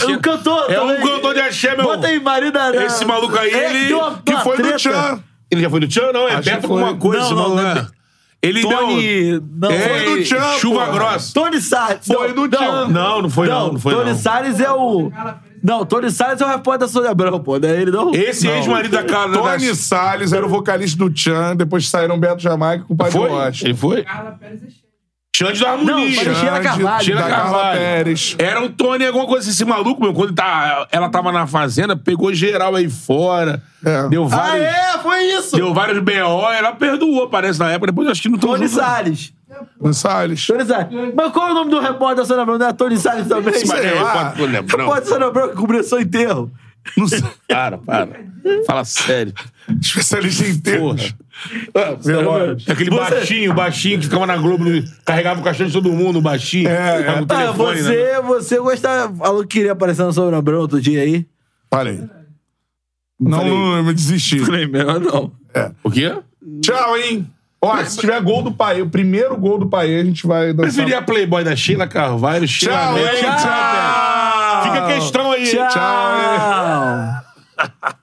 [SPEAKER 2] é,
[SPEAKER 3] É um cantor
[SPEAKER 2] É
[SPEAKER 3] também.
[SPEAKER 2] um cantor de axé, meu
[SPEAKER 3] Bota aí, marido da... da-
[SPEAKER 2] Esse maluco aí,
[SPEAKER 3] É,
[SPEAKER 2] ele-
[SPEAKER 3] deu uma-
[SPEAKER 2] que
[SPEAKER 3] uma
[SPEAKER 2] foi do
[SPEAKER 3] treta.
[SPEAKER 1] Tchan.
[SPEAKER 2] Ele já foi do Tchan? Não, é
[SPEAKER 1] Acho
[SPEAKER 2] Beto
[SPEAKER 1] que foi.
[SPEAKER 2] alguma coisa.
[SPEAKER 3] Não,
[SPEAKER 2] esse
[SPEAKER 3] não,
[SPEAKER 2] maluco,
[SPEAKER 3] não.
[SPEAKER 2] né? Ele deu...
[SPEAKER 3] Tony... Não,
[SPEAKER 2] É,
[SPEAKER 1] foi do Tchan,
[SPEAKER 2] Chuva
[SPEAKER 1] pô.
[SPEAKER 2] grossa.
[SPEAKER 3] Tony Salles.
[SPEAKER 2] Foi
[SPEAKER 3] Não,
[SPEAKER 2] do Tchan. Não, não foi não, não foi
[SPEAKER 3] Tony
[SPEAKER 2] não.
[SPEAKER 3] Salles é o... Não, Tony Salles é o repórter da Sônia Abrão, pô. Não é ele, não?
[SPEAKER 2] Esse
[SPEAKER 3] Não.
[SPEAKER 2] ex-marido da Carla...
[SPEAKER 1] Tony
[SPEAKER 2] da...
[SPEAKER 1] Salles era o vocalista do Tchan, depois saíram Beto Jamaica com o Padre
[SPEAKER 2] Foi?
[SPEAKER 1] Rocha.
[SPEAKER 2] Ele foi? Xande da Harmonia.
[SPEAKER 3] Não, foi do Sheila
[SPEAKER 1] Xande,
[SPEAKER 3] Carvalho.
[SPEAKER 2] Sheila
[SPEAKER 1] da Carla
[SPEAKER 2] Carvalho.
[SPEAKER 1] Pérez.
[SPEAKER 2] Era o Tony, alguma coisa assim, esse maluco, meu. Quando tá, ela tava na fazenda, pegou geral aí fora.
[SPEAKER 1] É.
[SPEAKER 2] Deu
[SPEAKER 3] Ah,
[SPEAKER 2] vários.
[SPEAKER 3] é? Foi isso.
[SPEAKER 2] Deu vários B.O., ela perdoou, parece, na época. Depois acho que não tão
[SPEAKER 3] Tony
[SPEAKER 2] junto, não.
[SPEAKER 3] Salles.
[SPEAKER 1] Tony Salles.
[SPEAKER 3] Tony Salles. Mas qual é o nome do repórter da Sônia Abrão? Não é Tony Salles também?
[SPEAKER 2] Esse é maneiro,
[SPEAKER 1] lá.
[SPEAKER 2] quatro folhas,
[SPEAKER 3] O repórter
[SPEAKER 2] Não,
[SPEAKER 3] da Sônia Abrão que cobriu seu enterro.
[SPEAKER 1] Não sei.
[SPEAKER 2] para, para. Fala sério.
[SPEAKER 1] Especialista em termos.
[SPEAKER 2] Porra.
[SPEAKER 1] Memórias.
[SPEAKER 2] Aquele
[SPEAKER 3] Você-
[SPEAKER 2] baixinho, baixinho que ficava na Globo, no- carregava o caixão de todo mundo, o baixinho.
[SPEAKER 1] É, é.
[SPEAKER 2] Tava no
[SPEAKER 3] Ah,
[SPEAKER 2] telefone, né?
[SPEAKER 3] você, você gostava... Falou que queria aparecer na Sônia Abrão outro dia aí.
[SPEAKER 1] Parei. Não, não, eu me desisti.
[SPEAKER 3] Falei, melhor não.
[SPEAKER 2] É. O quê?
[SPEAKER 1] Tchau, hein? Ó, se tiver gol do Paê, o primeiro gol do Paê, a gente vai dançar.
[SPEAKER 2] Preferia a Playboy da Sheila Carvalho, Sheila
[SPEAKER 1] Tchau,
[SPEAKER 2] Mello,
[SPEAKER 1] hein?
[SPEAKER 2] Sheila Mello.
[SPEAKER 1] Tchau.
[SPEAKER 2] Ah. Fica a questão aí. hein?
[SPEAKER 3] Tchau.